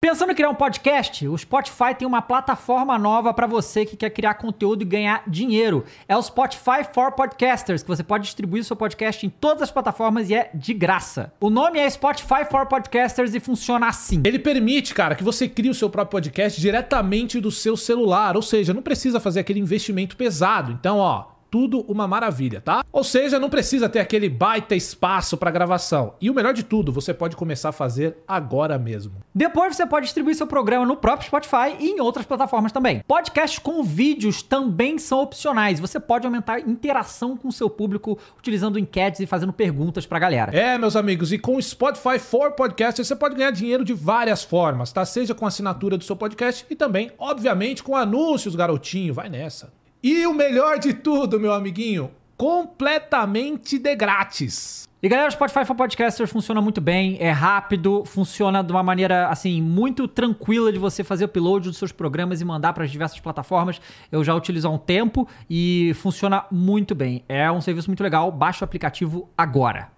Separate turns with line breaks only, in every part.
Pensando em criar um podcast? O Spotify tem uma plataforma nova para você que quer criar conteúdo e ganhar dinheiro. É o Spotify for Podcasters, que você pode distribuir seu podcast em todas as plataformas e é de graça. O nome é Spotify for Podcasters e funciona assim.
Ele permite, cara, que você crie o seu próprio podcast diretamente do seu celular, ou seja, não precisa fazer aquele investimento pesado. Então, ó, tudo uma maravilha, tá? Ou seja, não precisa ter aquele baita espaço para gravação. E o melhor de tudo, você pode começar a fazer agora mesmo.
Depois você pode distribuir seu programa no próprio Spotify e em outras plataformas também. Podcasts com vídeos também são opcionais. Você pode aumentar a interação com seu público utilizando enquetes e fazendo perguntas pra galera.
É, meus amigos, e com o Spotify for Podcasters você pode ganhar dinheiro de várias formas, tá? Seja com a assinatura do seu podcast e também, obviamente, com anúncios, garotinho, vai nessa. E o melhor de tudo, meu amiguinho, completamente de grátis.
E galera, o Spotify for Podcasters funciona muito bem, é rápido, funciona de uma maneira assim muito tranquila de você fazer upload dos seus programas e mandar para as diversas plataformas. Eu já utilizo há um tempo e funciona muito bem. É um serviço muito legal, baixa o aplicativo agora.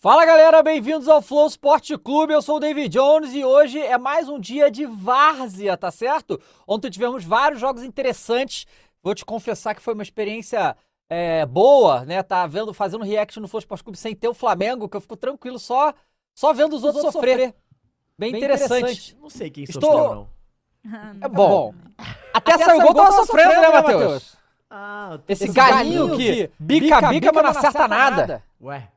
Fala galera, bem-vindos ao Flow Sport Clube. Eu sou o David Jones e hoje é mais um dia de várzea, tá certo? Ontem tivemos vários jogos interessantes. Vou te confessar que foi uma experiência é, boa, né? Tá vendo, fazendo react no Flow Sport Clube sem ter o Flamengo, que eu fico tranquilo só só vendo os, os outros, outros sofrer. sofrer. Bem, Bem interessante. interessante.
Não sei quem Estou... sofreu, não.
É bom. Até, Até saiu o gol, tava sofrendo, sofrendo, né, Matheus?
Ah,
esse, esse galinho, galinho que bica-bica, mas não acerta nada. nada.
Ué.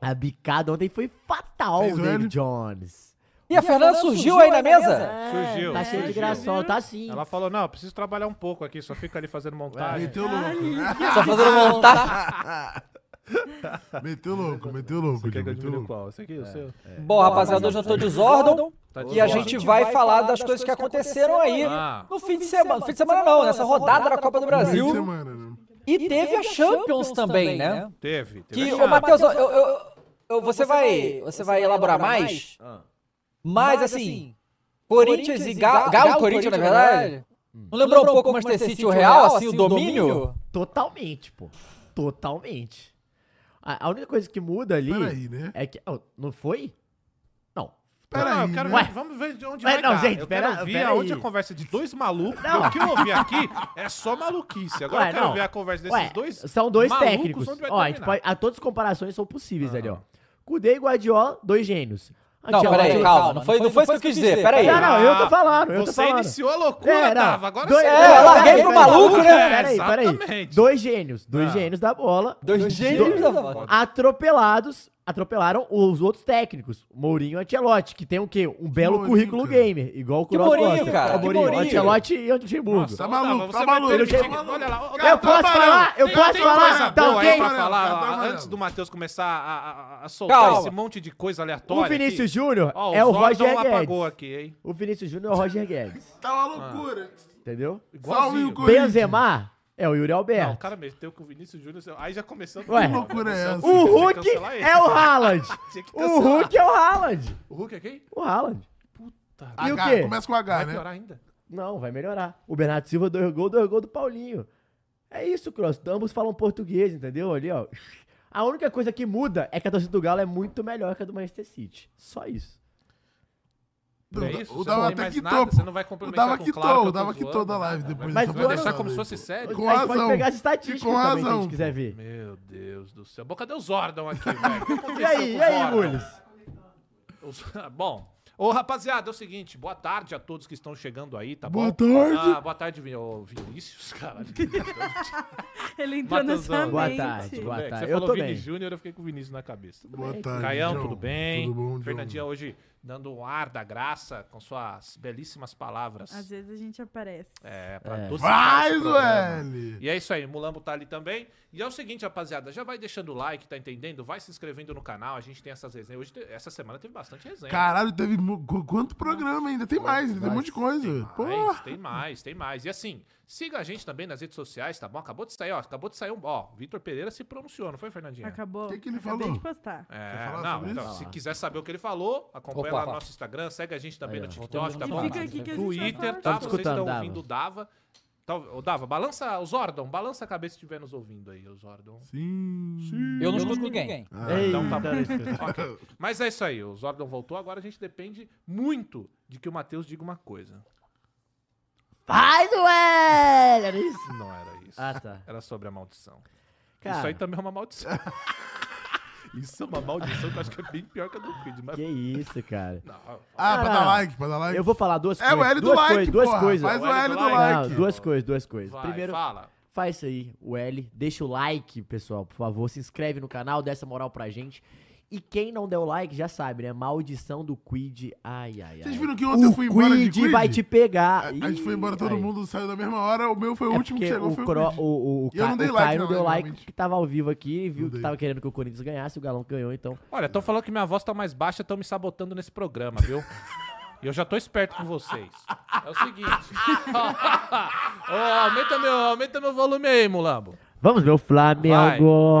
A bicada ontem foi fatal,
um
Fez David ele? Jones.
E a, e a Fernanda, Fernanda surgiu, surgiu aí na mesa? É,
surgiu.
Tá cheio de graçol, tá sim.
Ela falou, não, preciso trabalhar um pouco aqui, só fica ali fazendo montagem.
Meteu louco. né?
Só fazendo um montagem.
meteu louco, meteu louco. Você
quer que eu
louco.
qual? Esse aqui, é, o seu?
É. Bom, rapaziada, hoje eu tô desordem tá e a gente vai falar das coisas que aconteceram aí ah. no fim de semana. No fim de semana não, nessa rodada da Copa do Brasil.
Fim de semana, né?
E teve a Champions também, né?
Teve.
Que, ô, Matheus, eu... Eu, você, você, vai, você vai, vai elaborar, elaborar mais? mais? Ah. Mas, assim, assim Corinthians e Galo, Galo, Galo Corinthians, na verdade. Hum. Não lembrou, lembrou um pouco o Manchester City o Real, assim, o domínio? domínio?
Totalmente, pô. Totalmente. A, a, única coisa que muda ali
Peraí, né?
é que oh, não foi? Não.
Pera aí,
né?
quero, Ué? vamos ver de onde Ué, vai
não,
dar.
Gente, eu pera,
quero
pera
ouvir a conversa de dois malucos. Não. O que eu ouvi aqui é só maluquice. Agora Ué, eu quero não. ver a conversa desses Ué, dois
São dois técnicos. Ó, a, pode, a todas as comparações são possíveis ah. ali, ó. Cudê e Guardiola, dois gênios.
Não, peraí, calma. calma. Não foi, não foi, não foi isso que eu quis dizer, dizer. peraí.
Não, não, eu tô falando, eu
você
tô falando.
Você iniciou a loucura, é, Tava, agora
dois,
você...
É, larguei pro maluco, né?
Peraí, peraí. peraí. Dois gênios, dois É, ah. gênios da bola.
Dois, dois gênios da bola.
Atropelados, atropelaram os outros técnicos. Mourinho e Ancelotti, que tem o quê? Um belo Mourinho, currículo cara. gamer, igual o Kroos
Mourinho, Costa. cara?
É, Mourinho, Mourinho. Ancelotti e Antiburgo. Nossa, tá
tá maluco, tá maluco. Eu,
chego... lá, eu posso
tá
falar, eu posso falar, tá ok?
antes do Matheus começar a, a, a soltar Calma. esse monte de coisa aleatória
O Vinícius Júnior oh, é o Roger Guedes.
um Aqui,
o Vinícius Júnior é o Roger Guedes.
tá uma loucura. Ah.
Entendeu?
Igualzinho.
Benzema... É o Yuri Alberto. Não,
o cara meteu com o Vinícius Júnior. Aí já começou.
Ué, que loucura é essa?
O Hulk é o Haaland. o Hulk é o Haaland.
O Hulk é quem?
O Haaland.
Puta. E H, o quê? Começa com H,
vai
né?
Vai piorar ainda?
Não, vai melhorar. O Bernardo Silva, dois gols, dois gols do Paulinho. É isso, Cross. Ambos falam português, entendeu? Ali, ó. A única coisa que muda é que a torcida do Galo é muito melhor que a do Manchester City. Só isso.
Não, é isso? O Dava até quitou. Você não vai complementar
o Dava
quitou, claro
o Dava quitou da live depois.
Mas vai deixar como se fosse sério?
Com razão.
Pode pegar as estatísticas
com
também, se a
gente
quiser ver.
Meu Deus do céu. Bom, cadê os Zordon aqui, velho?
e aí, e aí, Mules?
Bom... Ô, rapaziada, é o seguinte, boa tarde a todos que estão chegando aí, tá
boa
bom?
Tarde.
Ah, boa tarde. Boa tarde, Vinícius, cara.
Ele entrou nessa
Boa tarde, boa tarde.
Você
eu
falou
Vini
Júnior, eu fiquei com o Vinícius na cabeça. Tudo
boa bem? tarde,
Caião,
João.
tudo bem?
Tudo bom,
Fernandinha João. hoje dando um ar da graça com suas belíssimas palavras.
Às vezes a gente aparece.
É, pra é.
Faz, velho!
E é isso aí, Mulambo tá ali também. E é o seguinte, rapaziada, já vai deixando o like, tá entendendo? Vai se inscrevendo no canal, a gente tem essas resenhas. Hoje, essa semana teve bastante resenha.
Caralho, teve quanto programa ainda? Tem mais, ainda tem um monte de coisa.
Tem mais, tem mais, tem mais. E assim, siga a gente também nas redes sociais, tá bom? Acabou de sair, ó, acabou de sair um... Ó, Vitor Pereira se pronunciou, não foi, Fernandinha?
Acabou.
O que, que ele
Acabei
Tá
falou?
de postar.
É, não, então, se quiser saber o que ele falou, acompanha vai
Opa,
lá
opa.
no nosso Instagram, segue a gente também
Aí,
no
ó.
TikTok, tá
E
bom?
fica aqui
que a gente vai
Twitter,
falar.
tá?
Tô
Vocês
te
estão
escutando, Dava.
ouvindo o Dava. Tá, ô, Dava, balança, os Zordon, balança a cabeça se estiver nos ouvindo aí, os Zordon.
Sim.
Eu não escuto ninguém.
Ah,
então tá bom.
Eita.
Ok. Mas é isso aí, o Zordon voltou, agora a gente depende muito de que o Matheus diga uma coisa.
Faz, ué! Era isso?
Não era isso.
Ah, tá.
Era sobre a maldição.
Cara,
Isso aí também é uma maldição. isso é uma maldição que eu acho que é bem pior que a do Creed, mas...
que isso, cara.
Não,
Ah, pra dar
Não.
like, pra dar like.
Eu vou falar duas
É
coisas.
o L do
duas
like,
coisas, duas
porra.
coisas.
Faz o L do
Não,
like.
duas coisas, duas coisas.
vai,
Primeiro,
fala.
faz isso aí, o L. Deixa o like, pessoal, por favor. Se inscreve no canal, dá essa moral pra gente. E quem não der o like, já sabe, né? Maldição do Quid. Ai, ai, ai.
Vocês viram que ontem eu fui embora de Quid?
vai te pegar.
A a gente foi embora, todo
Ih, ai.
mundo saiu da mesma hora. O meu foi o
É
último que
porque
chegou,
o
foi o
Cro-
Creed.
o, o, o
E eu
Ca-
não dei
o
like,
Caio
não,
deu
eu
like
realmente.
porque tava ao vivo aqui e viu
Não
que
dei.
tava querendo que o Corinthians ganhasse, o Galão ganhou, então.
Olha, estão falando que minha voz tá mais baixa, estão me sabotando nesse programa, viu? E eu já tô esperto com vocês. É o seguinte. Ó, aumenta, meu, aumenta meu volume aí, mulambo.
Vamos ver o Flamengo.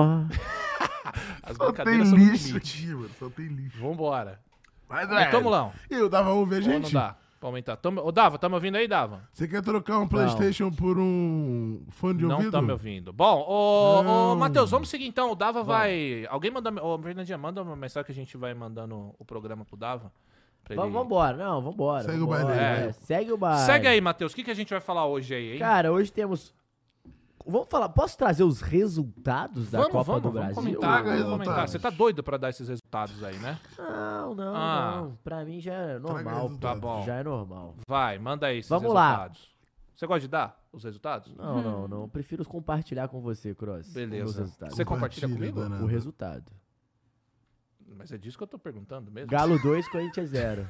As
Só tem
brincadeiras são no
lixo É.
limite.
aqui, mano. Só tem lixo.
Vambora.
Mas,
Então, Mulão.
E o Dava ouve a
Ou não
gente?
dá? Pra aumentar. Tamo- Ô, Dava, tá me ouvindo aí, Dava?
Você quer trocar um Playstation por um fone de
não
ouvido?
tá me ouvindo. Bom, ô, ô
Não.
Matheus, vamos seguir então. O Dava vai. Alguém manda. Ô, Fernandinha, manda uma mensagem que a gente vai mandando o programa pro Dava. pra ele-
Vamos vambora, não, vambora.
Segue o
vambora,
baile
aí.
é, Segue o baile.
Segue aí, Matheus. O que, que a gente vai falar hoje aí, hein?
Cara, hoje temos. Vamos falar. Posso trazer os resultados da Copa do Brasil?
comentar,
Traga
vamos
resultados.
comentar. Você tá doido pra dar esses resultados aí, né?
Não, não,
Ah.
não. Pra mim já é normal.
resultados.
Tá bom.
Já é normal.
Vai, manda aí esses
Vamos lá.
resultados. Você gosta de dar os resultados?
Não, não, não. Eu prefiro compartilhar com você, Cross. Os meus
Hum. Beleza.
resultados.
Você compartilha
Compartilha,
comigo?
danado.
O resultado.
Mas é disso que eu tô perguntando mesmo.
Galo 2, Corinthians 0.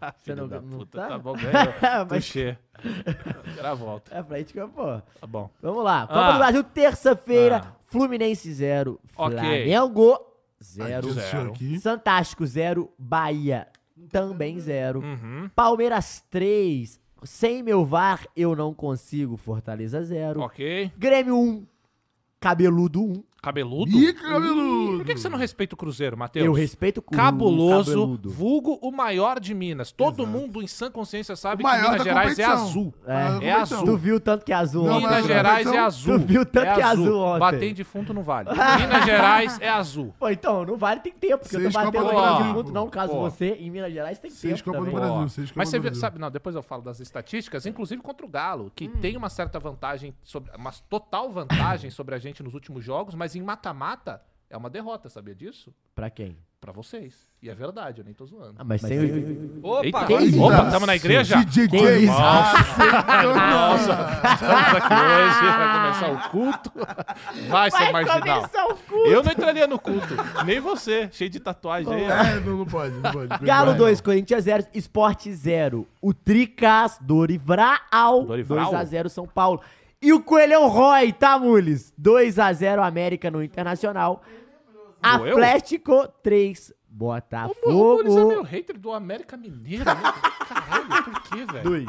Ah,
você
filho
não-
da
não
puta,
tá?
tá bom, ganhou.
Mas
Tuxê. Era a volta.
é pra gente que eu vou.
Tá bom.
Vamos lá. Copa
Ah.
do Brasil, terça-feira.
Ah.
Fluminense 0.
Ok.
Flamengo
Ai,
0.
deixa eu
zero.
aqui.
Fantástico 0. Bahia também 0.
Uhum.
Palmeiras 3. Sem meu VAR, eu não consigo. Fortaleza 0.
Ok.
Grêmio 1. Cabeludo 1.
Cabeludo? Hum,
Ih, cabeludo!
Por que, que você não respeita o Cruzeiro, Matheus?
Eu respeito o cu-
Cabuloso,
cabeludo.
vulgo o maior de Minas. Todo mundo em sã consciência sabe
O
que
maior
Minas
da
Gerais é
competição.
azul.
Ah,
É
competição.
Tu viu o tanto que é azul
Não,
ontem,
mas-
Minas
né?
Gerais é
então,
azul.
tu viu tanto
é
que é
azul.
azul ontem.
Bater em defunto não vale. Minas Gerais é azul.
Pô, então, não vale, tem tempo. Porque eu
Seis
tô batendo
Copa
do
aqui
Brasil,
no junto,
pô.
não. Caso
Pô.
você, em Minas Gerais, tem
Seis
tempo
Copa do
também.
Brasil,
Ó,
vocês que
Mas
mandam
você vê-
Brasil.
sabe, não, depois eu falo das estatísticas, inclusive contra o Galo, que
Hum.
tem uma certa vantagem, sobre, uma total vantagem sobre a gente nos últimos jogos, mas em mata-mata é uma derrota, sabia disso?
Pra quem?
Pra vocês. E é verdade, eu nem tô zoando.
Ah, mas, sem o...
Opa,
Eita,
agora
que
sim.
isso?
opa, tamo na igreja?
DJ
Que isso?
Nossa!
Estamos aqui hoje, vai começar o culto. Vai,
é
ser marginal.
começar o cu!
Eu não entraria no culto, nem você, cheio de tatuagem aí. ó.
É, não, não pode, não pode.
Galo
Vai,
2, Corinthians 0, Sport 0. O Tricas Dorival
Dorival?
2x0 São Paulo. E o Coelhão Roy, tá, Mules? 2x0 América no Internacional.
Doeu?
Atlético 3, Tá
O Mules é meu
Botafogo
hater do América Mineiro. né? Caralho, por quê, velho?
2.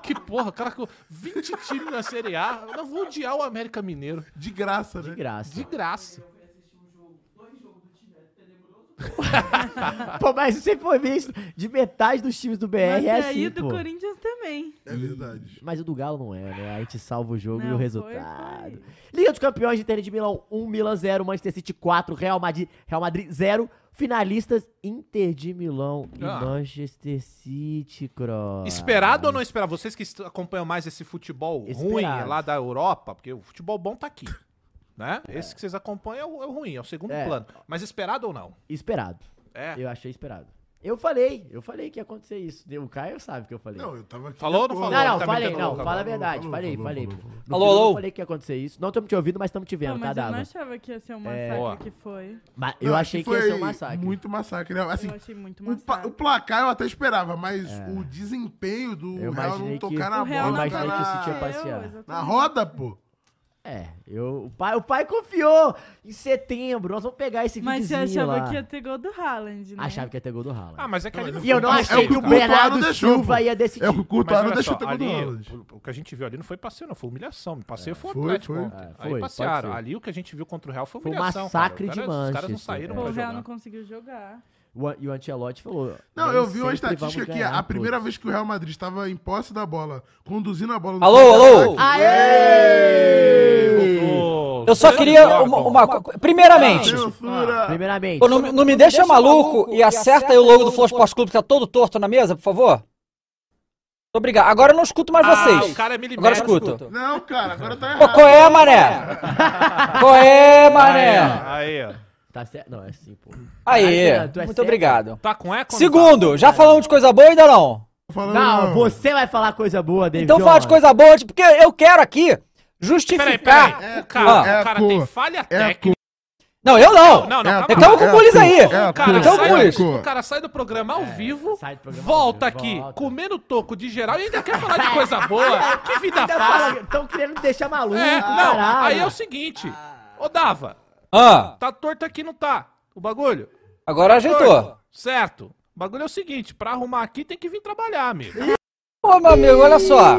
Que porra, cara, com 20 times na Série A, eu não vou odiar o América Mineiro.
De graça, né?
De graça.
De graça.
Pô, mas se você for ver isso, de metade dos times do BR
Mas
é
aí
assim,
do
pô.
Corinthians também.
É verdade.
Mas o do Galo não é, né? A gente salva o jogo e
Não,
o
foi,
resultado. Liga dos Campeões de Tênis de Milão 1, Milan 0, Manchester City 4, Real Madrid, Real Madrid 0. Finalistas Inter de Milão e
Ah.
Manchester City, Cross.
Esperado ou não esperado? Vocês que est- acompanham mais esse futebol ruim
Esperado.
lá da Europa, porque o futebol bom tá aqui. Né? Esse que vocês acompanham é o, é o ruim, é o segundo
É.
plano. Mas esperado ou não?
Esperado.
É.
Eu achei esperado. Eu falei, eu falei que ia acontecer isso. O Caio sabe que eu falei.
Não, eu tava aqui.
Falou ou não
Pô,
falou?
Não, não,
Tá
falei,
metendo
não,
louco
fala a
agora.
verdade,
Falou,
falei,
falou,
falei.
falou, falou.
No
Alô,
final
alô?
Eu falei que ia acontecer isso. Não estamos te ouvindo, mas estamos te
Pô,
vendo, tá,
mas eu não
Dava?
achava que ia ser um
É. Boa.
massacre que foi.
Mas
Não, é
eu achei que ia ser um
foi
massacre.
Muito massacre, né? Assim,
eu achei muito
o, pa-
massacre.
o placar eu até esperava, mas o desempenho do
É. Eu
Real
imaginei
não
que-
tocar
O
na
Real
bola,
eu
não
imaginei que o
tocar na-
City ia
aconteceu,
passear.
exatamente.
na roda, pô.
É, eu, o, pai, o pai confiou em setembro. Nós vamos pegar esse
Mas você
videozinho
achava
lá.
que ia ter gol do Haaland, né?
Achava que ia ter gol do Haaland.
Ah, mas é que ali não
e eu não
foi-
mas
achei
é o
que
que
o
o Courtois
Bernardo
não deixou,
Silva
pô.
ia decidir.
É o que o
Mas
Courtois
olha
não deixou
só,
tocar
ali,
no Haaland.
o, o que a gente viu ali não foi passeio, não. Foi humilhação. Passeio foi o
Foi,
Atlético.
foi.
ontem.
É,
Aí
foi,
passearam.
pode ser.
Ali o que a gente viu contra o Real foi
Foi um
humilhação.
massacre
cara. O
de
cara- Os caras não
Manchester,
saíram
Pô,
pra
o Real
jogar.
não conseguiu jogar.
O An- e o Ancelotti falou.
Não,
"Nem
eu vi uma
sempre
estatística
vamos
aqui.
ganhar
A primeira
todos."
vez que o Real Madrid estava em posse da bola, conduzindo a bola no
Alô,
contra-ataque,
alô?
Aê!
Voltou.
Eu só queria uma, uma co- Primeiramente,
Censura.
Ah, Primeiramente.
pô, não, me- não me deixa maluco e acerta aí o logo do Flow Esporte Clube que tá todo torto na mesa, por favor. Muito obrigado. Agora eu não escuto mais
Ah, o
vocês.
cara é
Agora
milimétrico.
escuto.
Não, cara, agora tá
Pô,
errado.
qual é, mané? Qual é,
Aí,
mané?
ó, Ah, aí, ó.
Tá certo? Não, é assim, pô.
Aí,
Cara, tu é
muito
sério?
obrigado.
Tá com eco? ou não
Segundo, já falamos de coisa boa ainda não?
Falando,
Não, você vai falar coisa boa, David.
Então fala de coisa boa, tipo, porque eu quero aqui
tá? Peraí, peraí.
justificar.
É,
o cara,
é,
o cara
pô.
tem falha técnica.
Não, eu não.
Não,
É,
tá
não,
pô.
Então
calma.
com o Gulis aí.
É,
O cara,
pô,
Então
sai
com
é,
o
pô.
o cara sai do programa ao vivo,
sai do programa ao
volta
vivo,
aqui,
volta.
comendo toco de geral e ainda quer falar de coisa boa. que vida fácil.
Estão querendo me deixar maluco,
É, não,
caralho.
aí é o seguinte. Ô, Dava,
Ah,
tá torto aqui, não tá? O bagulho?
agora ajeitou.
Torto, Certo. O bagulho é o seguinte, pra arrumar aqui tem que vir trabalhar, amigo.
Pô, meu amigo, olha só.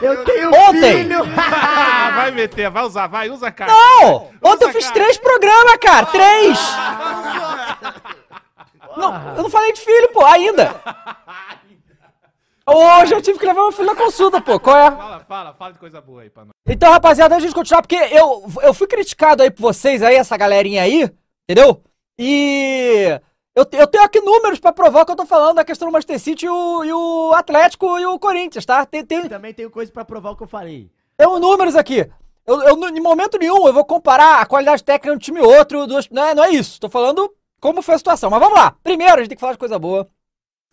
Eu tenho
Ontem.
filho!
Ah, vai meter, vai usar, vai, usa a cara.
Não! Ontem eu fiz três programas, cara! Três! Não, eu não falei de filho, pô, ainda! Hoje eu tive que levar meu filho na consulta, pô, qual é?
Fala, fala, fala de coisa boa aí pra nós.
Então, rapaziada, antes de continuar, porque eu, eu fui criticado aí por vocês aí, essa galerinha aí, entendeu? E eu, te- eu tenho aqui números pra provar o que eu tô falando da questão do Manchester City e o, e o Atlético e o Corinthians, tá? Tem, tem,
Também tenho coisa pra provar o que eu falei.
tem uns números aqui. Eu, eu, n- em momento nenhum eu vou comparar a qualidade técnica de um time e outro. Duas, não, é, não é isso. Tô falando como foi a situação. Mas vamos lá. Primeiro, a gente tem que falar de coisa boa.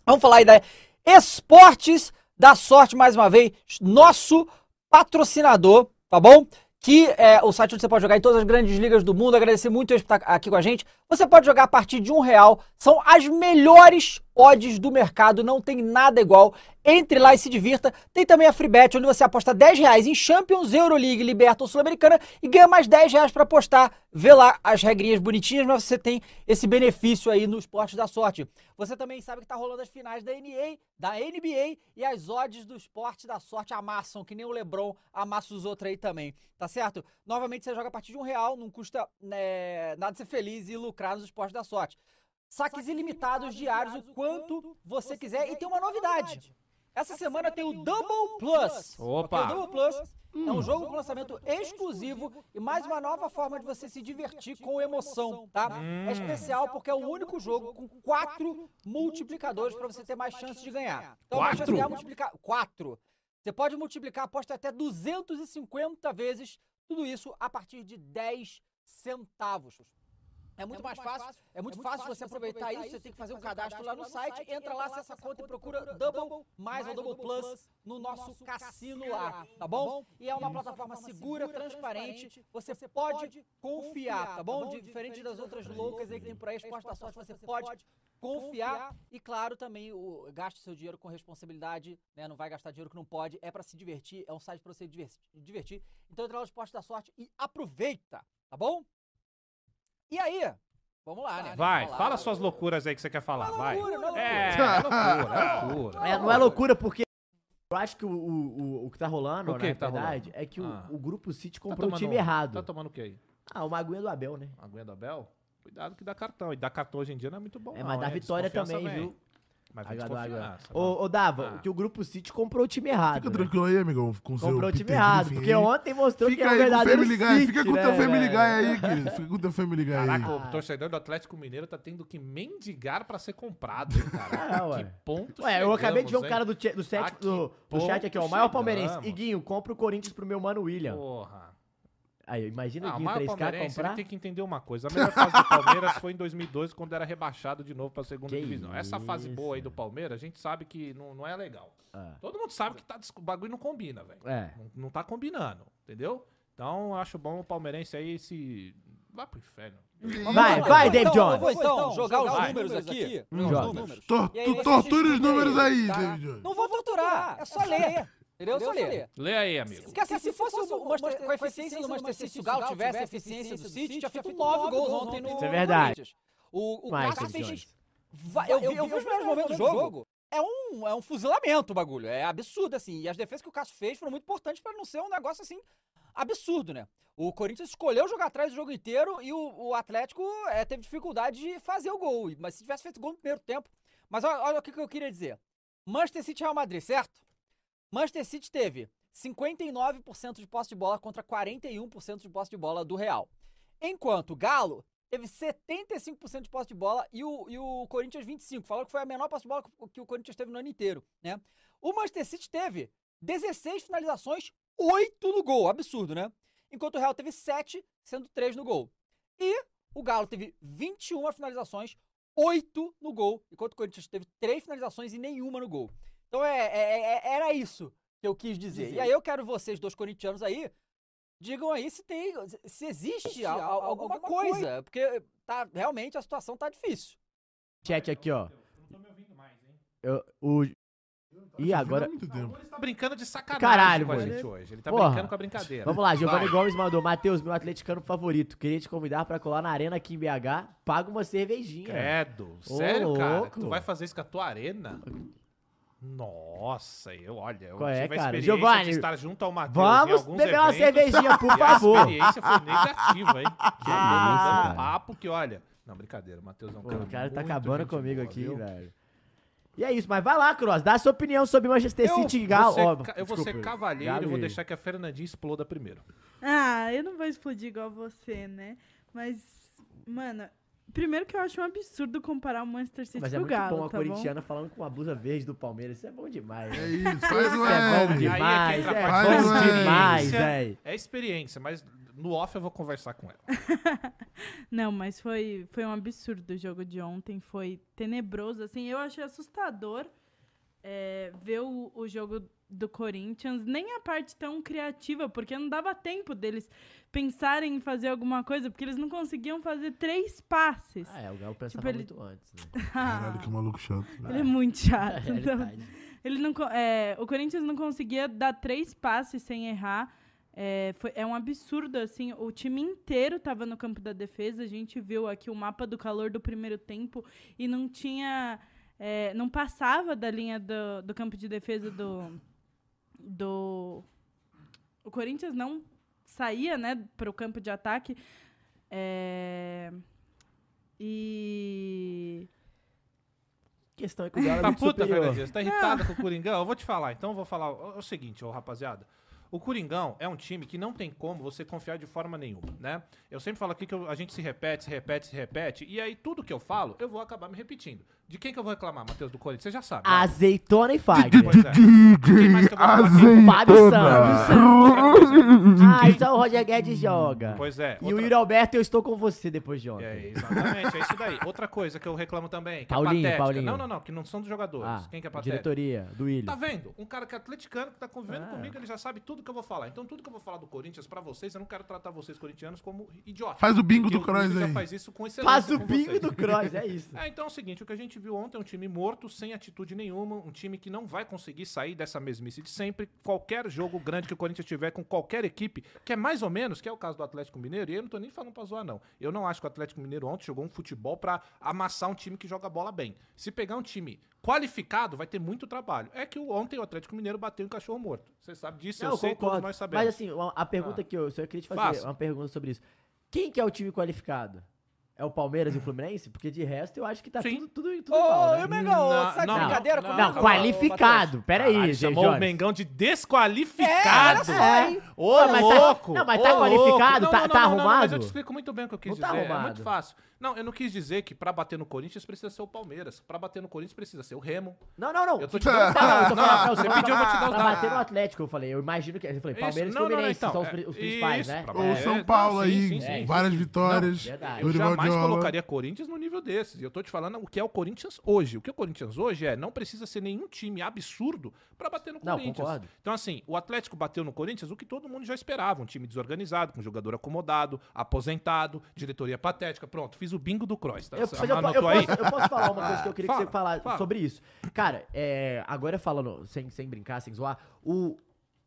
Vamos falar aí da Esportes da Sorte, mais uma vez. Nosso patrocinador, tá bom? Que é o site onde você pode jogar em todas as grandes ligas do mundo. Agradecer muito por estar aqui com a gente. Você pode jogar a partir de um real. São as melhores odds do mercado. Não tem nada igual. Entre lá e se divirta. Tem também a FreeBet, onde você aposta 10 reais em Champions, Euroleague, Liberta ou Sul-Americana e ganha mais 10 reais para apostar. Vê lá as regrinhas bonitinhas, mas você tem esse benefício aí no Esporte da Sorte. Você também sabe que tá rolando as finais da NBA, da NBA e as odds do esporte da sorte amassam, que nem o Lebron amassa os outros aí também, tá certo? Novamente você joga a partir de um real, não custa né, nada ser feliz e lucrar nos esportes da sorte. Saques ilimitados diários, o quanto você quiser. E tem uma novidade. Essa semana tem o Double Plus. Ok,
Opa.
O Double Plus é um jogo com lançamento exclusivo e mais uma nova forma de você se divertir com emoção, tá? É especial porque é o único jogo com quatro multiplicadores para você ter mais chance de ganhar. Então, mais chance de ganhar, multiplicar quatro. Você pode multiplicar a aposta até 250 vezes, tudo isso a partir de 10 centavos. É muito, mais, fácil, é muito, fácil, você aproveitar, isso, você tem que fazer um cadastro lá no site, entra lá, acessa a conta e procura Double mais ou Double Plus no nosso cassino lá, tá bom? E é uma plataforma segura, transparente, você pode confiar, tá bom? Diferente das outras loucas aí que tem por aí, esporte da sorte, você pode confiar e claro também o gaste seu dinheiro com responsabilidade, né? Não vai gastar dinheiro que não pode, é pra se divertir, é um site pra você diver- divertir. Então entra lá no Esporte da Sorte e aproveita, tá bom? E aí? Vamos lá, né?
Vai,
Vamos lá.
fala suas loucuras aí que você quer falar, vai.
Loucura, não loucura.
É, é loucura, é loucura.
É, não é loucura porque. Eu acho que o, o, o- o que tá rolando,
O que
na
que tá
verdade,
rolando?
é que o-
Ah.
o, grupo City comprou o um time errado.
Tá tomando o quê aí?
Ah, uma aguinha do Abel, né?
Aguinha do Abel? Cuidado que dá cartão. E dar cartão hoje em dia não é muito bom.
É, mas
não,
dá
hein?
vitória
Desconfiança
também,
vem.
viu?
Mas vem
Água do água.
desconfiança.
Ô, ô, Dava,
Ah.
que o grupo City comprou o time errado.
Fica
né?
tranquilo aí, amigão. Com o seu
Comprou o time
Peter
errado,
Griffin
porque
aí.
ontem mostrou que é
Fica
o
aí com o
verdadeiro
Family Guy.
City,
Fica com o
né,
teu Family
velho?
Guy aí, querido. Fica com o teu Family Guy aí.
Caraca, o torcedor do Atlético Mineiro tá tendo que mendigar pra ser comprado, hein, cara.
Ah, ué.
que ponto
Ué, eu acabei de ver um
chegamos,
cara do, che- do, set-
Aqui,
do- do
ponto
chat aqui, ó. O maior
chegamos.
palmeirense. Iguinho, compra o Corinthians pro meu mano
hein?
William.
Porra.
Aí, imagina o
Ah, o
Iguinho
maior
3K
palmeirense ele
comprar.
tem que entender uma coisa. A melhor fase do Palmeiras foi em 2012, quando era rebaixado de novo pra segunda
Que
divisão. Essa fase
isso.
boa aí do Palmeiras, a gente sabe que não, não é legal.
Ah.
Todo mundo sabe que tá, des- o bagulho não combina, velho.
É.
Não, não tá combinando, entendeu? Então, eu acho bom o palmeirense aí se... Vá pro inferno.
Vai, vai, David
então, eu
Jones.
vou então jogar os
Vai.
números aqui.
Joga.
Tor-
E aí,
tu- Tortura os
esses
números aí,
tá?
David. Jones.
Não vou torturar, é só ler. Entendeu? É só ler.
Lê aí, amigo.
Porque assim, se fosse o Manchester, com a eficiência do Manchester City, se o Galo tivesse a eficiência do City, tinha feito nove gols ontem no
Isso é verdade.
Corinthians. O, o
Vai,
Cássio
David
fez...
Jones.
vai- eu, vi, eu vi os melhores momentos do jogo. É um, é um fuzilamento o bagulho. É absurdo, assim. E as defesas que o Cássio fez foram muito importantes pra não ser um negócio assim absurdo, né? O Corinthians escolheu jogar atrás o jogo inteiro e o, o Atlético é, teve dificuldade de fazer o gol. E- Mas se tivesse feito gol no primeiro tempo. Mas olha, olha o que, que eu queria dizer. Manchester City e Real Madrid, certo? Manchester City teve 59% de posse de bola contra 41% de posse de bola do Real. Enquanto o Galo teve 75% de posse de bola e o, e o Corinthians 25%. Falaram que foi a menor posse de bola que- que o Corinthians teve no ano inteiro, né? O Manchester City teve 16 finalizações, 8 no gol. Absurdo, né? Enquanto o Real teve 7, sendo 3 no gol. E o Galo teve 21 finalizações, 8 no gol. Enquanto o Corinthians teve 3 finalizações e nenhuma no gol. Então é, é- é- era isso que eu quis dizer.
Dizer.
E aí eu quero vocês, dois corintianos aí, digam aí se tem. Se existe a- a- alguma, coisa, Porque tá, realmente a situação tá difícil.
Chat aqui, ó.
Não tô me ouvindo mais, hein?
Eu, o... Ih, agora.
Muito tempo.
Ele tá brincando de sacanagem
Caralho,
com a
mano.
gente hoje. Ele tá
Porra.
brincando com a brincadeira.
Vamos lá, Giovanni Gomes mandou. Matheus, meu atleticano favorito. Queria te convidar pra colar na arena aqui em BH. Paga uma cervejinha.
Credo.
Ô,
Sério, cara?
louco.
Tu vai fazer isso com a tua arena? Nossa, eu olha, eu
Qual é,
tive a
cara?
experiência
Giovanni,
de estar junto ao Matheus em
Vamos
alguns
beber uma
eventos,
cervejinha,
e
por favor.
a experiência foi negativa, hein? Que
isso,
isso,
cara.
um papo que, olha... Não, brincadeira, o Matheus é um
Pô,
cara
o cara tá
muito
acabando
gente
comigo
boa,
aqui,
viu?
velho. E é isso, mas vai lá, Cross. Dá a sua opinião sobre Manchester
Eu,
City e
vou
Galo.
ser,
Ó,
ca- eu vou
desculpa,
ser cavalheiro
Galo
e vou
e-
deixar que a Fernandinha exploda primeiro.
Ah, eu não vou explodir igual você, né? Mas, mano, primeiro que eu acho um absurdo comparar o Manchester City
Mas é
com o
muito
Galo,
bom a
tá bom?
corintiana falando com uma blusa verde do Palmeiras. Isso é bom demais.
É
né?
isso, faz o
Isso é bom
L.
Aí é que
demais,
entra a
é
parte
bom
da experiência.
demais, velho.
É experiência, mas no off eu vou conversar com ela.
Não, mas foi, foi um absurdo o jogo de ontem, foi tenebroso, assim, eu achei assustador é, ver o, o jogo do Corinthians, nem a parte tão criativa, porque não dava tempo deles pensarem em fazer alguma coisa, porque eles não conseguiam fazer três passes.
Ah, é, o Galo pensava
Tipo, ele-
muito antes, né?
Caralho, que maluco chato.
Ele é muito chato.
É
então-
verdade.
Ele não, co- é, o Corinthians não conseguia dar três passes sem errar. É, foi- é um absurdo, assim. O time inteiro estava no campo da defesa. A gente viu aqui o mapa do calor do primeiro tempo e não tinha. é, não passava da linha do, do campo de defesa do. do o Corinthians não saía, né, para o campo de ataque. É, e.
A questão é que o Galo é
Tá
muito
puta,
superior.
Fernandinha? Você tá
Ah.
irritada com o Coringão? Eu vou te falar. Então eu vou falar o o seguinte, ô, rapaziada. O Coringão é um time que não tem como você confiar de forma nenhuma, né? Eu sempre falo aqui que eu- a gente se repete, se repete, se repete, e aí tudo que eu falo, eu vou acabar me repetindo. De quem que eu vou reclamar, Matheus do Corinthians? Você já sabe. né?
Ah, Azeitona e Fagner.
Pois é. Quem mais que eu vou falar aqui?
Fábio Santos.
De
Ah,
quem-
então o Roger Guedes joga.
é. Hum, Pois é.
E o
outra-
Yuri Alberto, eu estou com você depois de
É,
ontem.
exatamente, é isso daí. Outra coisa que eu reclamo também, que
Paulinho,
é patética.
Paulinho.
Não, não, não, que não são dos jogadores.
Ah,
quem que é patética?
diretoria do Willian.
Tá vendo? Um cara que é atleticano, que tá convivendo
Ah.
comigo, ele já sabe tudo que eu vou falar. Então, tudo que eu vou falar do Corinthians pra vocês, eu não quero tratar vocês corintianos como idiotas.
Faz o bingo do
Porque o
Kroos
Corinthians já
aí.
faz isso com excelência
Faz o
com
bingo
vocês.
do Cross, é isso.
É, então é o seguinte, o que a gente viu ontem é um time morto, sem atitude nenhuma, um time que não vai conseguir sair dessa mesmice de sempre. Qualquer jogo grande que o Corinthians tiver com qualquer equipe, que é mais ou menos, que é o caso do Atlético Mineiro, e eu não tô nem falando pra zoar, não. Eu não acho que o Atlético Mineiro ontem jogou um futebol pra amassar um time que joga bola bem. Se pegar um time qualificado, vai ter muito trabalho. É que o- ontem o Atlético Mineiro bateu em cachorro morto. Você sabe disso, eu sei, todos nós sabemos.
Mas assim, uma- a pergunta
Ah.
que eu, só queria te fazer,
Faça.
uma pergunta sobre isso. Quem que é o time qualificado? É o Palmeiras e o Fluminense? Porque de resto eu acho que tá
Sim.
tudo, tudo, tudo
Ô,
igual, né?
ô, Mengão,
Não,
sai de
não,
brincadeira
não,
comigo?
Não,
ô,
qualificado. Pera aí,
Ah, Caralho,
gente.
chamou o
olha.
Mengão de
Matheus. É,
desqualificado.
olha só, hein?
Ô,
Não, mas tá-
louco!
não, mas tá
ô, louco.
qualificado?
Não,
Tá-
não,
tá
não, não, não, mas eu
arrumado?
te explico muito bem o que eu quis
Não tá
dizer. é
arrumado.
muito fácil. Não, eu não quis dizer que pra bater no Corinthians precisa ser o Palmeiras. Pra bater no Corinthians precisa ser o Remo.
Não, não, não.
Eu tô te
Não,
dando-
tá, não, eu tô
Não,
falando pra- eu
você
tô
pediu, eu vou te
falando
dar os
Pra
dados.
bater no Atlético, eu falei. Eu imagino que... Eu falei, Palmeiras e
Isso, não, não, não,
Fluminense
então,
são os,
é,
pri- os principais,
isso,
né?
pra-
Ou
É,
São
não,
Paulo
sim,
aí,
sim, sim,
várias
Não,
vitórias.
verdade.
Ah, Eu
Dorival
jamais
Diola.
colocaria Corinthians no nível desses. E eu tô te falando o que é o Corinthians hoje. O que é o Corinthians hoje é, não precisa ser nenhum time absurdo pra bater no
Não,
Corinthians.
concordo.
Então, assim, o Atlético bateu no Corinthians o que todo mundo já esperava. Um time desorganizado, com jogador acomodado, aposentado, diretoria patética. Pronto, fiz o bingo do Cross, tá?
Eu, mas eu, po- eu
Anotou aí?
posso, eu posso falar uma coisa que eu queria que
Fala,
você falasse
fala.
sobre isso. Cara, é, agora falando, sem, sem brincar, sem zoar, o,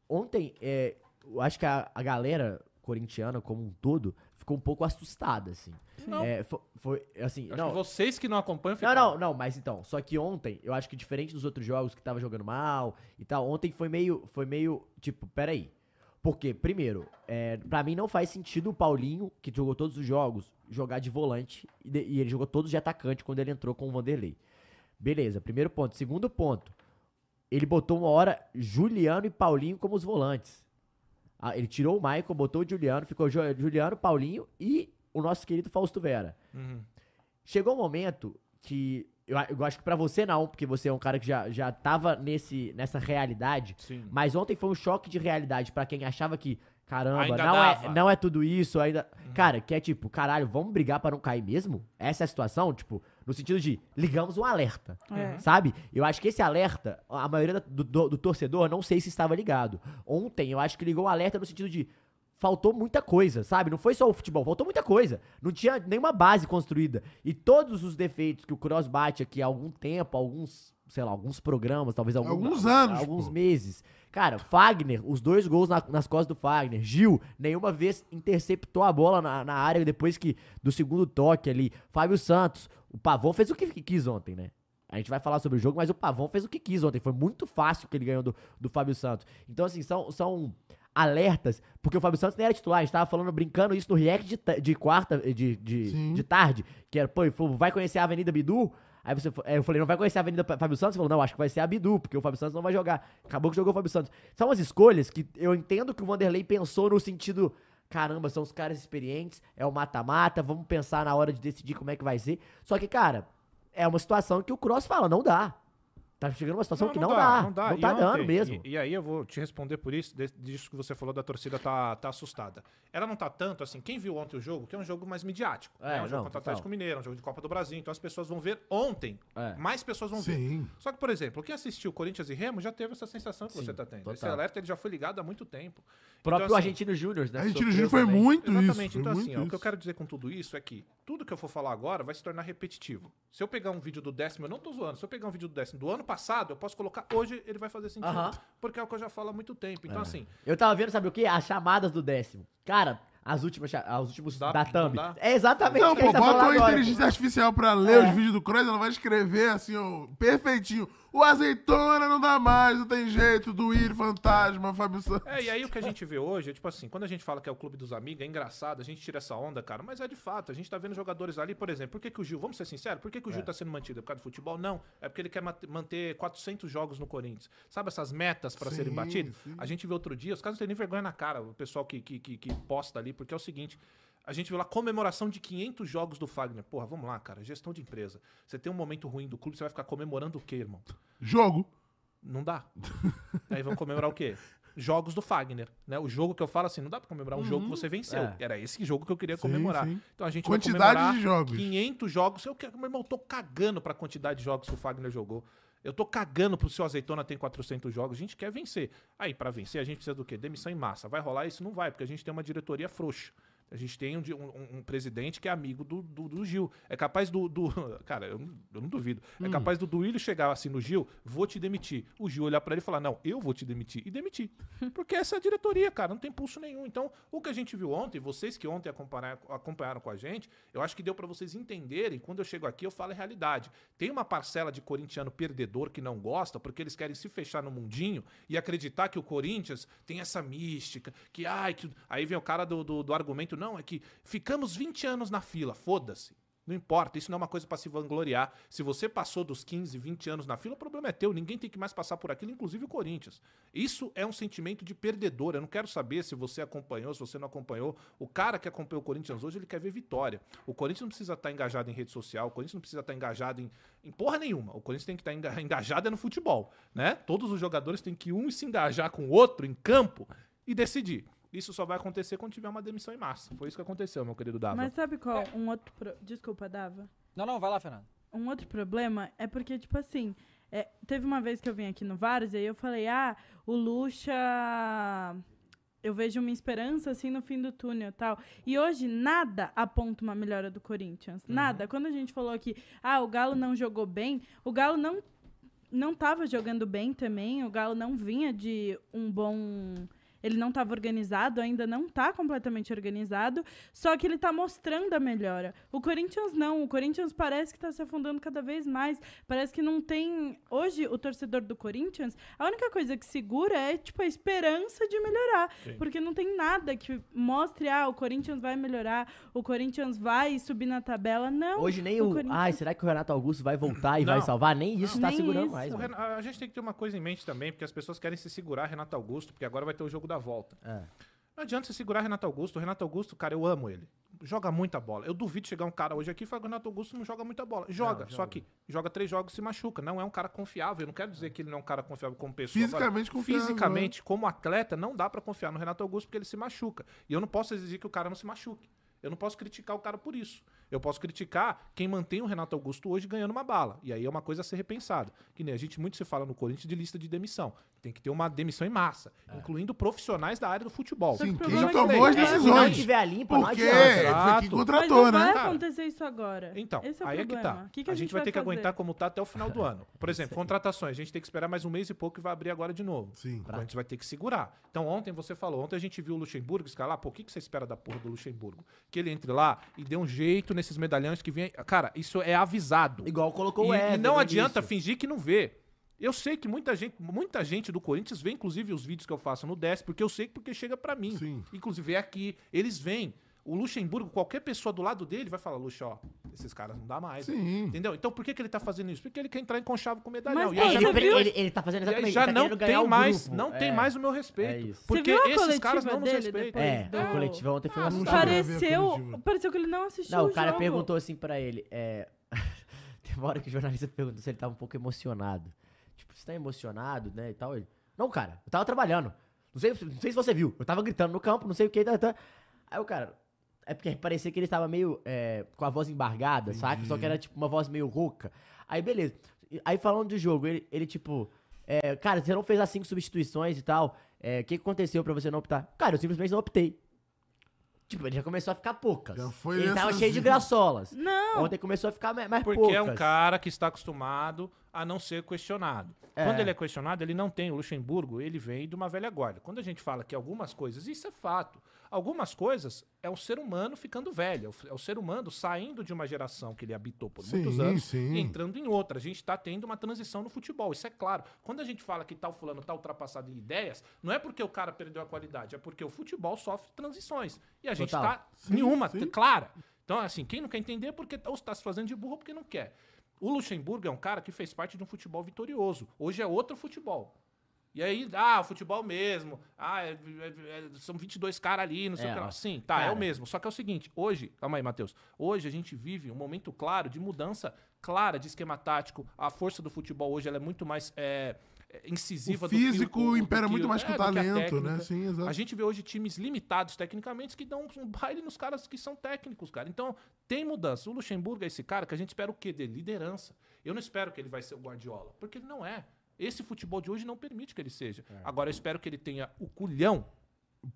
ontem, é, eu acho que a, a galera corintiana como um todo ficou um pouco assustada, assim.
Não.
É, fo- foi, assim,
Acho
não,
que vocês que não acompanham
não,
ficaram.
não, não, mas então, só que ontem, eu acho que diferente dos outros jogos que tava jogando mal e tal, ontem foi meio, foi meio, tipo, peraí. Porque, primeiro, é, para mim não faz sentido o Paulinho, que jogou todos os jogos, jogar de volante e, de- e ele jogou todos de atacante quando ele entrou com o Vanderlei. Beleza, primeiro ponto. Segundo ponto, ele botou uma hora Juliano e Paulinho como os volantes. Ah, ele tirou o Michael, botou o Juliano, ficou Jo- Juliano, Paulinho e o nosso querido Fausto Vera.
Uhum,
Chegou um momento que. Eu, a- eu acho que pra você não, porque você é um cara que já, já tava nesse, nessa realidade.
Sim.
Mas ontem foi um choque de realidade pra quem achava que, caramba,
Ainda
não
dava. Uhum.
é, não é tudo isso ainda. Cara, que é tipo, caralho, vamos brigar pra não cair mesmo? Essa é a situação, tipo, no sentido de ligamos um alerta.
Uhum.
É.
Sabe? Eu acho que esse alerta, a maioria da- do, do- do torcedor, não sei se estava ligado. Ontem, eu acho que ligou o alerta no sentido de. Faltou muita coisa, sabe? Não foi só o futebol, faltou muita coisa. Não tinha nenhuma base construída. E todos os defeitos que o Cross bate aqui há algum tempo, alguns, sei lá, alguns programas, talvez algum-
Alguns anos,
alguns
pô.
meses. Cara, Fagner, os dois gols na- nas costas do Fagner. Gil, nenhuma vez interceptou a bola na, na área depois que do segundo toque ali. Fábio Santos, o Pavão fez o que, que quis ontem, né? A gente vai falar sobre o jogo, mas o Pavão fez o que quis ontem. Foi muito fácil que ele ganhou do, do Fábio Santos. Então, assim, são, são alertas, porque o Fábio Santos nem era titular. A gente tava falando, brincando isso no react de, ta- de quarta, de, de,
Sim.
de tarde, que era, pô, ele falou, vai conhecer a Avenida Bidu? Aí você, fa- é, eu falei, não vai conhecer a Avenida Pa- Fábio Santos? Você falou, não, acho que vai ser a Bidu, porque o Fábio Santos não vai jogar. Acabou que jogou o Fábio Santos. São umas escolhas que eu entendo que o Vanderlei pensou no sentido, caramba, são os caras experientes, é o mata-mata, vamos pensar na hora de decidir como é que vai ser. Só que, cara, é uma situação que o Cross fala, não dá. Tá chegando uma situação que não, dá, não,
E então,
tá
ontem-
dando mesmo.
E, e aí eu vou te responder por isso, de- disso que você falou da torcida tá, tá assustada. Ela não tá tanto assim, quem viu ontem o jogo, que é um jogo mais midiático.
É,
né? É um
não,
jogo contra o
total.
Atlético Mineiro, um jogo de Copa do Brasil. Então as pessoas vão ver ontem.
É.
Mais pessoas vão ver.
Sim.
Só que, por exemplo, quem assistiu Corinthians e Remo já teve essa sensação que
Sim,
você tá tendo. Esse
total.
alerta ele já foi ligado há muito tempo.
O próprio
então, assim,
Argentino Júnior, né?
A
que
gente no
sofreu
Giro foi
também.
muito
Exatamente.
isso. foi
então, assim, ó,
muito
o que eu
isso.
quero dizer com tudo isso é que tudo que eu for falar agora vai se tornar repetitivo. Se eu pegar um vídeo do décimo, eu não tô zoando, se eu pegar um vídeo do décimo do ano passado, eu posso colocar hoje, ele vai fazer sentido.
Aham.
Porque é o que eu já falo há muito tempo.
É.
Então, assim,
Eu tava vendo, sabe o quê? As chamadas do décimo. Cara, as últimas, cha- os últimos
Dá-
da
não
thumb.
dá?
É exatamente
Não,
o que a
pô,
gente tá falando
bota uma
agora.
inteligência artificial pra ler
É.
os vídeos do Cross, ela vai escrever assim, ó, perfeitinho. O azeitona não dá mais, não tem jeito, do Ir, fantasma, Fábio Santos.
É, e aí o que a gente vê hoje é tipo assim, quando a gente fala que é o clube dos amigos, é engraçado, a gente tira essa onda, cara, mas é de fato, a gente tá vendo jogadores ali, por exemplo, por que, que o Gil, vamos ser sinceros, por que, que o Gil tá sendo mantido? É por causa do futebol? Não, é porque ele quer mate- manter 400 jogos no Corinthians. Sabe essas metas pra
Sim,
serem batidas?
sim.
A gente vê outro dia, os caras não têm nem vergonha na cara, o pessoal que, que, que, que posta ali, porque é o seguinte... A gente viu lá comemoração de 500 jogos do Fagner. Porra, vamos lá, cara. Gestão de empresa. Você tem um momento ruim do clube, você vai ficar comemorando o quê, irmão?
Jogo.
Não dá. Aí vão comemorar o quê? Jogos do Fagner, né? O jogo que eu falo assim, não dá pra comemorar um jogo que você venceu.
É.
Era esse jogo que eu queria
Sim,
comemorar.
sim.
Então a gente vai
Quantidade
comemorar
de jogos.
500 jogos. Eu quero, meu irmão, eu tô cagando pra quantidade de jogos que o Fagner jogou. Eu tô cagando pro seu Azeitona tem 400 jogos. A gente quer vencer. Aí pra vencer a gente precisa do quê? Demissão em massa. Vai rolar isso? Não vai, porque a gente tem uma diretoria frouxa. A gente tem um, di- um- um- um presidente que é amigo do, do- do Gil. É capaz do. do- cara, eu, não- eu não duvido. É
Hum.
capaz do Duílio chegar assim no Gil, vou te demitir. O Gil olhar pra ele e falar, não, eu vou te demitir. E demitir. Porque essa é a diretoria, cara, não tem pulso nenhum. Então, o que a gente viu ontem, vocês que ontem acompanha- acompanharam com a gente, eu acho que deu pra vocês entenderem. Quando eu chego aqui, eu falo a realidade. Tem uma parcela de corintiano perdedor que não gosta, porque eles querem se fechar no mundinho e acreditar que o Corinthians tem essa mística, que ai, que. Aí vem o cara do, do, do argumento, não, é que ficamos 20 anos na fila, foda-se. Não importa, isso não é uma coisa pra se vangloriar. Se você passou dos 15, 20 anos na fila, o problema é teu, ninguém tem que mais passar por aquilo, inclusive o Corinthians. Isso é um sentimento de perdedor. Eu não quero saber se você acompanhou, se você não acompanhou. O cara que acompanhou o Corinthians hoje, ele quer ver vitória. O Corinthians não precisa estar engajado em rede social, o Corinthians não precisa estar engajado em, em porra nenhuma. O Corinthians tem que estar enga- engajado é no futebol, né? Todos os jogadores têm que um se engajar com o outro em campo e decidir. Isso só vai acontecer quando tiver uma demissão em massa. Foi isso que aconteceu, meu querido Dava.
Mas sabe qual? Um outro. pro- Desculpa, Dava.
Não, não, vai lá, Fernando.
um outro problema é porque, tipo assim, é, teve uma vez que eu vim aqui no Vários e aí eu falei, ah, o Lucha. Eu vejo uma esperança assim no fim do túnel e tal. E hoje nada aponta uma melhora do Corinthians. Nada. Quando a gente falou aqui, ah, o Galo não jogou bem, o Galo não não tava jogando bem também, o Galo não vinha de um bom Ele não estava organizado, ainda não está completamente organizado, só que ele está mostrando a melhora. O Corinthians não, o Corinthians parece que está se afundando cada vez mais. Parece que não tem. Hoje, o torcedor do Corinthians, a única coisa que segura é tipo a esperança de melhorar. Porque não tem nada que mostre, ah, o Corinthians vai melhorar, o Corinthians vai subir na tabela. Não.
Hoje nem
o
o.
Corinthians-
Ai, será que o Renato Augusto vai voltar e
Não.
vai salvar? Nem isso tá
Nem
segurando
isso.
mais.
O
mano.
Ren- a gente tem que ter uma coisa em mente também, porque as pessoas querem se segurar Renato Augusto, porque agora vai ter o jogo da volta.
É.
Não adianta você segurar Renato Augusto. O Renato Augusto, cara, eu amo ele. Joga muita bola. Eu duvido chegar um cara hoje aqui e falar que o Renato Augusto não joga muita bola. Joga, só que joga três jogos e se machuca. Não é um cara confiável. Eu não quero dizer que ele não é um cara confiável como pessoa.
Fisicamente
Então,
confiável,
Então, Fisicamente,
né?
como atleta, não dá pra confiar no Renato Augusto porque ele se machuca. E eu não posso exigir que o cara não se machuque. Eu não posso criticar o cara por isso. Eu posso criticar quem mantém o Renato Augusto hoje ganhando uma bala. E aí é uma coisa a ser repensada. Que nem a gente muito se fala no Corinthians de lista de demissão. Tem que ter uma demissão em massa, incluindo profissionais da área do futebol.
Só que o
Sim,
problema é
quem
que
tomou as
tem-
É, se não
decisões?
tiver a limpa, não
é
Porque
adianta.
foi quem
Exato.
Mas
contratou,
não
né?
vai
Cara,
acontecer isso agora.
Então,
Esse é o
aí é que
problema.
tá.
O que, que
a, gente vai, ter que
fazer?
aguentar como tá até o final do ano. Por exemplo, contratações. A gente tem que esperar mais um mês e pouco e vai abrir agora de novo.
Sim.
Então a gente vai ter que segurar. Então ontem você falou, ontem a gente viu o Luxemburgo escalar. Pô, o que, que você espera da porra do Luxemburgo? Que ele entre lá e dê um jeito nesses medalhões que vem. Cara, isso é avisado.
Igual colocou o
E-
é,
Éder
E não
no
adianta
início.
fingir que não vê. Eu sei que muita gente, muita gente do Corinthians vê, inclusive, os vídeos que eu faço no 10, porque eu sei que porque chega pra mim.
Sim.
Inclusive, é aqui. Eles vêm. O Luxemburgo, qualquer pessoa do lado dele vai falar, Luxa, ó, esses caras não dá mais.
Sim.
Entendeu? Então por que, que ele tá fazendo isso? Porque ele quer entrar em conchavo com o medalhão.
Mas,
e aí
pô,
já
você
não
ele,
viu?
ele- ele tá fazendo
e
exatamente
aí
isso.
já
tá
não
querendo
tem
ganhar o
mais,
grupo.
não
É.
tem mais o meu respeito.
É isso. Você
Porque
viu a
esses caras
coletiva
não nos
dele
respeitam.
depois?
É,
Não.
o coletivo ontem foi
Ah,
uma
não
surpresa.
sabe.
Pareceu, pareceu que ele não assistiu
Não,
o
o cara
jogo.
perguntou assim pra ele. É... Tem uma hora que o jornalista perguntou se ele tava um pouco emocionado. Tipo, você tá emocionado, né? E tal. Ele, não, cara, eu tava trabalhando. Não sei, não sei se você viu. Eu tava gritando no campo, não sei o que. Tá, tá. Aí o cara. É porque parecia que ele tava meio. é, com a voz embargada, saca? Só que era tipo uma voz meio rouca. Aí beleza. Aí falando de jogo, ele, ele tipo. é, cara, você não fez as cinco substituições e tal. É, O que que aconteceu pra você não optar? Cara, eu simplesmente não optei. Tipo, ele já começou a ficar poucas.
Já foi
ele tava
essas-
cheio de graçolas.
Não,
Ontem começou a ficar mais, mais
Porque
poucas.
é um cara que está acostumado a não ser questionado.
É.
Quando ele é questionado, ele não tem. O Luxemburgo, ele vem de uma velha guarda. Quando a gente fala que algumas coisas, isso é fato, algumas coisas é o ser humano ficando velho, é o f- é o ser humano saindo de uma geração que ele habitou por muitos
Sim,
anos Então,
sim.
e entrando em outra. A gente está tendo uma transição no futebol, isso é claro. Quando a gente fala que tal fulano está ultrapassado em ideias, não é porque o cara perdeu a qualidade, é porque o futebol sofre transições. E a gente
Total.
está
Sim,
nenhuma,
sim.
t- clara. Então, assim, quem não quer entender é porque ou está se fazendo de burro ou porque não quer. O Luxemburgo é um cara que fez parte de um futebol vitorioso. Hoje é outro futebol. E aí, ah, futebol mesmo. Ah, é- é- é- são 22 caras ali, não sei
É,
o que
ó.
lá. Sim, tá, é
Cara.
o mesmo. Só que é o seguinte, hoje, calma aí, Matheus. Hoje a gente vive um momento claro de mudança clara de esquema tático. A força do futebol hoje ela é muito mais é, é, incisiva
O
do que
físico
do
impera
que-
muito mais
é,
que o
do a
talento, né?
técnica.
Sim,
A
exato.
gente vê hoje times limitados tecnicamente que dão um baile nos caras que são técnicos, cara. Então, tem mudança. O Luxemburgo é esse cara que a gente espera o quê dele? Liderança. Eu não espero que ele vai ser o Guardiola, porque ele não é. Esse futebol de hoje não permite que ele seja.
É.
Agora, eu espero que ele tenha o culhão,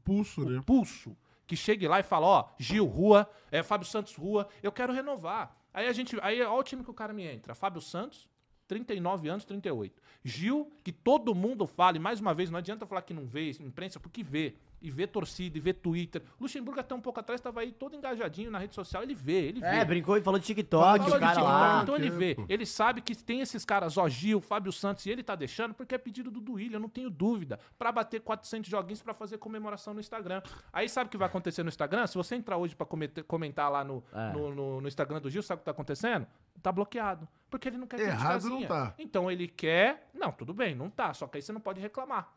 Pulso,
o
né?
pulso, que chegue lá e fala, ó, Gil, Rua, é, Fábio Santos, Rua, eu quero renovar. Aí a gente, aí ó o time que o cara me entra. Fábio Santos, 39 anos, 38. Gil, que todo mundo fala, e mais uma vez, não adianta falar que não vê imprensa, porque vê. E vê torcida, e vê Twitter. Luxemburgo, até um pouco atrás, estava aí todo engajadinho na rede social. Ele vê, ele vê.
É, brincou e falou de TikTok,
Falou
o
de
cara
TikTok,
lá.
Então ele
que,
vê.
pô.
Ele sabe que tem esses caras, ó, Gil, Fábio Santos, e ele tá deixando porque é pedido do Duílio, eu não tenho dúvida. Pra bater 400 joguinhos pra fazer comemoração no Instagram. Aí sabe o que vai acontecer no Instagram? Se você entrar hoje pra cometer- comentar lá no,
É.
no, no- no Instagram do Gil, sabe o que tá acontecendo? Tá bloqueado. Porque ele não quer
Errado não
criticazinha.
tá.
Então ele quer. Não, tudo bem, não tá. Só que aí você não pode reclamar.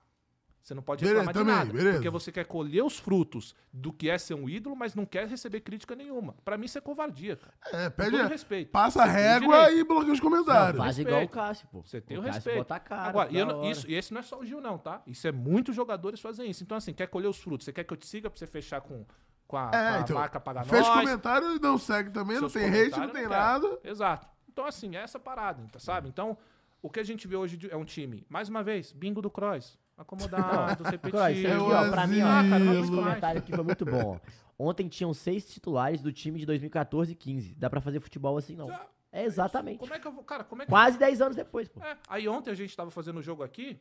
Você não pode
Beleza,
reclamar
também,
de nada.
beleza.
Porque você quer colher os frutos do que é ser um ídolo, mas não quer receber crítica nenhuma. Pra mim, isso é covardia. cara.
É,
Com
pede.
todo respeito.
Passa a régua
Direito.
e bloqueia os
Não,
comentários.
faz
Respeito.
igual o Cássio, pô.
Você tem o,
Cássio
respeito.
bota a cara,
Agora, e
da
eu não-
hora.
isso, e esse não é só o Gil, não, tá? Isso é muitos jogadores fazem isso. Então, assim, quer colher os frutos. Você quer que eu te siga pra você fechar com, com a,
É,
com a
então,
marca pagar
Fez
nós?
comentário e não segue também, não
Seus
tem hate, não
comentários,
tem
eu não quero.
nada.
Exato. Então, assim, é essa parada, tá, sabe? Então, o que a gente vê hoje de- é um time, mais uma vez, bingo do Cross. Acomodado, repetido.
Croy, você
Eu
viu, ó, é pra mim, ó,
Ah,
cara, não
esse
aguento mais.
comentário aqui foi muito bom. ó. Ontem tinham seis titulares do time de 2014 e 15. Dá pra fazer futebol assim, não.
Já,
É exatamente.
Como é que eu vou. Cara, como é que.
Quase 10 anos depois, pô.
É, Aí ontem a gente tava fazendo o jogo aqui.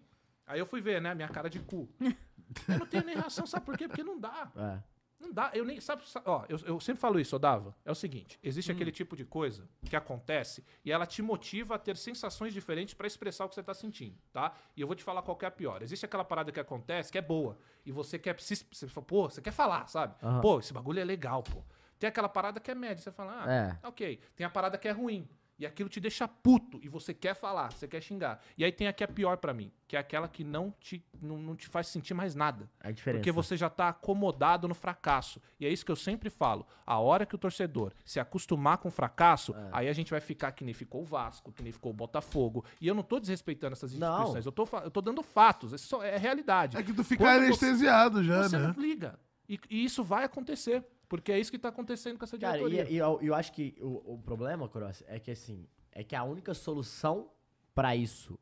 Aí eu fui ver, né? Minha cara de cu. eu não tenho nem reação, sabe por quê? Porque não dá.
É.
Não dá, eu nem. Sabe, sa- ó, eu, eu sempre falo isso, Odava. É o seguinte:
Hum.
existe aquele tipo de coisa que acontece e ela te motiva a ter sensações diferentes pra expressar o que você tá sentindo, tá? E eu vou te falar qual que é a pior. Existe aquela parada que acontece que é boa e você quer. Se, você fala, pô, você quer falar, sabe?
Aham.
Pô, esse bagulho é legal, pô. Tem aquela parada que é média, você fala, ah,
É.
ok. Tem a parada que é ruim. E aquilo te deixa puto. E você quer falar, você quer xingar. E aí tem a que é pior pra mim, que é aquela que não te, não, não te faz sentir mais nada.
É a diferença.
Porque você já tá acomodado no fracasso. E é isso que eu sempre falo. A hora que o torcedor se acostumar com o fracasso,
É.
aí a gente vai ficar que nem ficou o Vasco, que nem ficou o Botafogo. E eu não tô desrespeitando essas
Não.
instituições. Eu tô, fa- eu tô dando fatos. É, só, é realidade.
É que tu fica
Quando você-
anestesiado já,
Você
né?
não liga. E, e isso vai acontecer. Porque é isso que tá acontecendo com essa
Cara,
diretoria.
e, e eu, eu acho que o, o problema, Cross, é que assim, é que a única solução pra isso,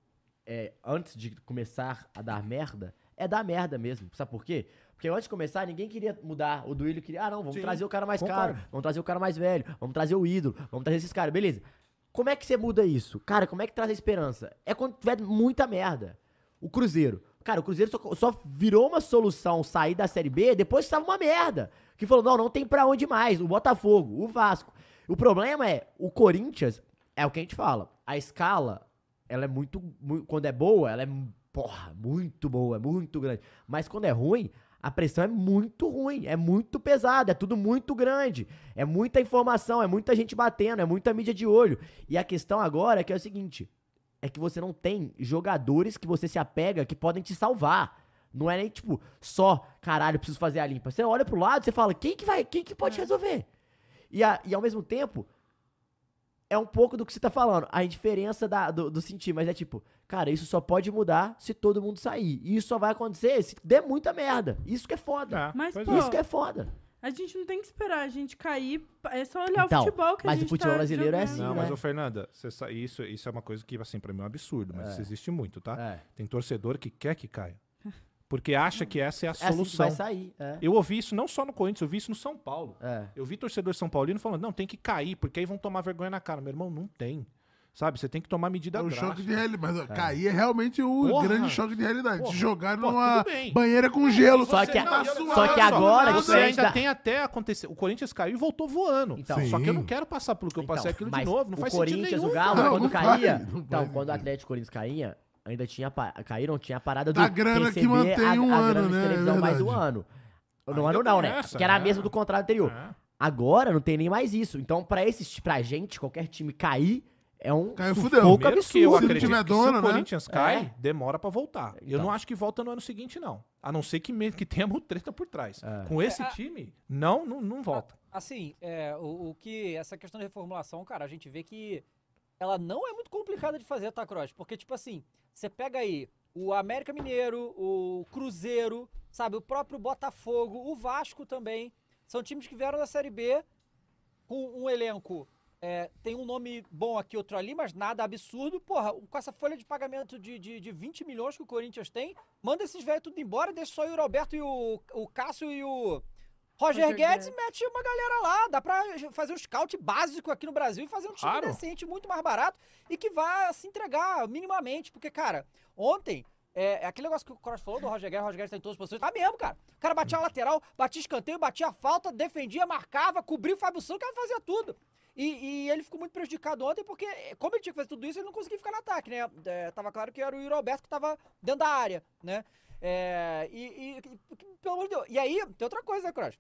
é, antes de começar a dar merda, é dar merda mesmo. Sabe por quê? Porque antes de começar, ninguém queria mudar. O Duílio queria, ah, não, vamos
Sim,
trazer o cara mais
concordo.
caro, vamos trazer o cara mais velho, vamos trazer o ídolo, vamos trazer esses caras, beleza. Como é que você muda isso? Cara, como é que traz a esperança? É quando tiver muita merda. O Cruzeiro. Cara, o Cruzeiro só, só virou uma solução sair da Série B depois que estava uma merda. Que falou, não, não tem pra onde mais. O Botafogo, o Vasco. O problema é, o Corinthians, é o que a gente fala. A escala, ela é muito, mu- Quando é boa, ela é, porra, muito boa, é muito grande. Mas quando é ruim, a pressão é muito ruim, é muito pesada, é tudo muito grande. É muita informação, é muita gente batendo, é muita mídia de olho. E a questão agora é que é o seguinte é que você não tem jogadores que você se apega que podem te salvar. Não é nem tipo, só, caralho, preciso fazer a limpa. Você olha pro lado, você fala, quem que vai, quem que pode resolver? E, a- e ao mesmo tempo, é um pouco do que você tá falando, a indiferença da- do, do sentir, mas é tipo, cara, isso só pode mudar se todo mundo sair. E isso só vai acontecer se der muita merda. Isso que é foda.
Mas,
pois
pô,
é.
Isso que é foda.
A gente não tem que esperar a gente cair. É só olhar
Então,
o futebol que a
mas o
gente
futebol
tá
brasileiro é
jogando.
assim,
Não,
né?
mas, ô Fernanda, você sa- isso, isso é uma coisa que, assim, pra mim é um absurdo, mas isso existe muito, tá?
É.
Tem torcedor que quer que caia. Porque acha que essa é a
É assim que
solução.
vai sair. É.
eu ouvi isso não só no Corinthians, eu vi isso no São Paulo.
É.
Eu vi torcedor São Paulino falando, não, tem que cair, porque aí vão tomar vergonha na cara. Meu irmão, não tem. Sabe, você tem que tomar medida
É um
drástica.
choque de realidade. Mas ó, cair é realmente o
Porra.
grande choque de realidade.
Porra.
Te jogar
Pô,
numa
tudo bem. É,
banheira com gelo.
Só
ah, Você
que-
tá
não, e olha
suado,
só que agora
nada.
que
você ainda
ainda-
tem até acontecer. O Corinthians caiu e voltou voando.
Então,
Sim.
Só que eu não quero passar pelo que eu
Um
Então,
passei aquilo de
mas
novo. Não
o
faz sentido
Corinthians,
nenhum.
o Galo,
cara.
quando
Não faz,
caía.
não
então,
faz
quando o
sentido.
Atlético e Corinthians caía, ainda tinha. pa- Caíram, tinha a parada do.
Da Tá grana que
receber
mantém um ano,
grana de
né? É
televisão mais um
verdade.
ano. No
Ainda
ano não,
tem
né?
essa,
Porque era a
né?
mesma do contrato anterior.
É.
Agora não tem nem mais isso. Então, pra esses, pra gente, qualquer time cair, é um
Caiu,
sufoco
fudeu.
Primeiro que eu
Se não
absurdo.
acredito
tiver
que se
dono,
o
né?
Corinthians cai,
É.
demora pra voltar. Eu
Então.
não acho que volta no ano seguinte, não. A não ser que, me- que tenha uma treta por trás.
É.
Com esse
É, a-
time, não, não, não volta.
Assim, é, o, o que essa questão de reformulação, cara, a gente vê que ela não é muito complicada de fazer, tá, Cross? Porque, tipo assim, você pega aí o América Mineiro, o Cruzeiro, sabe, o próprio Botafogo, o Vasco também. São times que vieram da Série B com um elenco. é, tem um nome bom aqui, outro ali, mas nada absurdo. Porra, com essa folha de pagamento de, de, de 20 milhões que o Corinthians tem, manda esses velhos tudo embora, deixa só o Yuri Alberto e o, o Cássio e o Roger,
Roger
Guedes e
Guedes.
mete uma galera lá. Dá pra fazer um scout básico aqui no Brasil e fazer um time
Claro.
decente, muito mais barato e que vá se entregar minimamente. Porque, cara, ontem. É, aquele negócio que o Cross falou do Roger Guedes, o Roger Guedes tá em todas as posições. Tá mesmo, cara. O cara batia a lateral, batia escanteio, batia a falta, defendia, marcava, cobria o Fábio Santos, o cara fazia tudo. E, e ele ficou muito prejudicado ontem porque, como ele tinha que fazer tudo isso, ele não conseguia ficar no ataque, né? É, tava claro que era o Yuri Alberto que tava dentro da área, né? É, e, e- e- pelo amor de Deus. E aí, tem outra coisa, né, Cross?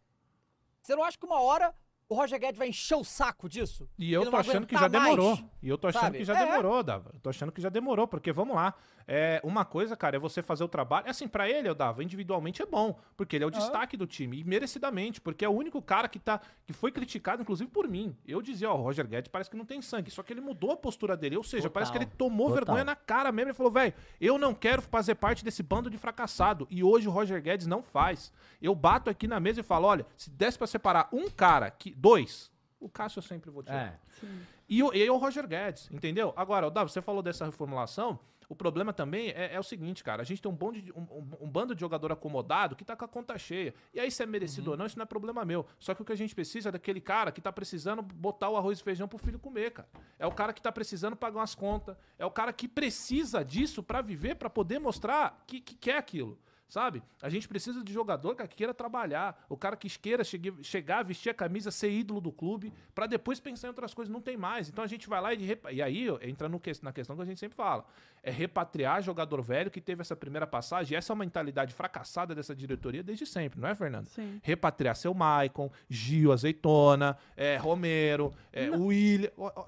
Você não acha que uma hora o Roger Guedes vai encher o saco disso?
E eu
não
tô
vai
achando que já
aguentar mais?
demorou. E eu tô achando
sabe?
que já
É.
demorou, Dava. Eu tô achando que já demorou, porque vamos lá. É, uma coisa, cara, é você fazer o trabalho. Assim, pra ele, eu dava, individualmente é bom, porque ele é o destaque do time, e merecidamente, porque é o único cara que tá que foi criticado, inclusive por mim. Eu dizia, ó, o Roger Guedes parece que não tem sangue, só que ele mudou a postura dele, ou seja,
Total.
parece que ele tomou
Total.
vergonha na cara mesmo. Ele falou, velho, eu não quero fazer parte desse bando de fracassado. E hoje o Roger Guedes não faz. Eu bato aqui na mesa e falo, olha, se desse pra separar um cara, que dois, o Cássio eu sempre vou tirar.
É.
E o, e o Roger Guedes, entendeu? Agora, Davi, você falou dessa reformulação. O problema também é, é o seguinte, cara. A gente tem um, bonde de- um- um- um bando de jogador acomodado que tá com a conta cheia. E aí, se é merecido ou não, isso não é problema meu. Só que o que a gente precisa é daquele cara que tá precisando botar o arroz e feijão pro filho comer, cara. É o cara que tá precisando pagar umas contas. É o cara que precisa disso pra viver, pra poder mostrar que, que quer aquilo. Sabe? A gente precisa de jogador cara, que queira trabalhar, o cara que queira chegue- chegar, vestir a camisa, ser ídolo do clube, pra depois pensar em outras coisas, não tem mais. Então a gente vai lá e repa- e aí ó, entra no que- na questão que a gente sempre fala, é repatriar jogador velho que teve essa primeira passagem, essa é uma mentalidade fracassada dessa diretoria desde sempre, não é, Fernando?
Sim.
Repatriar seu Maicon, Gil Azeitona, é, Romero, é, William, ó, ó,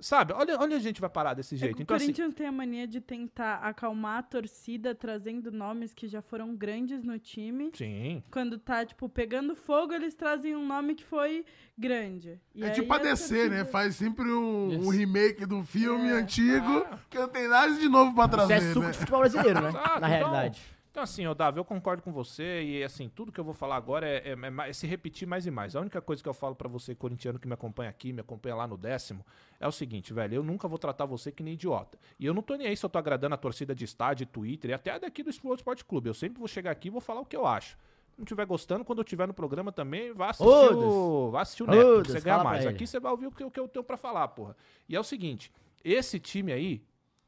sabe? Olha, olha a gente vai parar desse
É que
jeito.
o
Então assim,
Corinthians tem a mania de tentar acalmar a torcida trazendo nomes que já foram grandes no time.
sim.
Quando tá, tipo, pegando fogo, eles trazem um nome que foi grande. E
é
aí
tipo a
a
DC,
assim
né?
torcida-
Faz sempre um, um
Isso.
remake do
É.
filme antigo,
Ah.
que não tem nada de novo pra
Isso
trazer,
é suco
né?
de futebol brasileiro, né?
Exato,
Na
então-
realidade.
Então, assim, ô Davi, eu concordo com você e, assim, tudo que eu vou falar agora é, é- é ma- é se repetir mais e mais. A única coisa que eu falo pra você, corintiano, que me acompanha aqui, me acompanha lá no décimo, é o seguinte, velho, eu nunca vou tratar você que nem idiota. E eu não tô nem aí se eu tô agradando a torcida de estádio, Twitter e até a daqui do Explode Sport Clube. Eu sempre vou chegar aqui e vou falar o que eu acho. Se não tiver gostando, quando eu tiver no programa também, vá assistir o,
Todos.
vá assistir o Neto, pra
Todos,
você ganha
fala pra
mais.
ele.
Aqui você vai ouvir o que, o que eu tenho pra falar, porra. E é o seguinte, esse time aí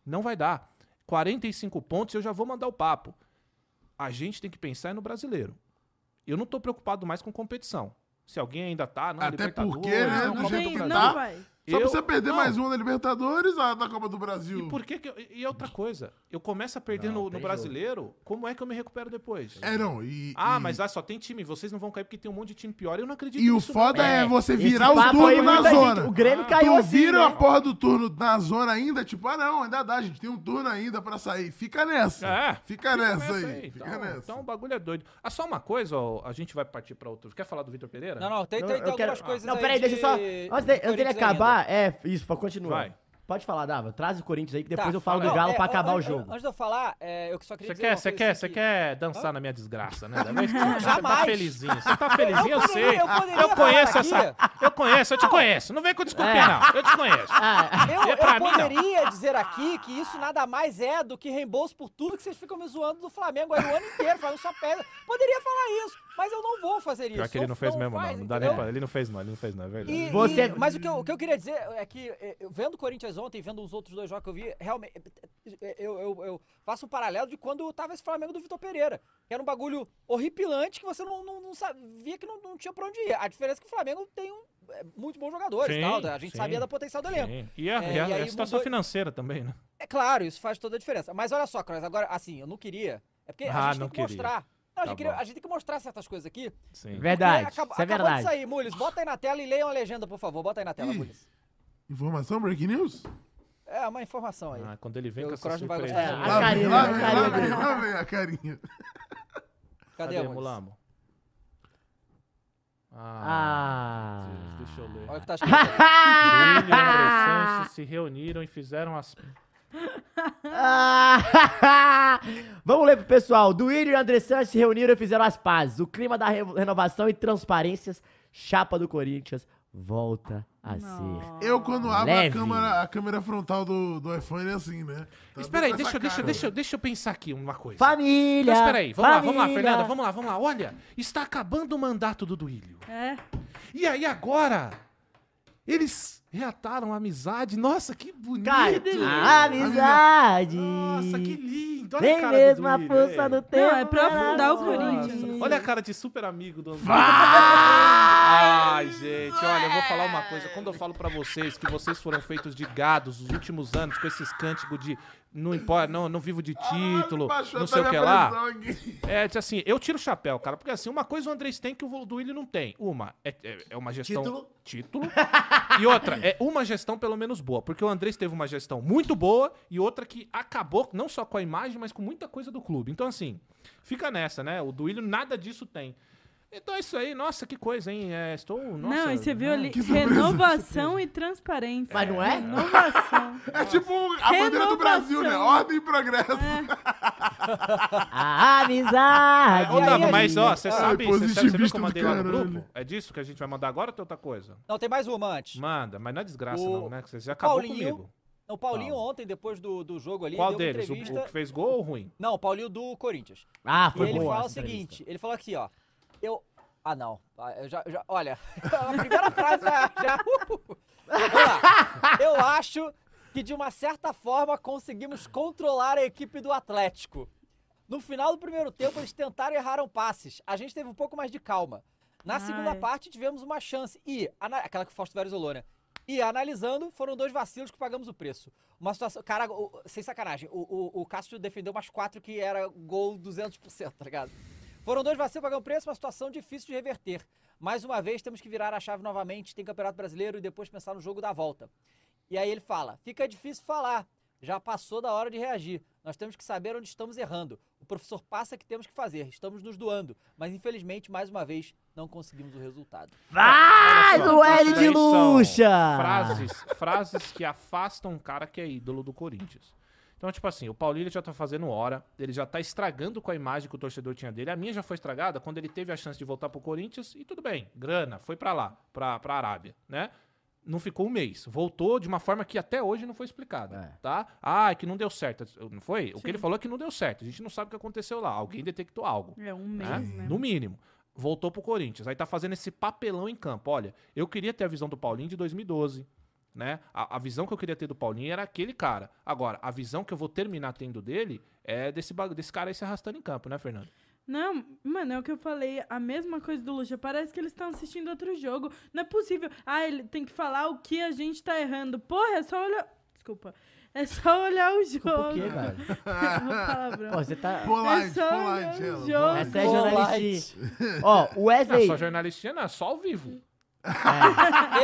não vai dar. 45 pontos, eu já vou mandar o papo a gente tem que pensar no brasileiro. Eu não tô preocupado mais com competição. Se alguém ainda tá, não,
Até
Libertadores,
porque, né,
não,
do
Não,
Copa
jeito
do
tem,
que
Brasil.
tá.
não vai.
Só
Eu-
precisa perder
não.
mais um uma da Libertadores, a da Copa do
E
Brasil.
por que, que eu- e outra coisa, eu começo a perder
Não,
no, no
tem
brasileiro, como é que eu me recupero depois?
É, não, e...
Ah,
e-
mas ah, só tem time, vocês não vão cair porque tem um monte de time pior. Eu não acredito
E o
nisso, não.
foda é,
É,
você
esse
virar os
papo aí,
turnos na
muita gente-
zona.
O Grêmio
Ah,
caiu
tu
assim,
vira
né?
a porra do turno na zona ainda, tipo, ah não, ainda dá, gente tem um turno ainda pra sair. Fica nessa.
É.
Fica nessa
Começa
aí.
Então,
Fica nessa.
então o bagulho é doido. Ah, só uma coisa, ó, a gente vai partir pra outro. Quer falar do Vitor Pereira?
Não, não, tem,
Não,
tem, tem
eu quero-
algumas coisas
Não,
aí
peraí,
de-
deixa só. Antes, de,
do
antes dele
Corinthians
acabar, é, isso, pra continuar.
Vai.
Pode falar, Dava. Traz o Corinthians aí, que
Tá,
depois eu falo
fala.
do Galo
Não,
pra
é,
acabar
an-
o
an-
jogo.
Antes de eu falar, é, eu só queria
Você
dizer
quer,
uma
você
coisa
quer,
assim
você
que-
quer dançar na minha desgraça, né? Da vez que você tá
jamais.
felizinho, você tá felizinho, eu,
Eu
sei.
poderia- eu poderia
Eu,
falar
conheço
aqui.
essa. Eu conheço, eu te conheço. Não vem com desculpinha,
É.
não. Eu te conheço.
Ah,
Eu,
É pra
eu
mim, não.
poderia dizer aqui que isso nada mais é do que reembolso por tudo que vocês ficam me zoando do Flamengo aí o ano inteiro, falando só pedra. Poderia falar isso, mas eu não vou fazer isso.
Pior que ele não fez mesmo, não. Não dá nem
entendeu?
pra. Ele não fez, não. Ele não fez, não. É verdade.
E-
Você-
e- mas o que, eu, o que eu queria dizer é que, eh, eu vendo o Corinthians ontem, vendo os outros dois jogos que eu vi, realmente. eh, Eu, eu- eu faço um paralelo de quando tava esse Flamengo do Vitor Pereira. Que era um bagulho horripilante que você não, não- não sabia que não, não tinha pra onde ir. A diferença é que o Flamengo tem um, eh, muito bons jogadores,
Sim,
tal, a gente
sim,
sabia da potencial do elenco.
Sim. E a,
É,
e a-
e aí
a situação
mudou-
financeira também, né?
É claro, isso faz toda a diferença. Mas olha só, Cross, agora, assim, eu não queria. É porque
Ah,
a gente
não
tem que
queria.
mostrar. Não, a,
Tá
gente queria-
bom.
a gente tem que mostrar certas coisas aqui. porque
Sim.
verdade.
acaba-
isso é
acabou de
verdade.
sair, Mules. Bota aí na tela e leiam a legenda, por favor. Bota aí na tela,
Ih.
Mules.
Informação, break news?
É uma informação aí.
Ah, quando ele vem
Eu-
com
o
essa
Cross não vai
surpresa.
gostar.
É, a
Lá vem,
carinha,
lá
a
vem,
carinha
lá vem,
dele.
lá vem a carinha.
Cadê, Mules?
Mulamo? Ah.
Ah.
Jesus, Deixa eu ler.
Olha o que tá escrito. aí.
William e André Sanches se reuniram e fizeram as.
Ah, Vamos ler pro pessoal. Duílio e André Sanches se reuniram e fizeram as pazes. O clima da re- renovação e transparências, chapa do Corinthians, volta a ser.
Eu, quando abro a
Leve.
câmera, a câmera frontal do, do iPhone, é assim, né? Tá
Espera aí,
bem com
deixa,
essa
eu- deixa, eu-
cara.
deixa, eu- deixa eu pensar aqui uma coisa.
Família!
Mas peraí, Então, vamos lá, vamos lá,
família.
Fernanda, vamos lá, vamos lá. Olha, está acabando o mandato do Duílio.
É.
E aí agora, eles reataram a amizade. Nossa, que bonito.
Cara, a amizade!
Nossa, que lindo. Olha a
Nem
cara
mesmo
do
a
Duílio,
força
é.
do tempo.
Não, é pra afundar o Corinthians.
Nossa, Olha a cara de super amigo do André. Ai, gente, olha, eu vou falar uma coisa. Quando eu falo pra vocês que vocês foram feitos de gados nos últimos anos com esses cânticos de não importa, não, não vivo de um
Ah,
título,
Baixou
não
até
sei o que
minha
lá.
pressão aqui.
É, tipo assim, eu tiro o chapéu, cara, porque assim, uma coisa o Andrés tem que o do Willi não tem. Uma, é, é, é uma gestão.
Título.
Título. e outra, é uma gestão pelo menos boa. Porque o Andrés teve uma gestão muito boa e outra que acabou não só com a imagem, mas com muita coisa do clube. Então, assim, fica nessa, né? O Duílio nada disso tem. Então é isso aí, nossa, que coisa, hein? É, estou. Nossa,
não, e você viu
né?
ali
que surpresa,
renovação e transparência.
Mas não é?
Renovação.
É tipo a bandeira do Brasil, né?
Renovação.
Ordem e progresso.
É.
A amizade!
Ô, Dava,
aí,
mas ó, você
Ai,
sabe, você sabe, você viu que
positivista
eu
do
mandei lá no
caralho.
grupo? É disso que a gente vai mandar agora ou tem outra coisa?
Não, tem mais um, uma antes.
Manda, mas não é desgraça,
O
não, né? Que Você já acabou
Paulinho-
comigo.
Não, o Paulinho ontem, depois do, do jogo ali,
Qual
deu uma
deles? O,
entrevista.
o que fez gol ou ruim?
Não, o Paulinho do Corinthians.
Ah,
E
foi
ele
boa
fala o
essa entrevista.
seguinte, ele falou aqui, ó. Eu. Ah, não. Ah, Eu já, já- olha, a primeira frase já. já uh, vamos lá. Eu acho que de uma certa forma conseguimos controlar a equipe do Atlético. No final do primeiro tempo, eles tentaram e erraram passes. A gente teve um pouco mais de calma. Na segunda
Ai.
parte, tivemos uma chance. E, ana- aquela que o Fausto Vera isolou, né? E analisando, foram dois vacilos que pagamos o preço. Uma situação. Cara, o- sem sacanagem, o, o, o Cássio defendeu umas quatro que era gol 200%, tá ligado? Foram dois vacilos pagando preço, uma situação difícil de reverter. Mais uma vez, temos que virar a chave novamente. Tem Campeonato Brasileiro e depois pensar no jogo da volta. E aí ele fala: fica difícil falar. Já passou da hora de reagir. Nós temos que saber onde estamos errando. O professor passa que temos que fazer. Estamos nos doando. Mas infelizmente, mais uma vez, não conseguimos o resultado.
Vai,
Olha só,
do L
isso
de
daí são
Lucha!
Frases, frases que afastam um cara que é ídolo do Corinthians. Então, tipo assim, o Paulinho ele já tá fazendo hora, ele já tá estragando com a imagem que o torcedor tinha dele. A minha já foi estragada quando ele teve a chance de voltar pro Corinthians e tudo bem, grana, foi pra lá, pra, pra Arábia, né? Não ficou um mês. Voltou de uma forma que até hoje não foi explicada,
É.
tá? Ah, é que não deu certo. Não foi? O que ele falou é que não deu certo. A gente não sabe o que aconteceu lá. Alguém detectou algo.
É
Ah,
um
né?
mês, né?
No mínimo. Voltou pro Corinthians. Aí tá fazendo esse papelão em campo. Olha, eu queria ter a visão do Paulinho de 2012. Né? A, a visão que eu queria ter do Paulinho era aquele cara. Agora, a visão que eu vou terminar tendo dele é desse, bagu- desse cara aí se arrastando em campo, né, Fernando?
Não, mano, é o que eu falei, a mesma coisa do Lucha. Parece que eles estão assistindo outro jogo. Não é possível. Ah, ele tem que falar o que a gente tá errando. Porra, é só olhar. Desculpa. É só olhar o jogo.
Por quê, cara?
Uma palavrão.
Pô, você tá...
Polite,
só olhar o
um
polite, ela.
jogo.
polite.
Essa é
Pô,
jornalista. Ó, o Wesley...
Não, só jornalistinha não, é só ao vivo.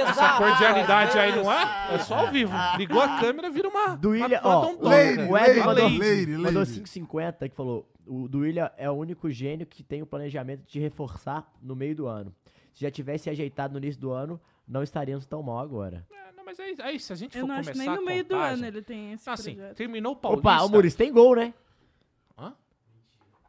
Exato!
Cordialidade aí não é? É só ao vivo. Ligou a câmera, vira uma.
Do
uma-
William,
uma
ó,
dondona.
Lady,
o Wesley
né?
lady,
mandou,
lady,
mandou
lady.
5,50 que falou: o do William é o único gênio que tem o planejamento de reforçar no meio do ano. Se já tivesse ajeitado no início do ano, não estaríamos tão mal agora.
É, não, mas aí, aí, se a gente
Eu
for
não
começar
acho nem no
a
meio do
contagem-
ano ele tem esse
Assim,
projeto.
terminou o Paulista.
Opa, o Muris tem gol, né?
Hã?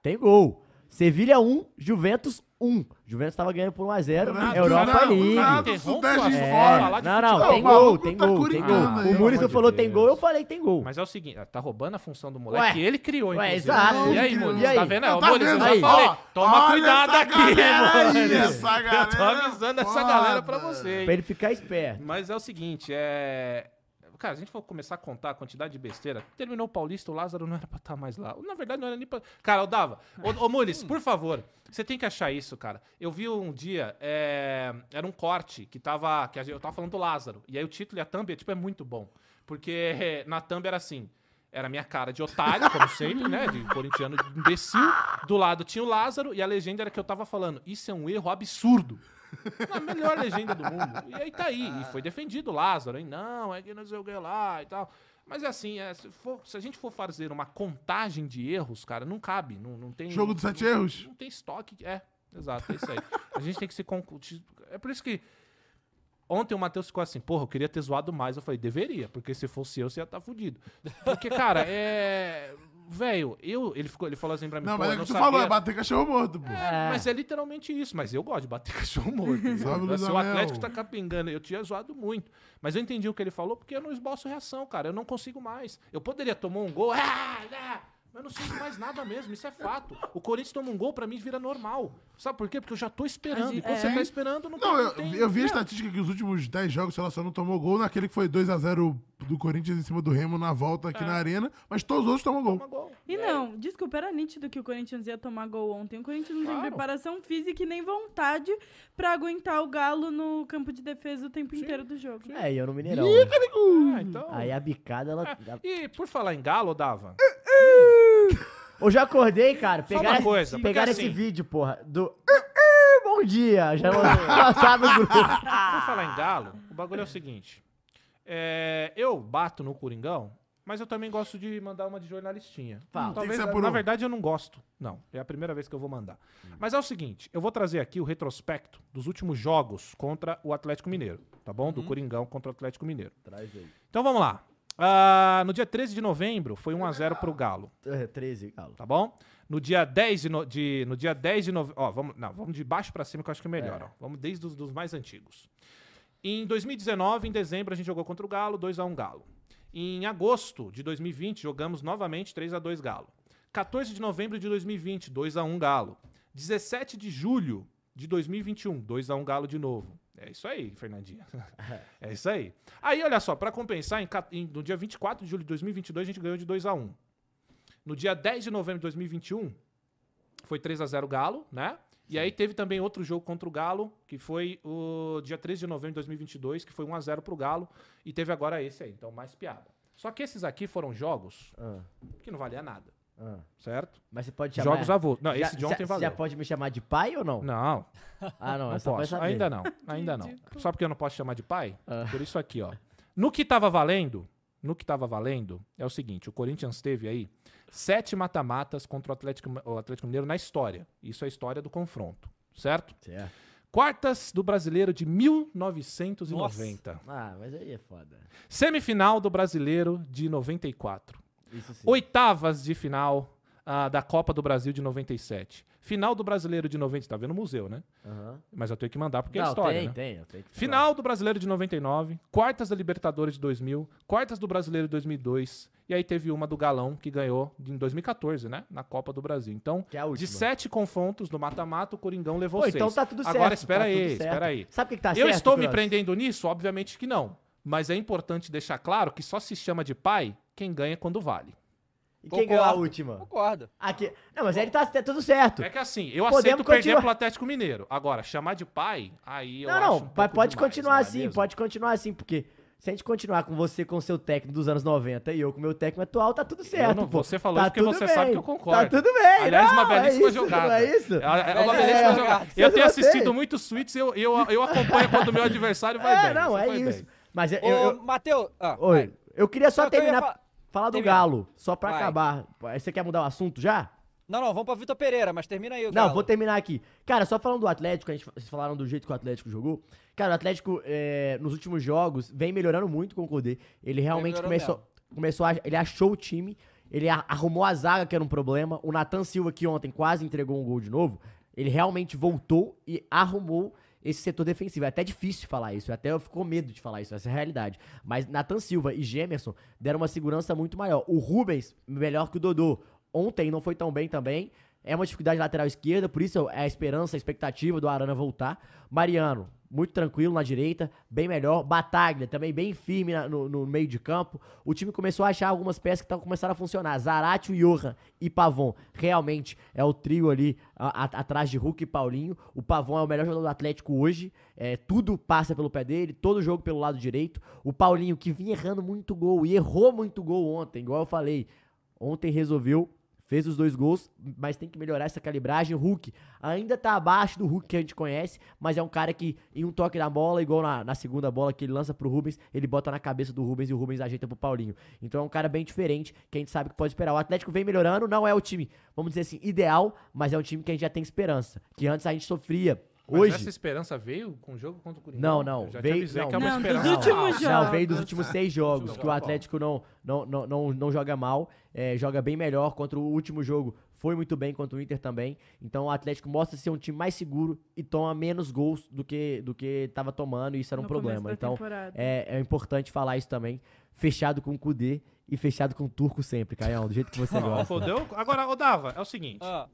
Tem gol. Sevilha 1, Juventus 1. Juventus tava ganhando por 1x0,
Nada,
É Europa
nada,
League.
nada,
Interrompa
Sudeste
a-
de
É,
fora.
falar de
não, não,
futebol.
tem
O maluco
gol, tem
tá
gol, tem
curitando
gol.
aí,
O Muris
pelo
não
amor de
falou tem
Deus.
gol, eu falei tem gol.
Mas é o seguinte, tá roubando a função do moleque
Ué.
que ele criou,
Ué,
inclusive.
exato.
E aí,
Incrível.
Muris,
E aí?
tá vendo? É,
Não,
o
tá
Muris, eu
vendo?
já
Aí.
falei,
Ó,
toma
olha
cuidado
essa
aqui,
galera aí,
Muris.
essa
Eu tô
galera
avisando essa
foda.
galera pra você, hein?
Pra ele ficar esperto.
Mas é o seguinte, é... Cara, se a gente for começar a contar a quantidade de besteira, terminou o Paulista, o Lázaro não era pra estar mais lá. Na verdade, não era nem pra... Cara, eu dava. Ô, ô Muris, por favor, você tem que achar isso, cara. Eu vi um dia, é, era um corte que tava... Que a gente- eu tava falando do Lázaro. E aí o título e a thumb, é, tipo, é muito bom. Porque na thumb era assim... Era minha cara de otário, como sempre, né? De corintiano imbecil. Do lado tinha o Lázaro e a legenda era que eu tava falando. Isso é um erro absurdo. A melhor legenda do mundo. E aí tá aí. E foi defendido o Lázaro, hein? Não, é que não sei o que lá e tal. Mas é assim, é, se, for- se a gente for fazer uma contagem de erros, cara, não cabe. Não, não tem.
Jogo dos
não-
sete erros?
Não tem estoque. É, exato, é isso aí. A gente tem que se. concu- É por isso que. Ontem o Matheus ficou assim, porra, eu queria ter zoado mais. Eu falei, deveria, porque se fosse eu, você ia estar fudido. Porque, cara, é. Velho, eu. Ele, ficou, ele falou assim pra mim,
Não,
pô,
mas é
eu
o
não
que tu
sabia.
falou, é bater cachorro morto, pô.
É.
Mas é literalmente isso. Mas eu gosto de bater cachorro morto. Se
Sabe, Luiz
o
Amel?
Atlético tá capengando, eu tinha zoado muito. Mas eu entendi o que ele falou porque eu não esboço reação, cara. Eu não consigo mais. Eu poderia tomar um gol. Ah, ah, mas eu não sinto mais nada mesmo, isso é fato. O Corinthians toma um gol, pra mim vira normal. Sabe por quê? Porque eu já tô esperando. E quando
É.
você tá esperando, não,
Não,
tá-
eu,
não tem-
eu vi a
Não.
estatística que os últimos 10 jogos, sei lá, só não tomou gol naquele que foi 2x0 do Corinthians em cima do Remo na volta
É.
aqui na arena, mas todos os outros tomam
Toma
gol.
gol.
E não, desculpa, era nítido que o Corinthians ia tomar gol ontem. O Corinthians não
Claro.
tem preparação física e nem vontade pra aguentar o Galo no campo de defesa o tempo inteiro do jogo.
É, e eu no Mineirão. né?
Ah, então...
Aí a bicada, ela.
E por falar em galo, Dava,
Eu já acordei, cara.
uma
Pegaram,
coisa, porque
pegaram esse
assim-
vídeo, porra, do. "Ah, Bom dia! Já sabe o grupo.
Ah.
Por falar em galo, o bagulho é o seguinte. É, eu bato no Coringão, mas eu também gosto de mandar uma de jornalistinha.
Fala.
Talvez,
Tem que ser por
na
um.
verdade, eu não gosto. Não, é a primeira vez que eu vou mandar.
Hum.
Mas é o seguinte, eu vou trazer aqui o retrospecto dos últimos jogos contra o Atlético Mineiro, tá bom?
Uhum.
Do Coringão contra o Atlético Mineiro. Então vamos lá. Ah, no dia 13 de novembro, foi 1x0 pro Galo
É, 13, Galo.
tá bom? No dia 10 de, no, de- no dia 10 de novembro, ó, vamos, não, vamos de baixo pra cima que eu acho que é melhor, ó. Vamos desde os dos mais antigos. Em 2019, em dezembro, a gente jogou contra o Galo, 2 a 1 Galo. Em agosto de 2020, jogamos novamente 3 a 2 Galo. 14 de novembro de 2020, 2 a 1 Galo. 17 de julho de 2021, 2 um, a 1 Galo de novo. É isso aí, Fernandinha. É isso aí. Aí, olha só, pra compensar, em ca- em- no dia 24 de julho de 2022, a gente ganhou de 2 a 1 No dia 10 de novembro de 2021, foi 3 a 0 Galo, né? E aí teve também outro jogo contra o Galo, que foi o dia 13 de novembro de 2022, que foi 1 a 0 pro Galo, e teve agora esse aí, então mais piada. Só que esses aqui foram jogos
Ah,
que não valia nada,
ah.
certo?
Mas você pode chamar.
Jogos avô. Não,
Já-
Ah, esse de ontem
já,
valeu.
já pode me chamar de pai ou não?
Não,
Ah, não,
não
é só pra
posso.
saber.
Ainda não, ainda não.
Ridículo.
Só porque eu não posso chamar de pai?
Ah.
Por isso aqui, ó. No que tava valendo, no que tava valendo, é o seguinte, o Corinthians teve aí sete mata-matas contra o Atlético, o Atlético Mineiro na história. Isso é a história do confronto, certo?
Certo.
Quartas do Brasileiro de 1990.
Ah, mas aí é foda.
Semifinal do Brasileiro de 94.
Isso sim.
Oitavas de final ah, da Copa do Brasil de 97. Final do Brasileiro de 90. Tá vendo o museu, né?
Aham.
Mas eu tenho que mandar porque é
não,
história,
tem,
né?
tem, eu tenho que falar.
Final do Brasileiro de 99, quartas da Libertadores de 2000, quartas do Brasileiro de 2002, e aí teve uma do Galão que ganhou em 2014, né? Na Copa do Brasil. Então,
Que é a última.
de sete confrontos do mata-mata, o Coringão levou
Pô,
seis.
então tá tudo certo.
Agora, espera
tá tudo
aí,
certo.
espera aí.
Sabe o que, que tá
Eu
certo?
estou me
Cross?
prendendo nisso? Obviamente que não. Mas é importante deixar claro que só se chama de pai quem ganha quando vale. um
E quem ganhou a
Concordo.
última?
Concordo.
Aqui. Não, mas ele tá tá tudo certo.
É que assim, eu
Podemos
aceito perder
continuar.
pro Atlético Mineiro. Agora, chamar de pai, aí eu
Não,
acho
não,
um
mas
pouco
pode
demais,
continuar
não é
assim,
mesmo?
pode continuar assim, porque se a gente continuar com você com o seu técnico dos anos 90 e eu com o meu técnico atual, tá tudo certo.
não-
pô.
você falou
tá
isso porque
tudo
você
bem.
sabe que eu concordo.
Tá tudo bem,
Aliás, uma
não, é
belíssima
isso,
jogada.
Não é isso?
É, é uma
É,
belíssima
é,
jogada.
vocês
Eu tenho
não
assistido
têm.
muitos suítes, eu, eu, eu acompanho quando o meu adversário vai
é,
bem.
não,
Você
é
foi
isso.
bem.
Mas eu,
Ô,
eu,
Matheus. ah,
oi,
vai.
eu queria só
Não, o que eu ia
terminar,
fa-
falar do
termina.
Galo, só pra
Vai.
acabar. Aí Você quer mudar o assunto já?
Não, não, vamos pra Vitor Pereira, mas termina aí o
Não,
Galo.
vou terminar aqui. Cara, só falando do Atlético, a gente, vocês falaram do jeito que o Atlético jogou. Cara, o Atlético, é, nos últimos jogos, vem melhorando muito com o Codê. Ele realmente
melhorou
começou, começou a, ele achou o time, ele a- arrumou a zaga, que era um problema. O Nathan Silva, que ontem quase entregou um gol de novo, ele realmente voltou e arrumou esse setor defensivo. É até difícil falar isso, até eu fico com medo de falar isso, essa é a realidade. Mas Nathan Silva e Gemerson deram uma segurança muito maior. O Rubens, melhor que o Dodô. Ontem não foi tão bem também. É uma dificuldade lateral esquerda, por isso é a esperança, a expectativa do Arana voltar. Mariano, muito tranquilo na direita, bem melhor. Bataglia, também bem firme na- no, no meio de campo. O time começou a achar algumas peças que estão começando a funcionar. Zarate, o Johan e Pavon. Realmente é o trio ali a- a- atrás de Hulk e Paulinho. O Pavon é o melhor jogador do Atlético hoje. É, tudo passa pelo pé dele, todo jogo pelo lado direito. O Paulinho, que vinha errando muito gol e errou muito gol ontem, igual eu falei. Ontem resolveu Fez os dois gols, mas tem que melhorar essa calibragem. O Hulk ainda tá abaixo do Hulk que a gente conhece, mas é um cara que, em um toque da bola, igual na, na segunda bola que ele lança pro Rubens, ele bota na cabeça do Rubens e o Rubens ajeita pro Paulinho. Então é um cara bem diferente, que a gente sabe que pode esperar. O Atlético vem melhorando, não é o time, vamos dizer assim, ideal, mas é um time que a gente já tem esperança. Que antes a gente sofria.
Mas
Hoje.
essa esperança veio com o jogo contra o Corinthians?
Não, não.
Eu já
veio,
te avisei
não,
que é uma
Não, dos
esperança.
últimos
Ah,
jogos.
Não, veio dos últimos seis jogos,
Tá
que o
bom.
Atlético não, não, não, não, não joga mal, é, joga bem melhor contra o último jogo. Foi muito bem contra o Inter também. Então o Atlético mostra ser um time mais seguro e toma menos gols do que do que tava tomando, e isso era um
No começo
problema.
da
Então
temporada.
é, é importante falar isso também. Fechado com o Kudê e fechado com o Turco sempre, Caião, do jeito que você
Não,
gosta.
fodeu. Agora, ô Dava, é o seguinte.
Tá
Ah,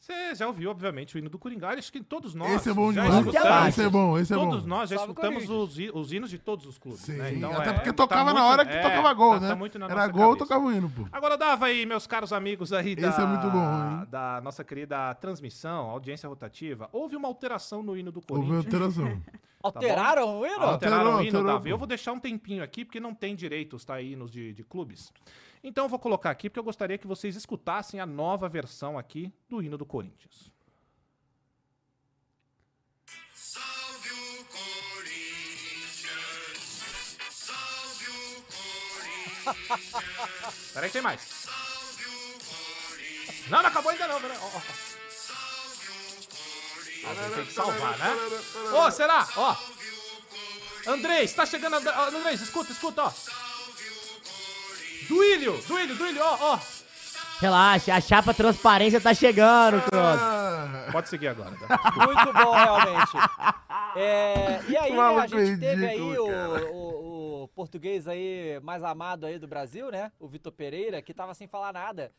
Você já ouviu, obviamente, o hino do Coringá. Acho que todos nós.
Esse é bom
já
demais.
escutamos-
Esse é bom, esse é bom.
Todos nós já
Salve,
escutamos
Corinthians.
os, hi- os hinos de todos os clubes.
Sim,
né? Então,
até
é,
porque
tá
tocava na
muito-
hora que
é,
tocava gol,
tá-
né?
tá muito na
Era
nossa
gol,
cabeça. Ah,
tocava o hino, pô.
Agora dava aí, meus caros amigos aí da,
Esse é muito bom, hein?
da nossa querida transmissão, audiência rotativa. Houve uma alteração no hino do
Houve
Corinthians.
alteração.
alteraram o hino?
Alteraram
Ah, Alterou,
o hino,
alterou,
Davi.
pô.
Eu vou deixar um tempinho aqui, porque não tem direitos, tá? Hinos de, de clubes. Então eu vou colocar aqui, porque eu gostaria que vocês escutassem a nova versão aqui do hino do Corinthians.
Salve o Corinthians! Salve o Corinthians!
Peraí, que tem mais.
Salve o Corinthians!
Não, não acabou ainda não, peraí. Ó, ó, ó.
Salve o Corinthians!
Alguém tem que salvar, né? Ô, será? Ó.
Salve o Corinthians!
Andrés, tá chegando. André- ó, Andrés, escuta, escuta, ó.
Salve o Corinthians!
Duílio, Duílio, Duílio, ó,
Relaxa, a chapa transparência tá chegando, Cross.
ó. Pode seguir agora.
Muito bom, realmente. É, e aí, né, a
Maluco
gente teve aí
ridículo,
o,
cara.
o- o português aí mais amado aí do Brasil, né? O Vitor Pereira, que tava sem falar nada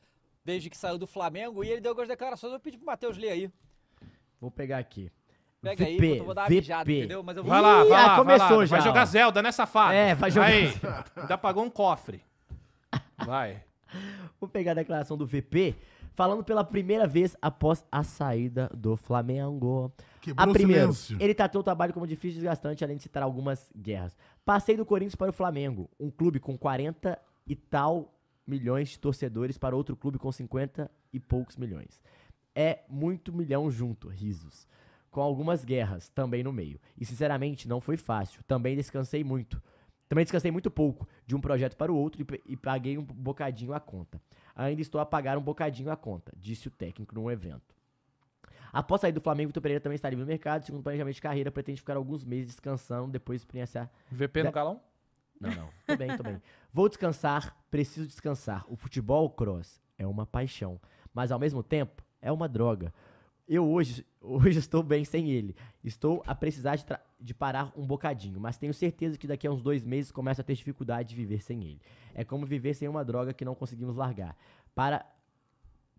desde que saiu do Flamengo. E ele deu algumas declarações. Eu pedi pro Matheus ler aí.
Vou pegar aqui.
Pega aí, enquanto eu vou dar uma mijada, entendeu? Mas eu vou-
Vai lá,
Ih,
vai lá, vai
ah,
lá.
começou já,
Vai jogar
ó.
Zelda, né, safado?
É, vai jogar-
Aí, ainda pagou um cofre. Vai.
Vou pegar a declaração do VP falando pela primeira vez após a saída do Flamengo.
Quebrou
A
o
primeiro,
silêncio.
ele tratou o trabalho como difícil e desgastante, além de citar algumas guerras. Passei do Corinthians para o Flamengo, um clube com 40 e tal milhões de torcedores para outro clube com 50 e poucos milhões. É muito milhão junto, risos. Com algumas guerras também no meio. E sinceramente, não foi fácil. Também descansei muito. Também descansei muito pouco de um projeto para o outro e pe- e paguei um bocadinho a conta. Ainda estou a pagar um bocadinho a conta, disse o técnico num evento. Após sair do Flamengo, Vitor Pereira também está livre no mercado. Segundo o planejamento de carreira, pretende ficar alguns meses descansando, depois experienciar.
VP no
Da-
galão?
Não, não. Tô bem, tô bem. Vou descansar, preciso descansar. O futebol cross é uma paixão, mas ao mesmo tempo é uma droga. Eu hoje, hoje estou bem sem ele. Estou a precisar de, tra- de parar um bocadinho, mas tenho certeza que daqui a uns dois meses começo a ter dificuldade de viver sem ele. É como viver sem uma droga que não conseguimos largar. Para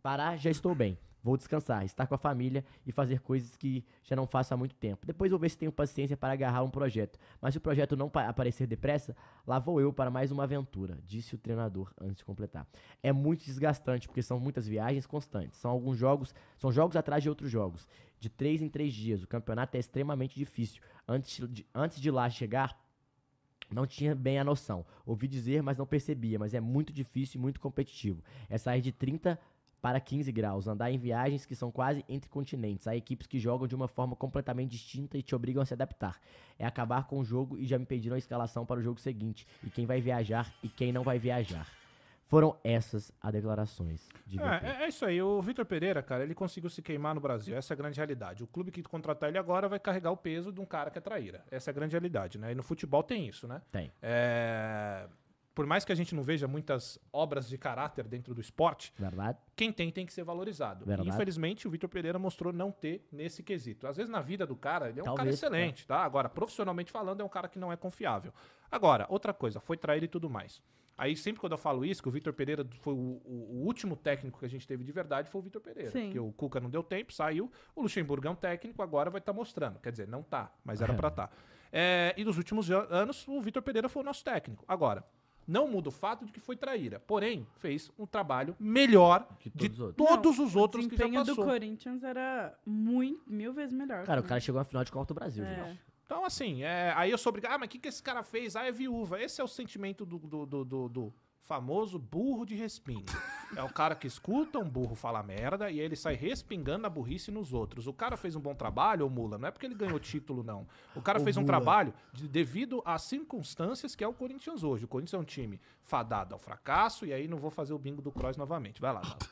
parar, já estou bem. Vou descansar, estar com a família e fazer coisas que já não faço há muito tempo. Depois vou ver se tenho paciência para agarrar um projeto. Mas se o projeto não pa- aparecer depressa, lá vou eu para mais uma aventura, disse o treinador antes de completar. É muito desgastante, porque são muitas viagens constantes. São alguns jogos, são jogos atrás de outros jogos. De três em três dias. O campeonato é extremamente difícil. Antes de, antes de lá chegar, não tinha bem a noção. Ouvi dizer, mas não percebia. Mas é muito difícil e muito competitivo. É sair de 30 para 15 graus, andar em viagens que são quase entre continentes. Há equipes que jogam de uma forma completamente distinta e te obrigam a se adaptar. É acabar com o jogo e já me pediram a escalação para o jogo seguinte. E quem vai viajar e quem não vai viajar. Foram essas as declarações de VP.
É, é- é isso aí. O Vitor Pereira, cara, ele conseguiu se queimar no Brasil. Essa é a grande realidade. O clube que contratar ele agora vai carregar o peso de um cara que é traíra. Essa é a grande realidade, né? E no futebol tem isso, né?
Tem.
É, Por mais que a gente não veja muitas obras de caráter dentro do esporte,
Verdade?
quem tem tem que ser valorizado.
Verdade.
E, infelizmente, o Vitor Pereira mostrou não ter nesse quesito. Às vezes, na vida do cara, ele é um cara
Talvez,
excelente, tá? Agora, profissionalmente falando, é um cara que não é confiável. Agora, outra coisa, foi traído e tudo mais. Aí, sempre quando eu falo isso, que o Vitor Pereira foi o, o- o último técnico que a gente teve de verdade, foi o Vitor Pereira.
Sim.
Porque o Cuca não deu tempo, saiu. O Luxemburgo é um técnico, agora vai estar mostrando. Quer dizer, não tá, mas
É.
era pra estar. e nos últimos an- anos, o Vitor Pereira foi o nosso técnico. Agora, não muda o fato de que foi traíra. Porém, fez um trabalho melhor
Que
de
todos os outros.
todos os
O
outros que já
desempenho do
passou.
Corinthians era muito, mil vezes melhor.
Cara, o cara chegou na final de Copa do Brasil,
É.
gente.
Então, assim, é, aí eu sou obrigado. Ah, mas o que, que esse cara fez? Ah, é viúva. Esse é o sentimento do, do, do, do- do famoso burro de respingo. É o cara que escuta um burro falar merda e aí ele sai respingando a burrice nos outros. O cara fez um bom trabalho, ô Mula, não é porque ele ganhou título, não. O cara
Ô,
fez um
Mula.
trabalho de- devido às circunstâncias que é o Corinthians hoje. O Corinthians é um time fadado ao fracasso e aí não vou fazer o bingo do Cross novamente. Vai lá, Dado.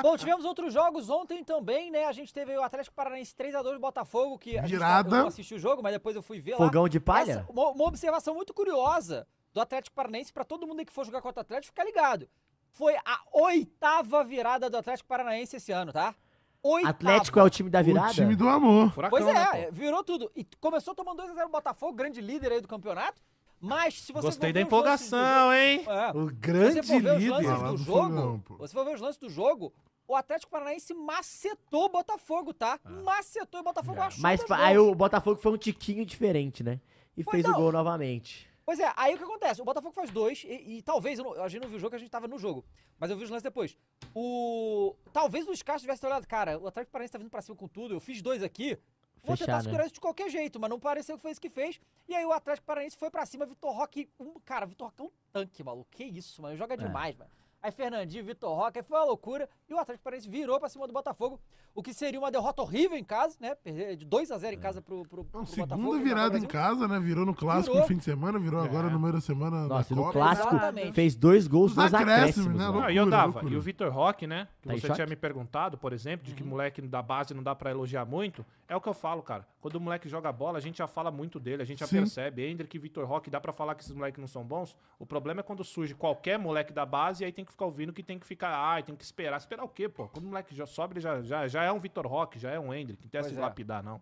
Bom, tivemos outros jogos ontem também, né? A gente teve aí o Atlético Paranaense 3x2 do Botafogo, que a gente tá-
Virada.
eu não assisti o jogo, mas depois eu fui ver lá.
Fogão de palha?
Essa- uma, uma observação muito curiosa do Atlético Paranaense, pra todo mundo aí que for jogar contra o Atlético, ficar ligado. Foi a oitava virada do Atlético Paranaense esse ano, tá? Oitava.
Atlético é o time da virada?
O time do amor.
Furacão,
Pois
né, pô?
é, virou tudo. E começou tomando 2x0 o Botafogo, grande líder aí do campeonato. Mas se você
Gostei
for
da
ver os lances do jogo-
empolgação, hein?
É. Se
O
você
grande
for ver os lances
Ah, lá
do
do
jogo,
Fogão, pô.
você for ver os lances do jogo, o Atlético Paranaense macetou o Botafogo, tá?
É.
Macetou e o Botafogo achou.
É. Mas
dois
fa-
gols.
aí o Botafogo foi um tiquinho diferente, né? E
Foi,
fez
não.
o gol novamente.
Pois é, aí o que acontece? O Botafogo faz dois, e, e talvez, eu não- a gente não viu o jogo, a gente tava no jogo, mas eu vi os lances depois. O. Talvez o Luiz Castro tivesse olhado, cara, o Atlético Paranaense tá vindo pra cima com tudo, eu fiz dois aqui. Vou
Fechar,
tentar
né?
segurar isso de qualquer jeito, mas não pareceu que foi isso que fez. E aí o Atlético Paranaense foi pra cima, Vitor Roque. Um, cara, Vitor Roque é um tanque, maluco. Que isso, mano.
É.
Joga demais, mano. Aí Fernandinho, Vitor Roque, aí foi uma loucura. E o Atlético Paranaense virou pra cima do Botafogo, o que seria uma derrota horrível em casa, né? Perder de 2 a
É.
0 em casa pro, pro, pro
Não,
Botafogo.
segunda
na
virada em
Brasil.
casa, né? Virou no clássico
Virou.
no fim de semana, virou
É.
agora no meio da semana
Nossa, e
da
no
Copa.
clássico
Exatamente.
fez dois gols
Os
nos
acréscimos,
acréscimos.
né?
mano.
Não,
Loucura,
e eu dava.
loucura. Uhum.
E o Vitor Roque, né? Que
Tá em
você
choque?
tinha me perguntado, por exemplo, de que moleque da base não dá pra elogiar muito. É o que eu falo, cara. Quando o moleque joga bola, a gente já fala muito dele, a gente já
Sim.
percebe. Hendrick e Vitor Roque, dá pra falar que esses moleques não são bons. O problema é quando surge qualquer moleque da base e aí tem que ficar ouvindo que tem que ficar, ah, tem que esperar. Esperar o quê, pô? Quando o moleque já sobe, ele já, já, já é um Vitor Roque, já é um Hendrick. Não tenta
Pois
se
é.
lapidar, não.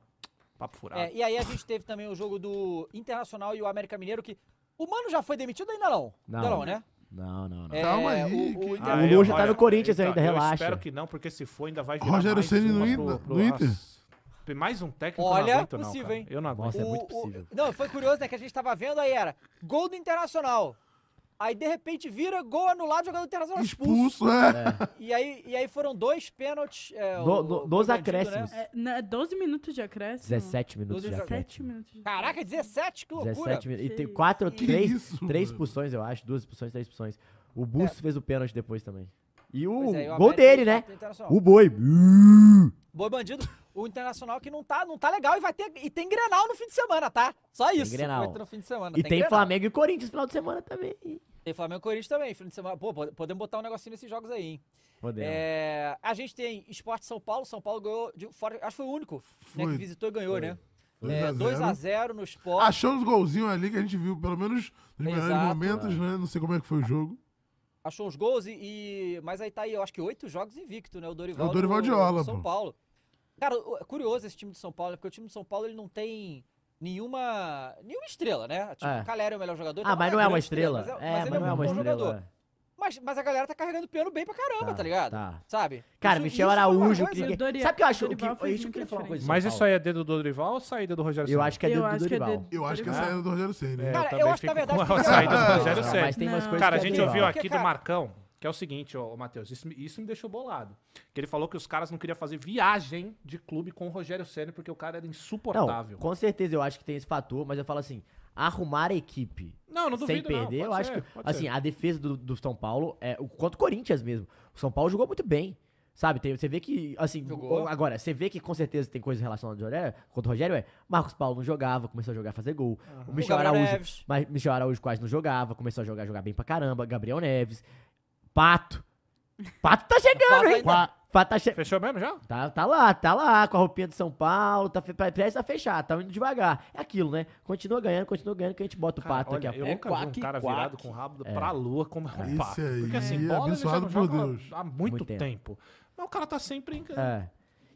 Papo furado.
Tá.
É, e aí a gente teve também o jogo do Internacional e o América Mineiro, que O Mano já foi demitido ainda não?
Não.
Ainda não, né?
Não, não, não.
É,
Calma aí,
o- o-
que-
ainda-
Ah, O Lucha tá
olha,
no Corinthians
eita,
ainda,
eu
relaxa.
espero que não, porque se for ainda vai girar
Rogério
mais
Ceni no
uma
Inter- no Inter?
Nossa, Mais um técnico
Olha, é
eu não aguento,
possível,
não, cara.
hein?
Eu não aguento.
Nossa, é muito
O- o-
possível.
não, foi curioso, né? Que a gente tava vendo, aí era gol do Internacional. Aí, de repente, vira gol anulado, jogador do internacional expulso.
Expulso, é.
E, aí, e aí foram dois pênaltis. É,
Do-
o-
do-
o
dos
Bandido,
acréscimos.
né?
É, na- 12 minutos de acréscimo?
17 minutos de
17
17
acréscimo.
minutos de
né? Caraca, 17, que loucura.
17 minutos. E
Que
tem
isso.
quatro,
Que
três,
isso,
três
mano.
pulsões, eu acho. Duas pulsões, três pulsões. O Busto fez o pênalti depois também. E o
É. Pois é, e o
gol
América
dele, né?
empata o Internacional.
O boi.
Boi Bandido, o Internacional que não tá, não tá legal e vai ter. E tem Grenal no fim de semana, tá? Só isso.
Grenal.
Vai ter no fim de semana.
E tem
Grenal.
Flamengo e Corinthians no final de semana também.
Tem Flamengo e Corinthians também, fim de semana. Pô, pode- podemos botar um negocinho nesses jogos aí, hein?
Podemos.
É, a gente tem Esporte São Paulo. São Paulo ganhou de fora. Acho que foi o único né,
É
que
Foi.
visitou e ganhou, né?
Dois a
2x0 no Sport.
Achou uns golzinhos ali que a gente viu, pelo menos nos melhores
Exato.
momentos, né? Não sei como é que foi o jogo.
Achou os gols e, e- Mas aí tá aí, eu acho que oito jogos invicto, né? O Dorival.
É o Dorival
do-
de Ola,
São
pô.
Paulo. Cara, o- é curioso esse time do São Paulo, né, porque o time do São Paulo ele não tem nenhuma. nenhuma estrela, né? Tipo,
É.
o Caleri é o melhor jogador.
Ah,
então
mas não é uma
grande
estrela.
mas
É, mas
ele
não é uma
um bom
estrela.
jogador.
é.
Mas, mas a galera tá carregando o piano bem pra caramba, tá,
Tá,
ligado?
tá.
Sabe?
Cara,
Isso-
é
Michel
isso foi uma
Araújo,
coisa-
que ninguém...
Dorival-
Sabe o que eu acho? O que,
Dorival
eu
fez um
acho que eu
muita
ia falar uma coisa.
diferença.
do
Mas
São
isso
Paulo.
aí é dedo do Dorival ou saída do Rogério
Eu
Ceni?
acho que é
Eu
dedo do
acho que é
Dorival.
dedo.
Eu acho que a
Dorival.
saída do Rogério Ceni.
É,
Cara,
né?
eu
eu
também
acho que, na
fico com
verdade,
a
que-
saída do
Não,
Rogério
Não,
Ceni.
Mas tem umas
Não.
coisas
Ah, Cara, a
que é
gente
dele,
ouviu
ó.
aqui
Porque,
do
cara-
Marcão, que é o seguinte, ó, ô, Matheus, isso, me- isso me deixou bolado. Que ele falou que os caras não queriam fazer viagem de clube com o Rogério Ceni porque o cara era insuportável.
Não, com certeza eu acho que tem esse fator, mas eu falo assim, arrumar a equipe
Não, não
sem
duvido não,
perder,
pode
eu acho
ser,
que
pode
assim,
ser.
a defesa do, do São Paulo é o quanto o Corinthians mesmo. O São Paulo jogou muito bem. Sabe, tem, você vê que, assim,
Jogou.
o- agora, você vê que com certeza tem coisa relacionada ao Rogério, contra o Rogério, é, Marcos Paulo não jogava, começou a jogar fazer gol. O Michel
O Gabriel
Araújo,
Neves.
mas Michel Araújo quase não jogava, começou a jogar, jogar bem pra caramba, Gabriel Neves, Pato. Pato tá
Pato
chegando, hein?
ainda-
Pato tá chegando.
Fechou mesmo já?
Tá, tá lá, tá lá, com a roupinha de São Paulo, tá fe- prestes a fechar, tá indo devagar. É aquilo, né? Continua ganhando, continua ganhando, que a gente bota o
Cara,
pato
olha,
daqui a
eu
pouco.
nunca vi um cara virado com o rabo pra lua como é um
Esse
pato.
aí
Porque assim,
é
bola ele já
abençoado
não
por
joga
Deus.
há muito,
Muito tempo.
tempo. Mas o cara tá sempre em...
É.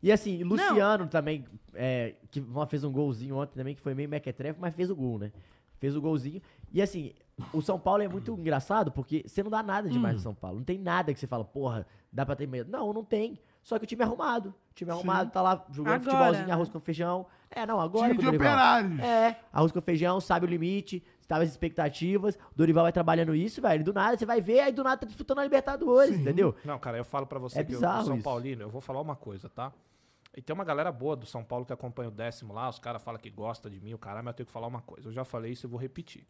E assim, Luciano também, é, que uma- fez um golzinho ontem também, que foi meio mequetrefe, mas fez o gol, né? Fez o golzinho. E assim, o São Paulo é muito engraçado porque você não dá nada demais no São Paulo. Não tem nada que você fala, porra, dá pra ter medo. Não, não tem. Só que o time é arrumado. O time é arrumado, tá lá jogando
Agora,
futebolzinho,
né?
arroz com feijão. É, não, agora.
Time
com o
de
Dorival.
operários.
É, arroz com feijão, sabe o limite, sabe as expectativas. O Dorival vai trabalhando isso, velho. Do nada você vai ver, aí do nada tá disputando a Libertadores, entendeu?
Não, cara, eu falo pra você
É
que eu,
bizarro
o São
isso.
Paulino, eu vou falar uma coisa, tá? E tem uma galera boa do São Paulo que acompanha o décimo lá, os caras falam que gosta de mim, o caralho, mas eu tenho que falar uma coisa. Eu já falei isso e vou repetir.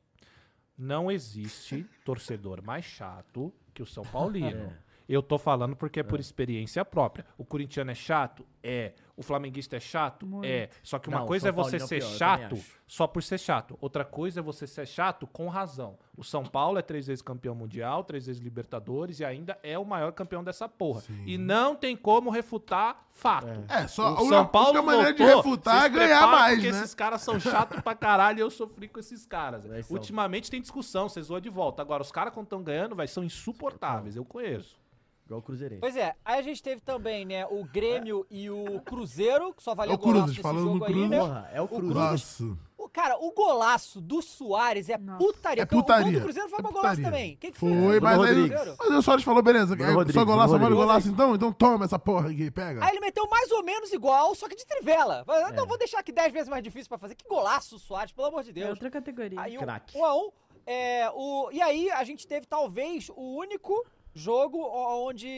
Não existe torcedor mais chato que o São Paulino. Eu tô falando porque é por experiência própria. O corintiano é chato? É. O flamenguista é chato? É. Só que uma
Não, o
coisa
São
é você
Paulino é
ser
pior, eu também
chato
acho.
só por ser chato. Outra coisa é você ser chato com razão. O São Paulo é três vezes campeão mundial, três vezes Libertadores e ainda é o maior campeão dessa porra. E não tem como refutar fato.
É, só
O
a
São
única
Paulo
maneira de
voltou,
refutar
se
é ganhar
prepara,
mais,
porque
né?
esses caras são chatos pra caralho e eu sofri com esses caras.
Eles são.
Ultimamente tem discussão, vocês zoam de volta. Agora, os caras quando estão ganhando, vai, são insuportáveis, eu conheço.
Igual o Cruzeirense.
Pois é, aí a gente teve também, né, o Grêmio e o Cruzeiro, que só valeu
Ô,
golaço
É Cruzes,
desse
falando
jogo
do
aí, né?
Cruzes.
Porra, é o Cruz.
Nossa.
O, cara, o golaço do Soares é
Nossa.
putaria.
É
porque o gol do
putaria.
Cruzeiro foi
É
uma golaço
putaria.
também. Quem que
Foi,
fez?
mas
Bruno
aí.
Rodrigues.
Mas o Soares falou, beleza,
Bruno
é,
Rodrigues,
só golaço,
Bruno
vale
Rodrigues.
golaço então? Então toma essa porra aqui, pega.
Aí ele meteu mais ou menos igual, só que de trivela. Mas, ah, Não, vou deixar aqui 10 vezes mais difícil pra fazer. Que golaço, Soares, pelo amor de
É
Deus.
outra categoria.
Aí o
Craque.
1 a 1 é, o, E aí a gente teve talvez o único jogo o- onde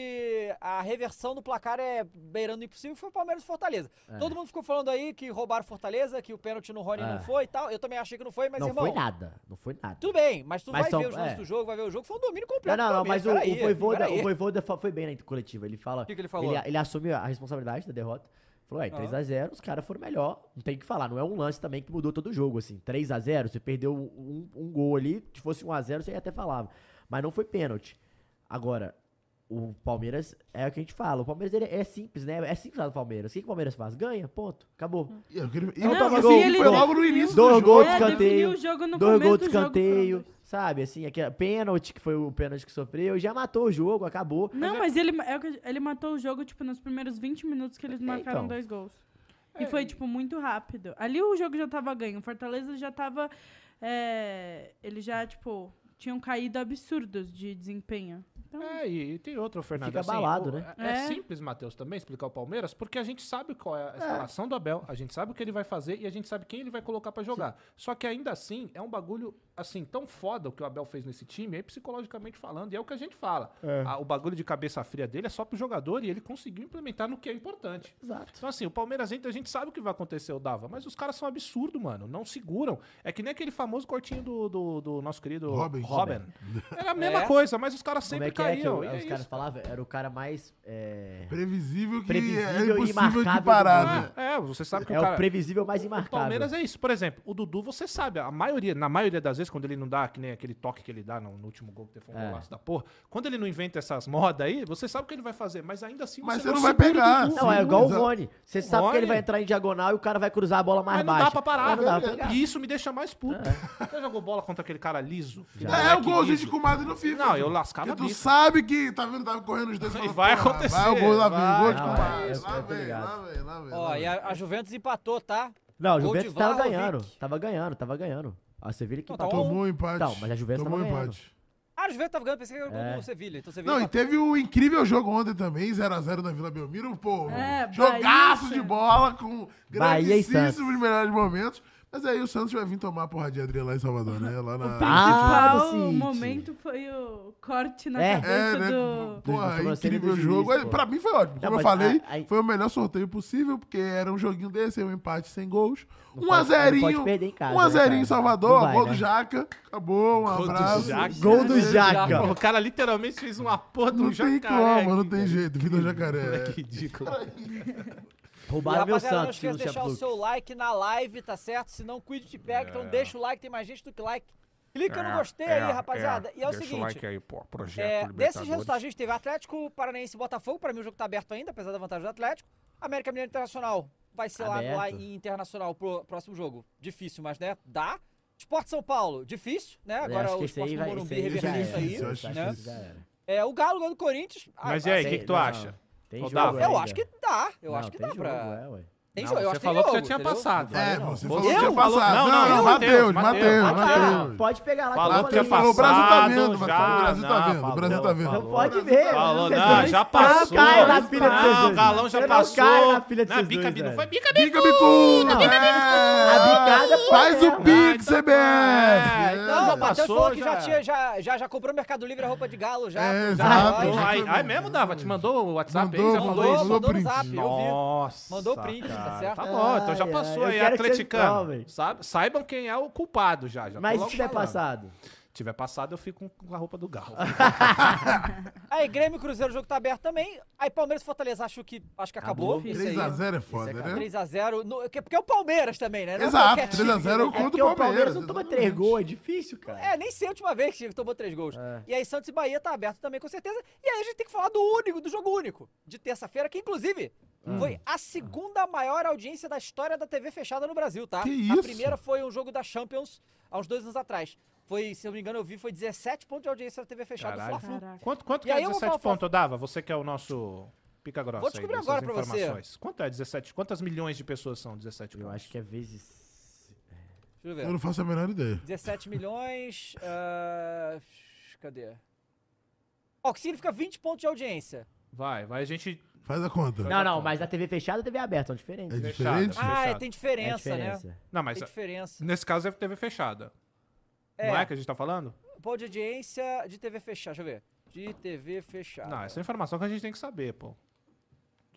a reversão do placar é beirando o impossível foi o Palmeiras e Fortaleza. Todo mundo ficou falando aí que roubaram Fortaleza, que o pênalti no Rony
É.
não foi e tal. Eu também achei que não foi, mas
não
irmão.
foi nada. Não foi nada.
Tudo bem, mas tu
Mas
vai
são-
ver os lances
é.
do jogo, vai ver o jogo, foi um domínio
Não,
completo.
não,
do
não, mas
Palmeiras,
o, o,
peraí,
Voivoda,
peraí.
o Voivoda fa- foi bem na coletiva. Ele fala.
O que que ele falou?
Ele, ele assume a responsabilidade da derrota. Falou, é,
Aham.
3x0, os caras foram melhor. Não tem o que falar. Não é um lance também que mudou todo o jogo, assim. 3x0, você perdeu um, um gol ali. Se fosse 1x0, você até falava. Mas não foi pênalti. Agora, o Palmeiras é o que a gente fala. O Palmeiras ele é simples, né? É simples lá do Palmeiras. O que, que o Palmeiras faz? Ganha, ponto. Acabou.
E eu queria- e
Não,
eu tava
mas
gol,
ele
foi
definiu.
logo no início
Dois
do jogo.
gols,
É,
escanteio,
definiu o jogo no
Dois
começo
gols de
do jogo,
escanteio,
foram
sabe? Assim, aquele pênalti, que foi o pênalti que sofreu. E já matou o jogo, acabou.
dois. Não, mas ele, é o que- ele matou o jogo, tipo, nos primeiros 20 minutos que eles marcaram
então.
dois gols. E foi, tipo, muito rápido. Ali o jogo já tava ganho. O Fortaleza já tava é, eles já, tipo, tinham caído absurdos de desempenho. Então,
É, e e tem outro, Fernando.
Fica abalado,
o-
né?
É, é
É.
simples, Matheus, também explicar o Palmeiras, porque a gente sabe qual é a escalação do Abel, a gente sabe o que ele vai fazer e a gente sabe quem ele vai colocar pra jogar. Só que ainda assim, é um bagulho, assim, tão foda o que o Abel fez nesse time, aí psicologicamente falando, e é o que a gente fala. Ah, o bagulho de cabeça fria dele é só pro jogador e ele conseguiu implementar no que é importante.
Exato.
Então, assim, o Palmeiras entra, a gente sabe o que vai acontecer, o Dava, mas os caras são absurdos, mano. Não seguram. É que nem aquele famoso cortinho do, do, do nosso querido
Robin.
Era a mesma
É.
coisa, mas os caras
Como
sempre
é que é que
caíam.
o-
e é
os caras
isso.
falavam? Era o cara mais. é,
Previsível que é
Previsível e
impossível de
marcável do
parar.
mundo.
né?
É, você sabe que
É
o
o
cara.
previsível mais
O
imarcável.
Palmeiras é isso. Por exemplo, o Dudu, você sabe, a maioria, na maioria das vezes, quando ele não dá que nem aquele toque que ele dá no, no último gol que teve um
É.
golaço da porra, quando ele não inventa essas modas aí, você sabe o que ele vai fazer, mas ainda assim
Mas você não vai
segura o
pegar,
Dudu.
Não, é
Sim,
igual o
exato.
Rony. Você sabe que ele
Rony.
vai entrar em diagonal e o cara vai cruzar a bola mais
Mas não
baixa.
dá pra parar.
Não dá pra pegar. É.
e isso me deixa mais puto. Você jogou bola contra aquele cara liso?
É,
Aquele
é o
moleque
golzinho
liso.
de comadre no FIFA.
Não, eu
filho.
lascava
Porque tu
bico.
sabe que tá vendo, tava correndo os dois.
E
fala,
vai
"Porra,
acontecer,
Vai o gol da
vai.
vem, gol de
Não, é,
comadre.
eu-
Lá
eu tô
vem,
ligado.
lá vem, lá vem.
Ó,
lá
e
vem.
a, a Juventus empatou, tá?
Não, o
Gol de
Juventus tava
Vlahovic.
ganhando. Tava ganhando, tava ganhando. A Sevilha que
Não, tá
empatou.
Tomou um empate.
Então, mas a Juventus
Tomou um
tava ganhando.
empate.
Ah, a Juventus tava ganhando, pensei que era o gol
É.
do Sevilha. Então Sevilha
Não, e
empatou.
teve um incrível jogo ontem também, 0x0 na Vila Belmiro, pô.
É,
jogaço
Bahia,
de bola com
Bahia e Santos.
grandíssimos melhores momentos. Mas aí o Santos vai vir tomar a porradinha lá em Salvador, né? Lá na.
Ah,
o
do City.
momento foi o corte na
É.
É,
cabeça
né?
do.
Porra,
Do- do
incrível
juiz,
jogo.
pô.
pra mim foi ótimo.
Não,
Como
mas
eu falei,
a- a-
foi o melhor sorteio possível, porque era um joguinho desse, um empate sem gols.
Não
Um
pode-
a
não
zerinho.
pode perder em casa,
Um a
né,
zerinho
cara?
em Salvador,
Não vai,
gol
né?
do Jaca. Acabou, um
Gol do
abraço.
Jaca.
Gol do Jaca.
Porra, Ah, O cara literalmente fez uma porra do
Não tem
é
jacaré. né?
como, não tem jeito. Vida jacaré.
Que ridículo.
E,
Roubaram meu
rapaziada, não
Santos,
esqueça
viu,
de deixar o
Chapuc?
seu like na live, tá certo? Se não, cuide de pega, então
É.
deixa o like, tem mais gente do que like. Clica no gostei aí, rapaziada. E é o seguinte,
aí, pô,
é, desses resultados a gente teve Atlético Paranaense e Botafogo, pra mim o jogo tá aberto ainda, apesar da vantagem do Atlético. América Mineiro Internacional vai ser lá,
Aberto.
lá em Internacional pro próximo jogo. Difícil, mas né, dá. Sport São Paulo, difícil, né? Agora
É, acho
o
que esse
Sport
aí
do
vai-
Morumbi
esse aí já é.
reverter isso
era.
aí.
Esse eu acho
né?
difícil.
Já era.
É, o Galo ganhou do Corinthians. ah,
Mas e aí, o
assim,
que, que tu
não.
acha?
Tem
Ô,
jogo
Dava,
ainda.
Eu acho que dá, eu
Não,
acho que
tem
dá
jogo,
pra...
é, ué.
Tem
Não,
jogo, eu
você
acho que tem
falou que
jogo,
já tinha
entendeu?
passado.
É,
não.
você
Eu?
falou que tinha
Não,
passado. Não, não,
não,
Mateus,
Mateus,
Mateus,
Mateus.
Ah,
Mateus.
Pode pegar lá
Falou
eu
que tinha
falei.
Falou, o Brasil tá
passado,
vendo, Mateus. O
já,
Brasil tá
não,
vendo, o Brasil tá
falou,
vendo.
Não
falou.
pode ver.
Falou,
você
não,
não
já
está-
passou.
cai na pilha de vocês
Não, o
dois.
Galão já
Você não
passou.
cai na pilha de
Não,
vocês
bica,
dois,
bica, não
velho.
foi bica, bica.
Bica bicuda! É!
A bicada foi
Faz o
dela.
Pix, CBF!
É, então
Não,
já
o Matheus
passou,
falou que já,
já.
tinha, já, já, já comprou Mercado Livre a roupa de galo já.
É,
pro
exato.
Jaguars.
Mandou,
Ai, ai mesmo, Dava, te mandou o Whatsap aí,
Mandou,
já falou isso.
mandou no
print.
zap, eu vi.
Nossa,
Mandou o print, tá
cara,
certo?
Tá bom, então já
Ai,
passou
ai,
aí,
eu quero que vocês
atleticano.
provem.
Sabe- Saibam quem é o culpado já. já
Mas
tô
se
logo
tiver
falando.
passado.
Se tiver passado, eu fico com a roupa do Galo.
Aí, Grêmio e Cruzeiro, o jogo tá aberto também. Aí, Palmeiras e Fortaleza, acho que, acho que acabou.
Acabou.
Isso aí.
3x0 é foda, né?
3x0. no- que- Porque é o Palmeiras também, né? Não é
Exato,
qualquer time.
3x0 eu
É
conto
porque
o
o Palmeiras não toma
exatamente.
três gols, é difícil, cara.
É, nem sei a última vez que tomou três gols.
É.
E aí, Santos e Bahia tá aberto também, com certeza. E aí, a gente tem que falar do único, do jogo único, de terça-feira, que inclusive foi a segunda maior audiência da história da TV fechada no Brasil, tá?
Que
A
isso?
primeira foi um jogo da Champions, há uns dois anos atrás. Foi, se eu não me engano, eu vi, foi 17 pontos de audiência da TV fechada do
Caralho.
Fla-Flu.
Caraca.
Quanto, quanto
E
que é
aí eu vou
17
falar-
pontos, Dava? Você que é o nosso pica grossa
Vou descobrir
aí
agora
dessas
pra você.
informações. Quanto é 17? Quantas milhões de pessoas são 17
Eu
pontos?
acho que é vezes.
Deixa eu ver.
Eu não faço a menor ideia.
17 milhões. ah, cadê? Ó, que significa 20 pontos de audiência.
Vai, vai, a gente...
Faz a conta.
Não, não, mas a TV fechada e a TV aberta são diferentes.
É
É
diferente?
Fechado.
Ah, é,
Fechado.
tem diferença,
diferença.
né?
Não, mas
Tem diferença.
nesse caso é TV fechada.
É,
Não é que a gente tá falando?
pô, de audiência de TV fechada. Deixa eu ver. De TV fechada.
Não, essa é a informação que a gente tem que saber, pô.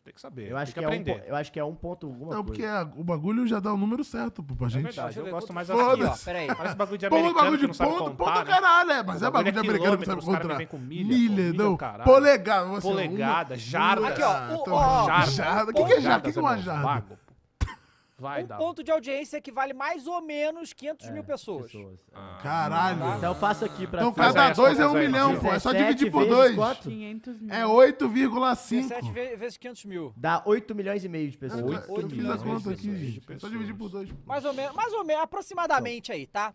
Tem que saber,
Eu acho que,
tem
é
que
um,
aprender.
po- eu acho que é um ponto alguma
Não, porque
coisa.
a- o bagulho já dá o número certo pô, pra
É
gente.
verdade, eu, gosto mais
Aqui,
assim, ó.
ó, peraí.
Parece bagulho de
Pô, um
americano
bagulho
que
de
não sabe
ponto, ponto
contar,
do
né?
caralho, é, mas é
Bagulho é
bagulho de americano que não sabe
quilômetro, os caras me vêm
encontrar.
com milha, pô, milha é o
não.
caralho.
Polegada, você
Polegada,
um-
jarda.
Aqui, ó, o-
Então,
ó,
jarda. Jarda. O que que é jarda? O que que é uma
Zé
jarda?
um Vago, pô. Vai,
um
Dava.
ponto de audiência equivale mais ou menos 500
É,
mil pessoas.
Pessoas.
Caralho.
Então eu faço aqui pra
Então
frente.
faz aí
cada
as
dois é
contas
um
aí,
milhão, pô. É só dividir
17
por
vezes
dois.
quatro?
500 mil.
É
17
8,5.
ve- vezes 500 mil.
Dá 8 milhões e meio de pessoas.
Eu
Oito
eu fiz a
milhões
conta
de
aqui,
né? pessoas.
gente. Só dividir por dois.
Ah,
Mais ou menos, mais ou menos, aproximadamente aí, tá?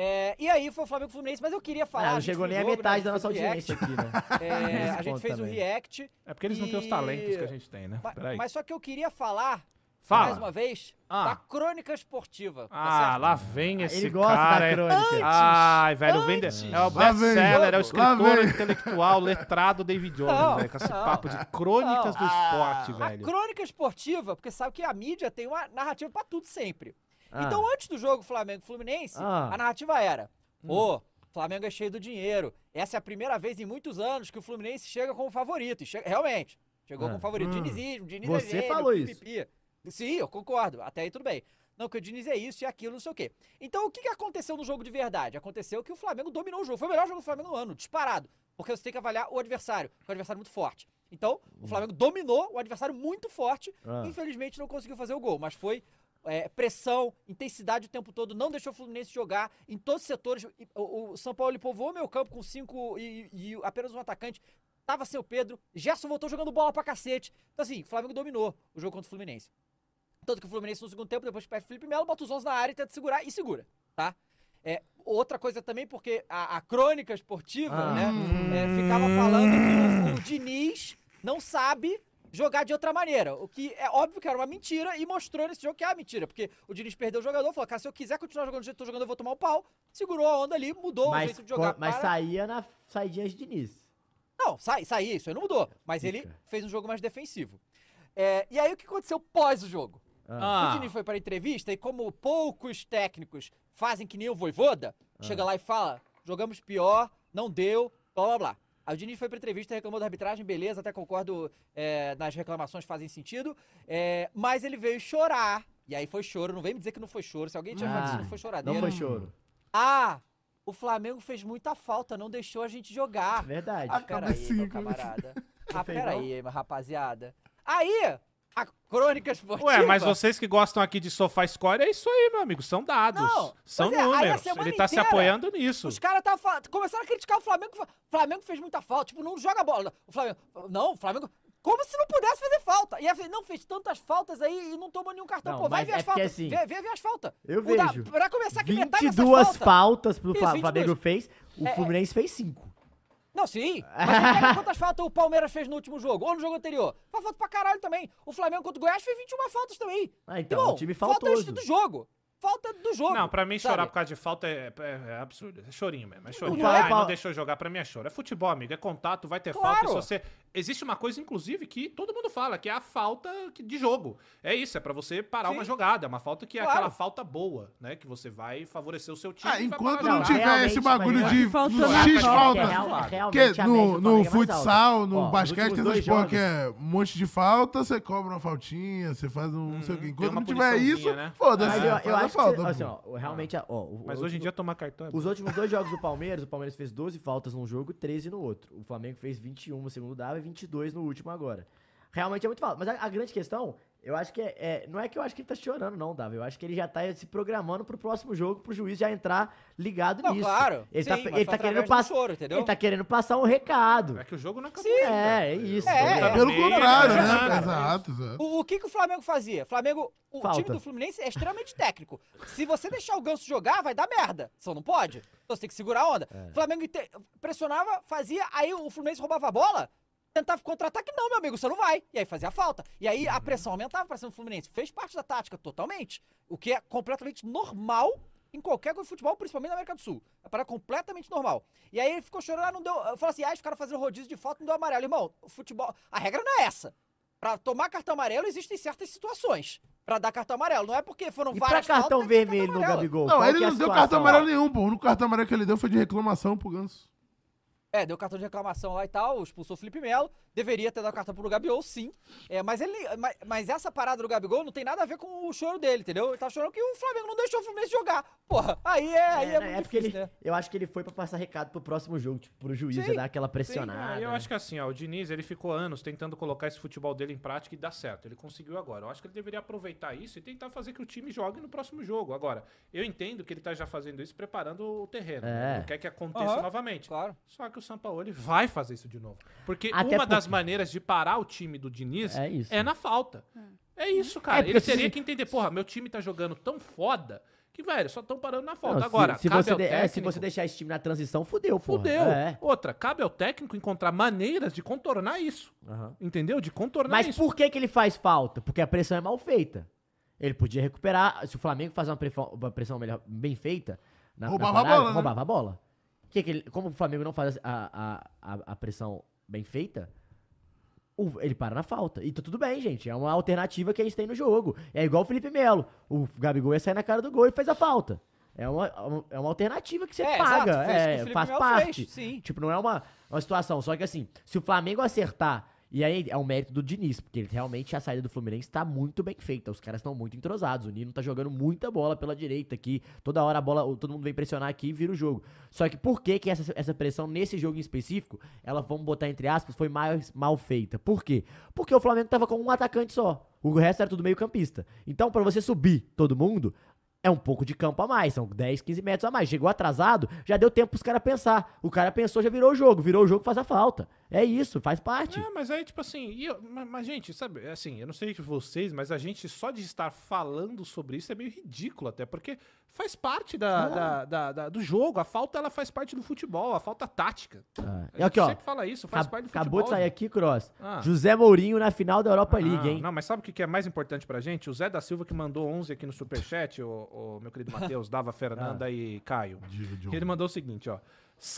É, e aí foi o Flamengo e Fluminense, mas eu queria
Ah,
falar. a
não
gente
chegou
fez
nem a
jogo, né,
metade
gente
da nossa
fez react,
audiência aqui, né?
É,
Nesse
a gente
ponto
fez o
também.
react.
É porque eles não têm os
E-
talentos que a gente tem, né?
ma- Mas,
Peraí.
só que eu queria falar mais uma
Fala.
vez,
Ah.
da crônica esportiva. tá
Ah,
certo?
lá vem esse
Ele gosta
cara.
da
é-
crônica.
Ai, velho, vende... é o
Lá vem.
best-seller, é o
Lá
escritor
vem.
intelectual, letrado David
Não,
Jones,
né,
velho, com esse
não.
papo de crônicas do esporte,
A
velho.
crônica esportiva, porque sabe que a mídia tem uma narrativa pra tudo sempre.
Ah.
Então, antes do jogo Flamengo-Fluminense,
Ah. Hum.
a narrativa era: ô, Flamengo é cheio do dinheiro. Essa é a primeira vez em muitos anos que o Fluminense chega como favorito. E chega- realmente, chegou
Ah.
como favorito.
Hum.
Dinizismo, Diniz
Você
é gênio,
falou isso.
pipipi. Sim, eu concordo. Até aí tudo bem. Não, que o Diniz é isso e aquilo, não sei o quê. Então, o que que aconteceu no jogo de verdade? Aconteceu que o Flamengo dominou o jogo. Foi o melhor jogo do Flamengo no ano, disparado. Porque você tem que avaliar o adversário, porque o adversário é muito forte. Então, o
Hum.
Flamengo dominou o adversário muito forte.
Ah.
Infelizmente, não conseguiu fazer o gol, mas foi é, pressão, intensidade o tempo todo, não deixou o Fluminense jogar em todos os setores. E O, o São Paulo ele povoou meu campo com cinco e, e apenas um atacante. Tava seu Pedro, Gerson voltou jogando bola pra cacete. Então, assim, o Flamengo dominou o jogo contra o Fluminense. Tanto que o Fluminense no segundo tempo, depois que perde o Felipe Melo, bota os 11 na área e tenta segurar e segura, tá? É, outra coisa também, porque a, a crônica esportiva,
Ah.
né, é, ficava falando que o, o Diniz não sabe jogar de outra maneira. O que é óbvio que era uma mentira e mostrou nesse jogo que é uma mentira, porque o Diniz perdeu o jogador, falou, cara, se eu quiser continuar jogando do jeito que eu tô jogando, eu vou tomar o pau. Segurou a onda ali, mudou o
Mas,
um jeito de jogar.
co- mas
para-
saía na saidinha de Diniz.
não, sai, sai isso, ele não mudou. Mas ele
Fica.
fez um jogo mais defensivo. É, e aí o que aconteceu pós o jogo? O
Ah,
Diniz foi para a entrevista e como poucos técnicos fazem que nem o Voivoda,
Ah.
chega lá e fala, jogamos pior, não deu, blá blá blá. Aí o Diniz foi para entrevista, reclamou da arbitragem, beleza, até concordo é, nas reclamações fazem sentido, é, mas ele veio chorar. E aí foi choro, não vem me dizer que não foi choro, se alguém tinha falado isso, não foi
Ah, Não
choradeira.
foi choro.
Ah, o Flamengo fez muita falta, não deixou a gente jogar.
Verdade.
Ah, peraí,
cabecinha,
meu
a cabecinha.
camarada. Ah,
fez, não?
peraí, meu rapaziada. Aí, a crônica esportiva...
Ué, mas vocês que gostam aqui de sofá score, é isso aí, meu amigo. São dados.
Não,
são
pois é, aí a
números.
semana
Ele tá se
inteira,
apoiando nisso.
Os caras tavam fa- começaram a criticar o Flamengo. O Flamengo fez muita falta. Tipo, não joga bola. O Flamengo. Não, o Flamengo. Como se não pudesse fazer falta. E aí, eu falei, não, fez tantas faltas aí e não tomou nenhum cartão.
Não,
Pô, vai
mas
ver
é
as
porque
faltas.
assim,
vê, vê, vê as faltas.
eu
O da-
vejo
Pra começar que é metade dessas
22 faltas pro
Isso,
Fla-
22.
Flamengo fez, o
É, é.
Fluminense fez 5.
Não, sim. Mas pega quantas faltas o Palmeiras fez no último jogo ou no jogo anterior? Faz falta pra caralho também. O Flamengo contra o Goiás fez 21 faltas também.
Ah, então,
Irmão,
um time
Falta é
faltoso.
do jogo. Falta do jogo.
Não, pra mim
sabe?
chorar por causa de falta é, é- é absurdo. É chorinho mesmo. É chorinho.
vai,
Ai, não
Paulo.
deixou jogar. Pra mim é choro. É futebol, amigo. É contato, vai ter
Claro.
falta. E se você... Existe uma coisa, inclusive, que todo mundo fala, que é a falta que- de jogo. É isso, é pra você parar
Sim.
uma jogada. É uma falta que é
Claro.
aquela falta boa, né? Que você vai favorecer o seu time.
Ah,
e vai
enquanto
parar de
não
jogar.
tiver
Realmente,
esse bagulho
mas
de
eu- Faltou
dos
na
X
Copa,
é
faltas.
né?
Que no, no futsal, no basquete, tem essas porra que
é...
é um monte de falta, você cobra uma faltinha, você faz um não sei o quê. Enquanto
Uhum. uma
não tiver isso,
puniçãozinha, né?
foda-se,
Mas eu,
faz
eu
a
acho
falta.
que,
pô.
você- assim, ó, realmente, ó, o-
Mas
o-
hoje em dia tomar cartão é bom.
Os últimos dois jogos do Palmeiras, o Palmeiras fez 12 faltas num jogo e 13 no outro. O Flamengo fez 21 no segundo dava e 22 no último agora. Realmente é muito falta. Mas a, a grande questão, eu acho que é, é- Não é que eu acho que ele tá chorando, não, Dava. Eu acho que ele já tá se programando pro próximo jogo, pro juiz já entrar ligado
Não,
nisso.
claro.
Ele,
Sim,
tá,
mas
ele,
foi
tá querendo
através do
pass-
choro, entendeu?
ele tá querendo passar um recado.
É que o jogo não acabou
Sim.
ainda. tá
É, é isso.
É.
entendeu?
Pelo
Também,
contrário,
né,
né?
cara?
Exato, exato.
O, o que, que o Flamengo fazia? Flamengo, o
Falta.
time do Fluminense é extremamente técnico. Se você deixar o Ganso jogar, vai dar merda. Só não pode. Então você tem que segurar a onda. O Flamengo inte- pressionava, fazia, aí o Fluminense roubava a bola, tentava contra-ataque, não, meu amigo, você não vai. E aí fazia falta. E aí a pressão aumentava pra cima do Fluminense. Fez parte da tática totalmente, o que é completamente normal em qualquer coisa de futebol, principalmente na América do Sul. É para completamente normal. E aí ele ficou chorando, ah, não deu. Falou assim: ah, os caras fazendo rodízio de falta, não deu amarelo. Irmão, o futebol. A regra não é essa. Pra tomar cartão amarelo, existem certas situações. Pra dar cartão amarelo. Não é porque foram
E pra
várias
cartão
faltas, tem que tá dar
vermelho no
amarelo.
Gabigol?
Não,
qual
ele
que é a
não deu
situação?
cartão amarelo nenhum, pô. O único cartão amarelo que ele deu foi de reclamação pro Ganso.
É, deu cartão de reclamação lá e tal, expulsou o Felipe Melo. Deveria ter dado cartão pro Gabigol, sim. É, mas ele. Mas, mas essa parada do Gabigol não tem nada a ver com o choro dele, entendeu? Ele tá chorando que o Flamengo não deixou o Fluminense jogar. Porra, aí é, aí é,
né,
muito
porque ele,
difícil, né?
eu acho que ele foi pra passar recado pro próximo jogo, tipo, pro juiz,
Sim,
já dar aquela pressionada.
Ah, eu
né?
acho que assim, ó, o Diniz, ele ficou anos tentando colocar esse futebol dele em prática e dá certo. Ele conseguiu agora. Eu acho que ele deveria aproveitar isso e tentar fazer que o time jogue no próximo jogo. Agora, eu entendo que ele tá já fazendo isso preparando o terreno. né?
É.
Ele quer que aconteça
Aham.
novamente.
Claro.
Só que o Sampaoli vai fazer isso de novo. Porque
Até
uma das
porque-
maneiras de parar o time do Diniz
É isso. Uhum.
é na falta. É isso, cara.
porque
ele
se-
teria que entender, porra, meu time tá jogando tão foda que, velho, só tão parando na falta.
Não, se-
Agora,
se,
cabe
você
ao
de- é, se
técnico-
você deixar esse time na transição, fudeu, porra.
Fudeu.
É.
Outra, cabe ao técnico encontrar maneiras de contornar isso.
Aham.
Entendeu? De contornar
Mas
isso.
por que que ele faz falta? Porque a pressão é mal feita. Ele podia recuperar. Se o Flamengo faz uma prefo- uma pressão melhor, bem feita, na,
Roubava
na
a bola, né?
roubava a bola. Que que ele- como o Flamengo não faz a, a, a, a pressão bem feita, o- ele para na falta. E tá tudo bem, gente. É uma alternativa que a gente tem no jogo. É igual o Felipe Melo. O Gabigol ia sair na cara do gol e fez a falta. É uma, é uma alternativa que você
É, exato,
paga.
foi isso que o
é,
Felipe
faz
Melo
parte.
fez, sim.
Tipo, não é uma, uma situação. Só que assim, se o Flamengo acertar. E aí é um mérito do Diniz, porque ele realmente a saída do Fluminense tá muito bem feita. Os caras estão muito entrosados. O Nino tá jogando muita bola pela direita aqui. Toda hora a bola, o- todo mundo vem pressionar aqui e vira o jogo. Só que por que, que essa, essa pressão nesse jogo em específico, ela, vamos botar entre aspas, foi mais mal feita? Por quê? Porque o Flamengo tava com um atacante só. O resto era tudo meio campista. Então, pra você subir todo mundo, é um pouco de campo a mais, são 10, 15 metros a mais. Chegou atrasado, já deu tempo pros caras pensar. O cara pensou, já virou o jogo. Virou o jogo, faz a falta. É isso, faz parte.
É, mas aí, tipo assim, e eu- ma- mas, gente, sabe, assim, eu não sei de vocês, mas a gente só de estar falando sobre isso é meio ridículo até, porque faz parte da, da- da- da- do jogo, a falta ela faz parte do futebol, a falta tática.
Ah,
A
É aqui,
gente
ó.
sempre fala isso, faz
Acab-
parte do
Acabou de
futebol.
sair
gente.
aqui, Cross.
Ah.
José Mourinho na final da Europa League,
Ah,
hein?
Não, mas sabe o que que é mais importante pra gente? O Zé da Silva que mandou 11 aqui no Superchat, o, o meu querido Matheus, Dava, Fernanda
Ah.
e Caio.
Diga, John.
Que Ele mandou o seguinte, ó.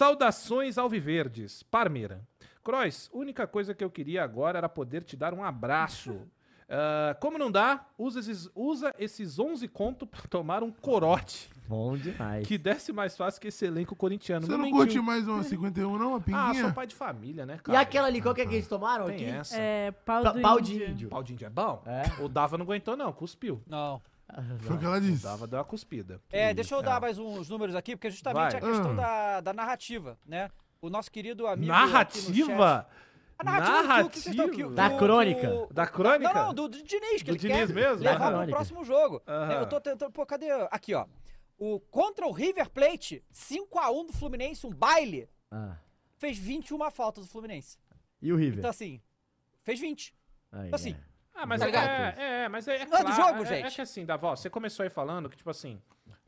Saudações Alviverdes, Parmeira. Crois, única coisa que eu queria agora era poder te dar um abraço. Ah, como não dá, usa esses, usa esses 11 conto pra tomar um corote.
Bom demais.
Que desce mais fácil que esse elenco corintiano.
Você
Não
não
mentiu.
curte mais uma 51, não? Uma
Ah, sou
pinguinha?
pai de família, né,
E
cara?
aquela ali, qual que é que eles tomaram
Tem
aqui?
essa.
É, pau,
Pa-
do
Pau de
índio.
índio.
Pau de índio é bom?
É.
O Dava não aguentou não, cuspiu.
Não.
Ah,
Foi o que ela disse.
Dava deu uma cuspida.
É, deixa eu dar mais uns números aqui, porque justamente a
Vai.
questão
Hum.
da, da narrativa, né? O nosso querido amigo. aqui no chat-
Narrativa?
A narrativa, do que- o que vocês estão- que-
Narrativa.
que-
Da
o-
crônica.
que o-
Da crônica?
Não, não, do, do Diniz, que
Do
ele
Diniz
quer
mesmo?
levar
Aham.
pro próximo jogo.
Aham.
Eu tô tentando... Pô, cadê? Aqui, ó. O, contra o River Plate, 5x1 do Fluminense, um baile,
Ah,
fez 21 faltas do Fluminense.
E o River?
Então, assim, fez 20.
Aí,
assim,
é.
Ah, mas
Tá
é,
ligado?
é, é, mas é, é
Não é do
claro,
jogo,
é-
gente.
É que assim, Davó, você começou aí falando que, tipo assim,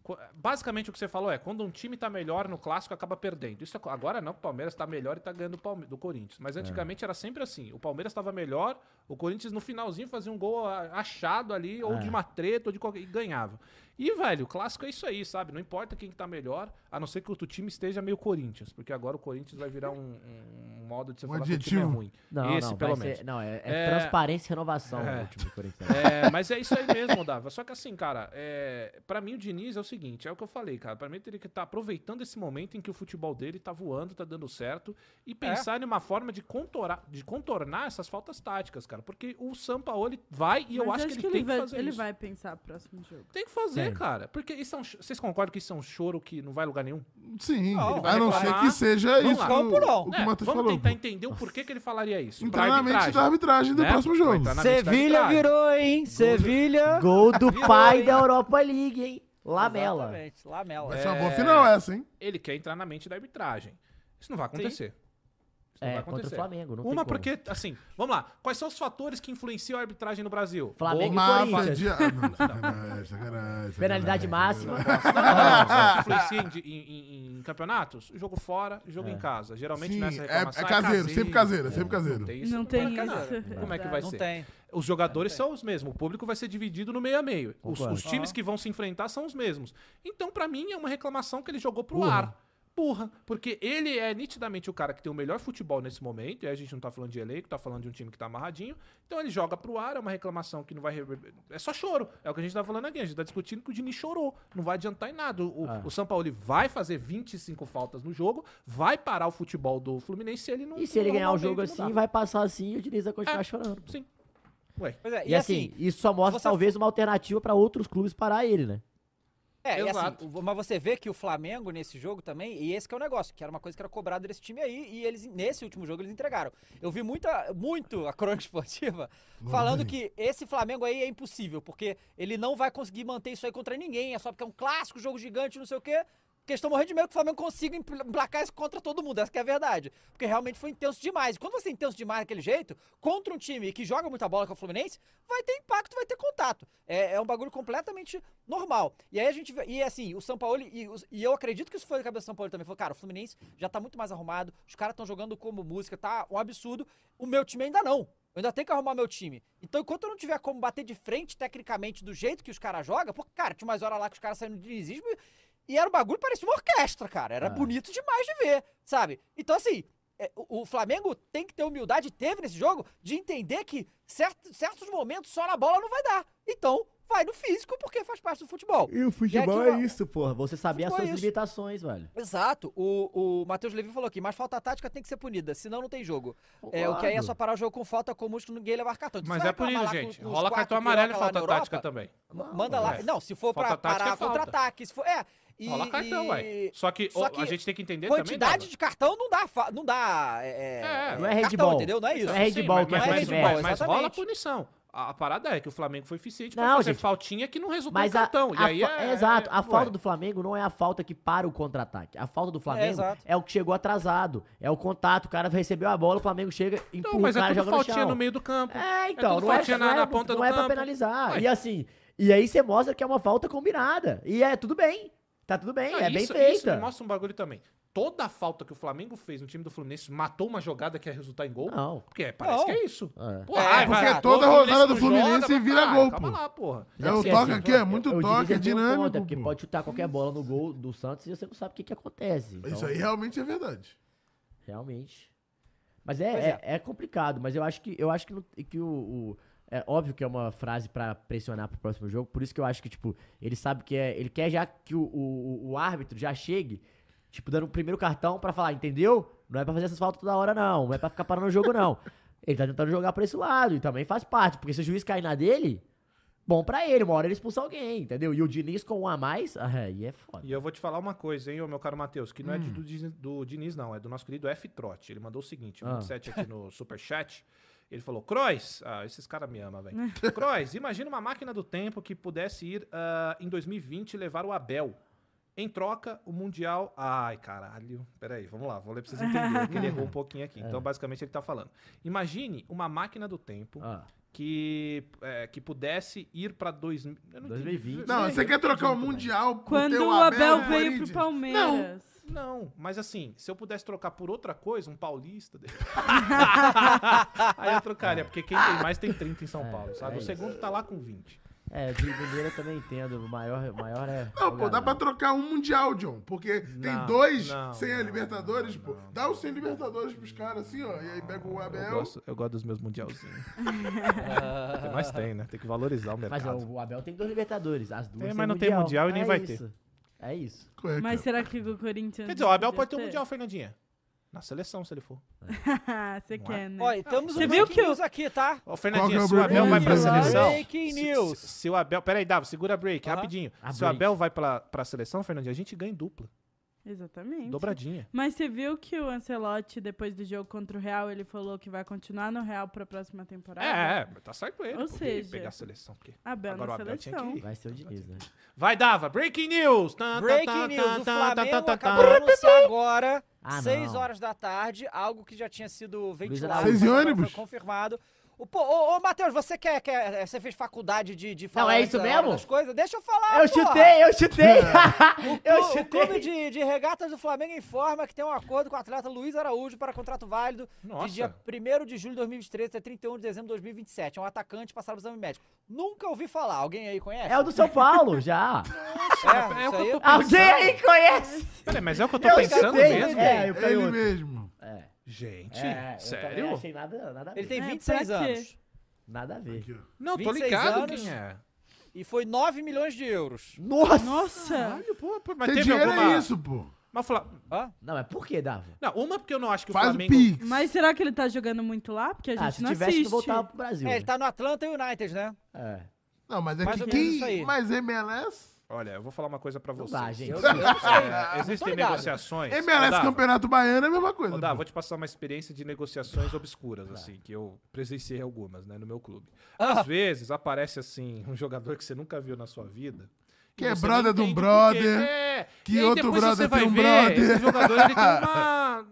co- basicamente o que você falou é, quando um time tá melhor no clássico, acaba perdendo. Isso é co- agora não, que o Palmeiras tá melhor e tá ganhando do, Palme- do Corinthians. Mas
É.
antigamente era sempre assim, o Palmeiras tava melhor, o Corinthians no finalzinho fazia um gol a- achado ali, ou
É.
de uma treta, ou de qualquer... e ganhava. E, velho, o clássico é isso aí, sabe? Não importa quem que tá melhor, a não ser que o outro time esteja meio Corinthians, porque agora o Corinthians vai virar um, um modo de você
Um
falar que o time é
adjetivo.
ruim.
Não,
Esse,
não,
pelo
vai
menos.
ser- não, é, é
É.
transparência e renovação
É.
no último Corinthians.
É, mas é isso aí mesmo, Dava. Só que assim, cara, é, para mim o Diniz é o seguinte, é o que eu falei, cara. Pra mim ele teria que estar aproveitando esse momento em que o futebol dele tá voando, tá dando certo, e pensar em uma forma de contornar, de contornar essas faltas táticas, cara. Porque o Sampaoli vai e eu
Mas
acho que ele tem
vai,
que fazer
ele
isso.
vai pensar próximo jogo.
Tem que fazer,
Tem.
cara. Porque isso é um ch- vocês concordam que isso é um choro que não vai a lugar nenhum?
Sim.
Não,
a
vai
não ser
reclamar.
que seja
Vamos
isso
lá.
que o,
Vamos pro não.
o que
É,
o
vamos
Matheus falou.
tentar entender o porquê que ele falaria isso.
Entrar na mente da
arbitragem.
arbitragem do
né?
próximo
Vai
jogo.
entrar na mente da
Sevilha
arbitragem.
virou, hein?
É.
Sevilha.
Gol do
Virou,
pai
hein?
da Europa League, hein? Lamela.
Exatamente, Lamela.
É.
Vai ser uma boa final essa, hein?
Ele quer entrar na mente da arbitragem. Isso não vai acontecer. Isso não vai
É, contra o
acontecer.
Flamengo. Não tem
Uma
como.
porque, assim, vamos lá. Quais são os fatores que influenciam a arbitragem no Brasil?
Flamengo e
Mapa
Corinthians.
de... Ah, não, sacanagem, sacanagem,
Penalidade
sacanagem.
máxima.
Não, não,
Ah.
não, não. Influencia em, em- em- em campeonatos? Jogo fora, jogo
É.
em casa. Geralmente
Sim,
nessa
é-
reclamação
é caseiro, sempre caseiro, sempre caseiro.
tem
Não
no
tem
Maracanã.
isso,
Como é que
exato.
vai
Não
ser?
tem.
Os jogadores são os mesmos. O público vai ser dividido no meio a meio. Os,
Concordo.
os times
Aham.
que vão se enfrentar são os mesmos. Então, pra mim, é uma reclamação que ele jogou pro
Burra.
ar. Burra. Porque ele é nitidamente o cara que tem o melhor futebol nesse momento. E a gente não tá falando de elenco, tá falando de um time que tá amarradinho. Então ele joga pro ar, é uma reclamação que não vai. reverber- É só choro. É o que a gente tá falando aqui. A gente tá discutindo que o Dini chorou. Não vai adiantar em nada. O,
Ah.
o São Paulo vai fazer 25 faltas no jogo, vai parar o futebol do Fluminense se ele não.
E se ele
não
ganhar o
arrumar
jogo
meio de mudar.
assim, vai passar assim e o Diniz vai continuar
É.
chorando.
Sim. Ué.
Pois é,
E, assim, isso só mostra
você-
talvez uma alternativa pra outros clubes parar ele, né?
É, e
Exato.
assim, o- mas você vê que o Flamengo nesse jogo também, e esse que é o negócio, que era uma coisa que era cobrada desse time aí, e eles, nesse último jogo, eles entregaram. Eu vi muita, muito a crônica esportiva falando
vem.
que esse Flamengo aí é impossível, porque ele não vai conseguir manter isso aí contra ninguém, é só porque é um clássico, jogo gigante, não sei o quê. Porque eles estão morrendo de medo que o Flamengo consiga empl- emplacar isso contra todo mundo, essa que é a verdade. Porque realmente foi intenso demais. E quando você é intenso demais daquele jeito, contra um time que joga muita bola que é o Fluminense, vai ter impacto, vai ter contato. É, é um bagulho completamente normal. E aí a gente vê, e assim, o São Paulo, e, os- e eu acredito que isso foi da cabeça do São Paulo também, falou, cara, o Fluminense já tá muito mais arrumado, os caras estão jogando como música, tá um absurdo, o meu time ainda não. Eu ainda tenho que arrumar meu time. Então, enquanto eu não tiver como bater de frente, tecnicamente, do jeito que os caras jogam, porque, cara, tinha umas horas lá que os caras saíram de dinizismo e- e era um bagulho, parecia uma orquestra, cara. Era
Ah.
bonito demais de ver, sabe? Então, assim, é, o, o Flamengo tem que ter humildade, teve nesse jogo, de entender que certo- certos momentos só na bola não vai dar. Então, vai no físico, porque faz parte do futebol.
E o futebol
aqui, ó,
é isso, porra. Você saber as
futebol é
suas
isso.
limitações, velho.
Exato. O, o Matheus Levi falou aqui, mas falta tática tem que ser punida, senão não tem jogo. É, o que aí é
Claro.
só parar o jogo com falta com o músculo, ninguém levar cartão. Então,
Mas
você
é
vai reclamar
punido,
lá com-
gente.
com os
Rola
quatro
cartão
que rola
amarelo e
lá na
falta
Europa,
tática também.
Manda lá.
é.
Não, se for pra
Falta tática,
parar
é falta.
contra-ataque, se for... É, e...
Rola cartão,
e-
é. Só que,
só
ó,
que
a gente tem que entender
Quantidade
também.
de cartão não dá... fa- Não dá... É,
É,
não é Red
cartão,
Bull.
entendeu? Não é isso.
Não é Red Bull,
mas,
que é
mas,
Red
mas,
Bull,
mas rola a
exatamente.
punição. A, a parada é que o Flamengo foi eficiente pra
Não,
fazer
gente.
faltinha que não resultou
Mas
em
a,
cartão.
a
e aí
fa-
é,
exato, a
ué.
falta do Flamengo não é a falta que para o contra-ataque. A falta do Flamengo é,
exato.
o que chegou atrasado, é o contato, o cara recebeu a bola, o Flamengo chega, empurra
Então, mas
o cara
é
e
tudo
joga no
faltinha
chão.
no meio do campo.
É, então,
tudo
não, é,
faltinha
não
na-
é-
na ponta
não
do
é pra
campo.
penalizar.
Ué.
E assim, e aí você mostra que é uma falta combinada. E é tudo bem. Tá tudo bem,
Não,
é bem
isso- Isso
feita.
me mostra um bagulho também. Toda a falta que o Flamengo fez no time do Fluminense matou uma jogada que ia resultar em gol?
Não.
Porque é, parece
Não.
que é isso.
É.
Porra,
É,
ai,
porque
vai,
toda
o
rodada do
não joga,
Fluminense
mas,
vira
cara,
gol,
Calma
pô.
lá, porra.
É o toque aqui, é muito
Eu- eu diria
toque,
que
é
tem um ponto, é
dinâmico.
porque
pô.
pode chutar qualquer bola no gol do Santos e você não sabe o que, que acontece. Então,
Isso aí realmente é verdade.
Realmente. Mas é,
Pois
é, é complicado, mas eu acho que eu acho que, não- que o, o- É óbvio que é uma frase pra pressionar pro próximo jogo, por isso que eu acho que, tipo, ele sabe que é. Ele quer já que o, o, o árbitro já chegue, tipo, dando o primeiro cartão pra falar, entendeu? Não é pra fazer essas faltas toda hora, não. Não é pra ficar parando o jogo, não. Ele tá tentando jogar pra esse lado e também faz parte, porque se o juiz cair na dele, bom pra ele, uma hora ele expulsa alguém, entendeu? E o Diniz com um a mais, aí é foda.
E eu vou te falar uma coisa, hein, ô meu caro Matheus, que não é de-
Hum.
do, Diniz- do Diniz, não, é do nosso querido F. Trotti. Ele mandou o seguinte, o
Ah.
27 aqui no Superchat. Ele falou, Crois, ah, esses caras me amam, velho. Crois, imagina uma máquina do tempo que pudesse ir ah, em 2020 levar o Abel. Em troca, o Mundial. Ai, caralho. Peraí, vamos lá, vou ler pra vocês entenderem, que ele errou um pouquinho
É.
aqui. Então, basicamente, ele tá falando. Imagine uma máquina do tempo
Ah,
que, eh, que pudesse ir pra 2000. eu não entendi.
2020.
Não, você quer trocar o Mundial por
Quando
ter
o Abel, veio
Corinthians?
pro Palmeiras.
Não, mas assim, se eu pudesse trocar por outra coisa, um paulista. de- aí eu trocaria, porque quem tem mais tem 30 em São
É,
Paulo, sabe? o
é isso.
segundo tá lá com 20.
É, de primeira eu também entendo. O maior, o maior é.
Não, pô, dá
Galhardo.
pra trocar um Mundial, John. Porque tem
Não,
dois
não,
sem a
não,
Libertadores,
não,
pô.
não,
Dá os sem Libertadores pros caras assim, ó. E aí pega o
Eu
Abel.
gosto, eu gosto dos meus mundialzinhos. mas tem, né? Tem que valorizar o
Mas é um ó,
mercado.
o Abel tem dois Libertadores, as duas.
Tem,
sem
mas não tem Mundial e nem
é
vai
isso. É isso.
Qual é,
Mas
cara?
será que o Corinthians.
Quer dizer, o Abel pode ter um mundial, Fernandinha. Na seleção, se ele for.
Você
Não é?
quer, né?
Olha, temos
Você
um
viu
breaking
que o-
news aqui, tá?
Ó, Fernandinha,
Qual que
se
é o
o Abel
break?
Então vai pra
Vamos lá.
seleção.
Breaking
se- se-
news.
Se, o Abel. Peraí, Davo, segura a break,
Aham.
rapidinho.
A
se o
break.
Abel vai pra, pra seleção, Fernandinha, a gente ganha em dupla.
Exatamente.
Dobradinha.
Mas você viu que o Ancelotti, depois do jogo contra o Real, ele falou que vai continuar no Real pra próxima temporada?
É, é, tá certo com ele.
Ou
pô, que ele
seja,
pegar a seleção. Porque...
Abel
Agora o
na
Abel tinha que
seleção.
ir.
Vai ser o Diniz, né?
Vai, Dava! Breaking news! Tan, tan,
Breaking
tan,
news, o
tan, tan,
Flamengo
tan, tan,
acabou de
tan.
anunciar agora,
Ah, não.
6 horas da tarde, algo que já tinha sido ventilado.
Seis
e
mas agora
ônibus?
Foi confirmado. O, pô, ô, ô, Matheus, você quer, quer- eh, Você fez faculdade de, de falar
é
antes
isso
da hora
mesmo?
das coisas? Deixa eu falar,
Eu
Ah, porra!
chutei, eu chutei! eu
O, o clube
chutei!
de, de regatas do Flamengo informa que tem um acordo com o atleta Luiz Araújo para contrato válido
Nossa.
de dia 1 de julho de 2023 até 31 de dezembro de 2027. É um atacante passado o exame médico. Nunca ouvi falar. Alguém aí conhece?
É o do São Paulo, já.
É,
É o
isso
que eu
aí
tô
Alguém aí conhece?
Peraí, mas é o que eu tô
Eu
pensando
chutei,
mesmo?
É, eu
Ele
canhoto.
mesmo.
É,
Gente,
é, eu também
sério?
não achei nada, nada a
Ele
ver.
tem
É,
26
pra quê?
anos.
Nada a ver.
Aqui, ó.
Não, tô
26
ligado
anos.
quem é.
E foi 9 milhões de euros.
Nossa! Ah.
Nossa!
Caralho, pô, pô, mas
Ter
teve
dinheiro
alguma...
é isso, pô.
Mas fala...
Hã?
Não, mas por que, Dava?
Não, uma porque eu não acho que
Faz
o
o
Flamengo...
Pix.
Mas será que ele tá jogando muito lá? Porque a gente
Ah, se
não
tivesse
assiste.
que voltar pro Brasil.
É, ele tá no Atlanta United, né?
né?
Não, mas é
Mais
que
ou menos isso aí.
quem... Mas MLS...
Olha, eu vou falar uma coisa pra
Não
vocês.
dá, gente.
Eu, eu não sei.
É, existem
ligado.
negociações... Ô,
MLS
Dava,
Campeonato Baiano é a mesma
Ô,
coisa.
Dá,
pô.
vou te passar uma experiência de negociações obscuras, assim, que eu presenciei algumas, né, no meu clube.
Ah.
Às vezes aparece, assim, um jogador que você nunca viu na sua vida.
Que é
você
brother
não
de um
entende
brother,
por quê. É,
que
e aí
outro
depois você
brother
vai
tem um
ver,
brother.
Esse jogador, ele tem uma...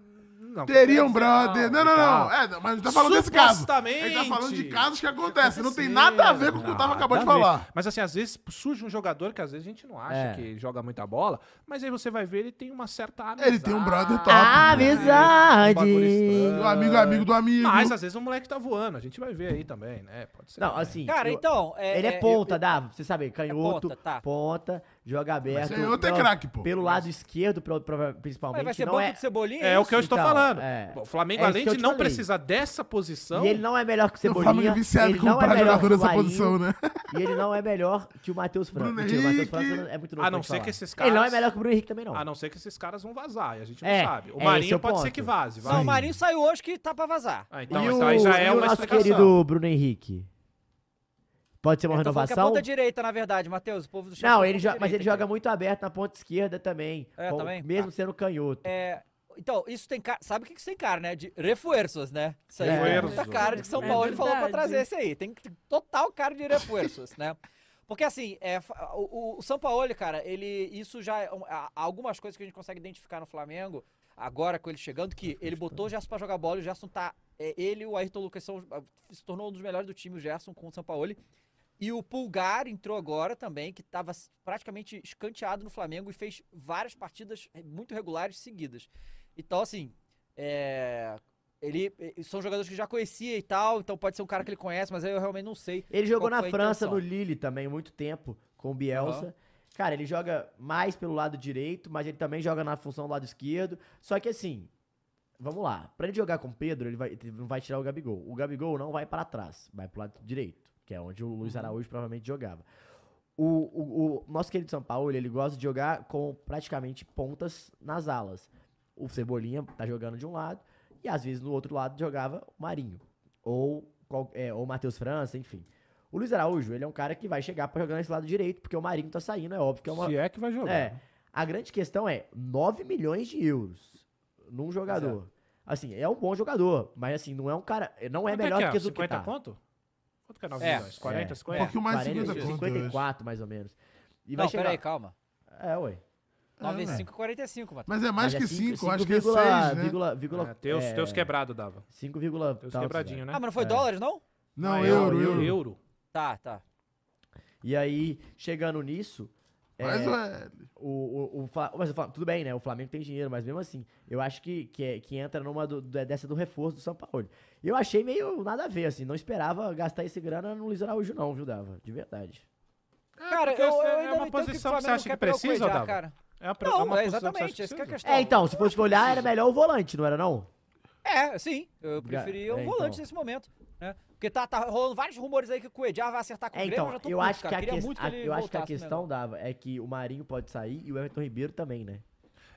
Não,
Teria um
não,
brother. Não, não, não.
tá.
É, não, mas a gente tá falando desse caso. A gente tá
Supostamente.
falando de casos que acontecem. Não tem nada a ver com o que eu tava acabando de
Nada a ver.
falar.
Mas assim, às vezes surge um jogador que às vezes a gente não acha
É.
que joga muita bola, mas aí você vai ver, ele tem uma certa amizade.
Ele tem um brother top.
Ah,
um
Amizade.
bagulho estranho.
O amigo é amigo do amigo.
Mas às vezes o moleque tá voando, a gente vai ver aí também, né? Pode ser.
Não,
né?
assim.
Cara,
eu-
então. É,
Ele é ponta, dá. Você sabe, canhoto,
ponta, tá.
ponta, joga aberto.
canhoto é
pelo-
craque, pô.
Pelo lado esquerdo, pro- pro-
Mas
principalmente.
vai ser
não
banco
é...
de cebolinha?
É o que eu
isso?
estou
Então,
falando.
é.
O Flamengo,
É isso
além
que eu
de
te
não
falei.
precisar dessa posição,
E ele não é melhor que o
O
Cebolinha.
Flamengo é viciado
ele
em
não
comprar
é melhor
jogador
que o
nessa
Larinho,
posição, né?
E ele não é melhor que o Matheus Franco.
Bruno
Mentira, o Matheus
Henrique.
Franco é muito novo.
a não
pra gente
ser
falar.
que esses
Ele
caras.
não é melhor que o Bruno Henrique também, não.
Ah,
A não ser que esses caras vão vazar, e a gente
É,
não sabe. O
é esse
Marinho
o
pode ser
ponto.
que vaze, vai.
Não, o Marinho saiu hoje que tá pra vazar.
Ah, então,
e
então
o,
aí já
e
é
o
uma
nosso
explicação.
querido Bruno Henrique? Pode ser uma
Ele tá falando que é
renovação?
ponta direita, na verdade, Matheus. O povo do chat
Não,
é
ele
ponta
joga, mas
direita
ele
aqui.
joga muito aberto na ponta esquerda também.
É, também?
Mesmo
Tá.
sendo canhoto.
É, então, isso tem cara. Sabe o que, que isso tem cara, né? De reforços, né? Isso aí
É.
é muita
Reforços.
cara de que São
É
Paulo falou pra
verdade.
trazer esse aí. Tem tem total cara de reforços, né? Porque assim, é, fa- o, o- o São Paulo, cara, ele. Isso já. é um- há Algumas coisas que a gente consegue identificar no Flamengo, agora com ele chegando, que ele botou o Gerson pra jogar bola e o Gerson tá. é, ele e o Ayrton Lucas são, se tornou um dos melhores do time, o Gerson, com o São Paulo. E o Pulgar entrou agora também, que estava praticamente escanteado no Flamengo e fez várias partidas eh, muito regulares seguidas. Então, assim, é, ele eh, são jogadores que já conhecia e tal, então pode ser um cara que ele conhece, mas aí eu realmente não sei.
Ele jogou
qual
na
foi a
França,
intenção.
no Lille também, muito tempo, com o Bielsa. Cara, ele joga mais pelo lado direito, mas ele também joga na função do lado esquerdo. Só que assim, vamos lá. Pra ele jogar com o Pedro, ele, vai, ele não vai tirar o Gabigol. O Gabigol não vai pra trás, vai pro lado direito, que é onde o Luiz
Uhum.
Araújo provavelmente jogava. O, o- o nosso querido São Paulo, ele gosta de jogar com praticamente pontas nas alas. O Cebolinha tá jogando de um lado e às vezes no outro lado jogava o Marinho ou qual- é, ou o Matheus França, enfim. O Luiz Araújo, ele é um cara que vai chegar pra jogar nesse lado direito, porque o Marinho tá saindo, é óbvio que é uma
Se é que vai jogar.
é. A grande questão é 9 milhões de euros num jogador. Assim, é um bom jogador, mas assim, não é um cara, não é
Quanto
melhor do
é
que
que
o
50
Zuquita.
conto? Quanto que é 9
É.
milhões? 40,
É.
50?
Um pouquinho mais de 50 conto.
54 mais ou menos. E vai
não,
chegar.
peraí, calma.
É, ué.
É, né?
9 vezes 5 é 45,
Né?
Matheus.
Mas é
Mas
mais
é
que
cinco-
5, acho
cinco
que é 6,
vírgula-
né?
Vírgula, vírgula,
É, teus,
é,
teus quebrado dava.
5, vírgula
Teus
tantos,
quebradinho, né?
Ah, mas não foi dólares, não?
Não,
Ah,
euro,
euro.
euro.
euro.
Tá, tá.
velho. E aí, chegando nisso, é,
Mas, ué,
o, o, o, Fla- mas o Fla- tudo bem, né? O Flamengo tem dinheiro, mas mesmo assim, eu acho que, que, é- que entra numa do- do- dessa do reforço do São Paulo. E eu achei meio nada a ver, assim. Não esperava gastar esse grana no Luiz Araújo, não, viu, Dava? De verdade.
Cara,
porque
eu,
essa
eu
é
ainda
uma
não entendo
posição
o
que você
Flamengo
acha que
quer pegar o
precisa,
Cuejá,
Dava?
cara.
É uma, pro- é
Não,
uma
é
posição que você acha
exatamente,
que
essa que é a
precisa.
questão.
É, então, se fosse olhar, era melhor o volante, não era não?
É, sim. Eu preferia
é,
um
então.
volante nesse momento. Né? Porque tá, tá rolando vários rumores aí que o Cuejá vai acertar com
É,
o Grêmio,
então,
já tô
eu
puto,
acho que
cara.
a,
Queria
ques-
muito
a-
ele
eu acho que a
voltasse, né?
questão, Dava, é que o Marinho pode sair e o Everton Ribeiro também, né?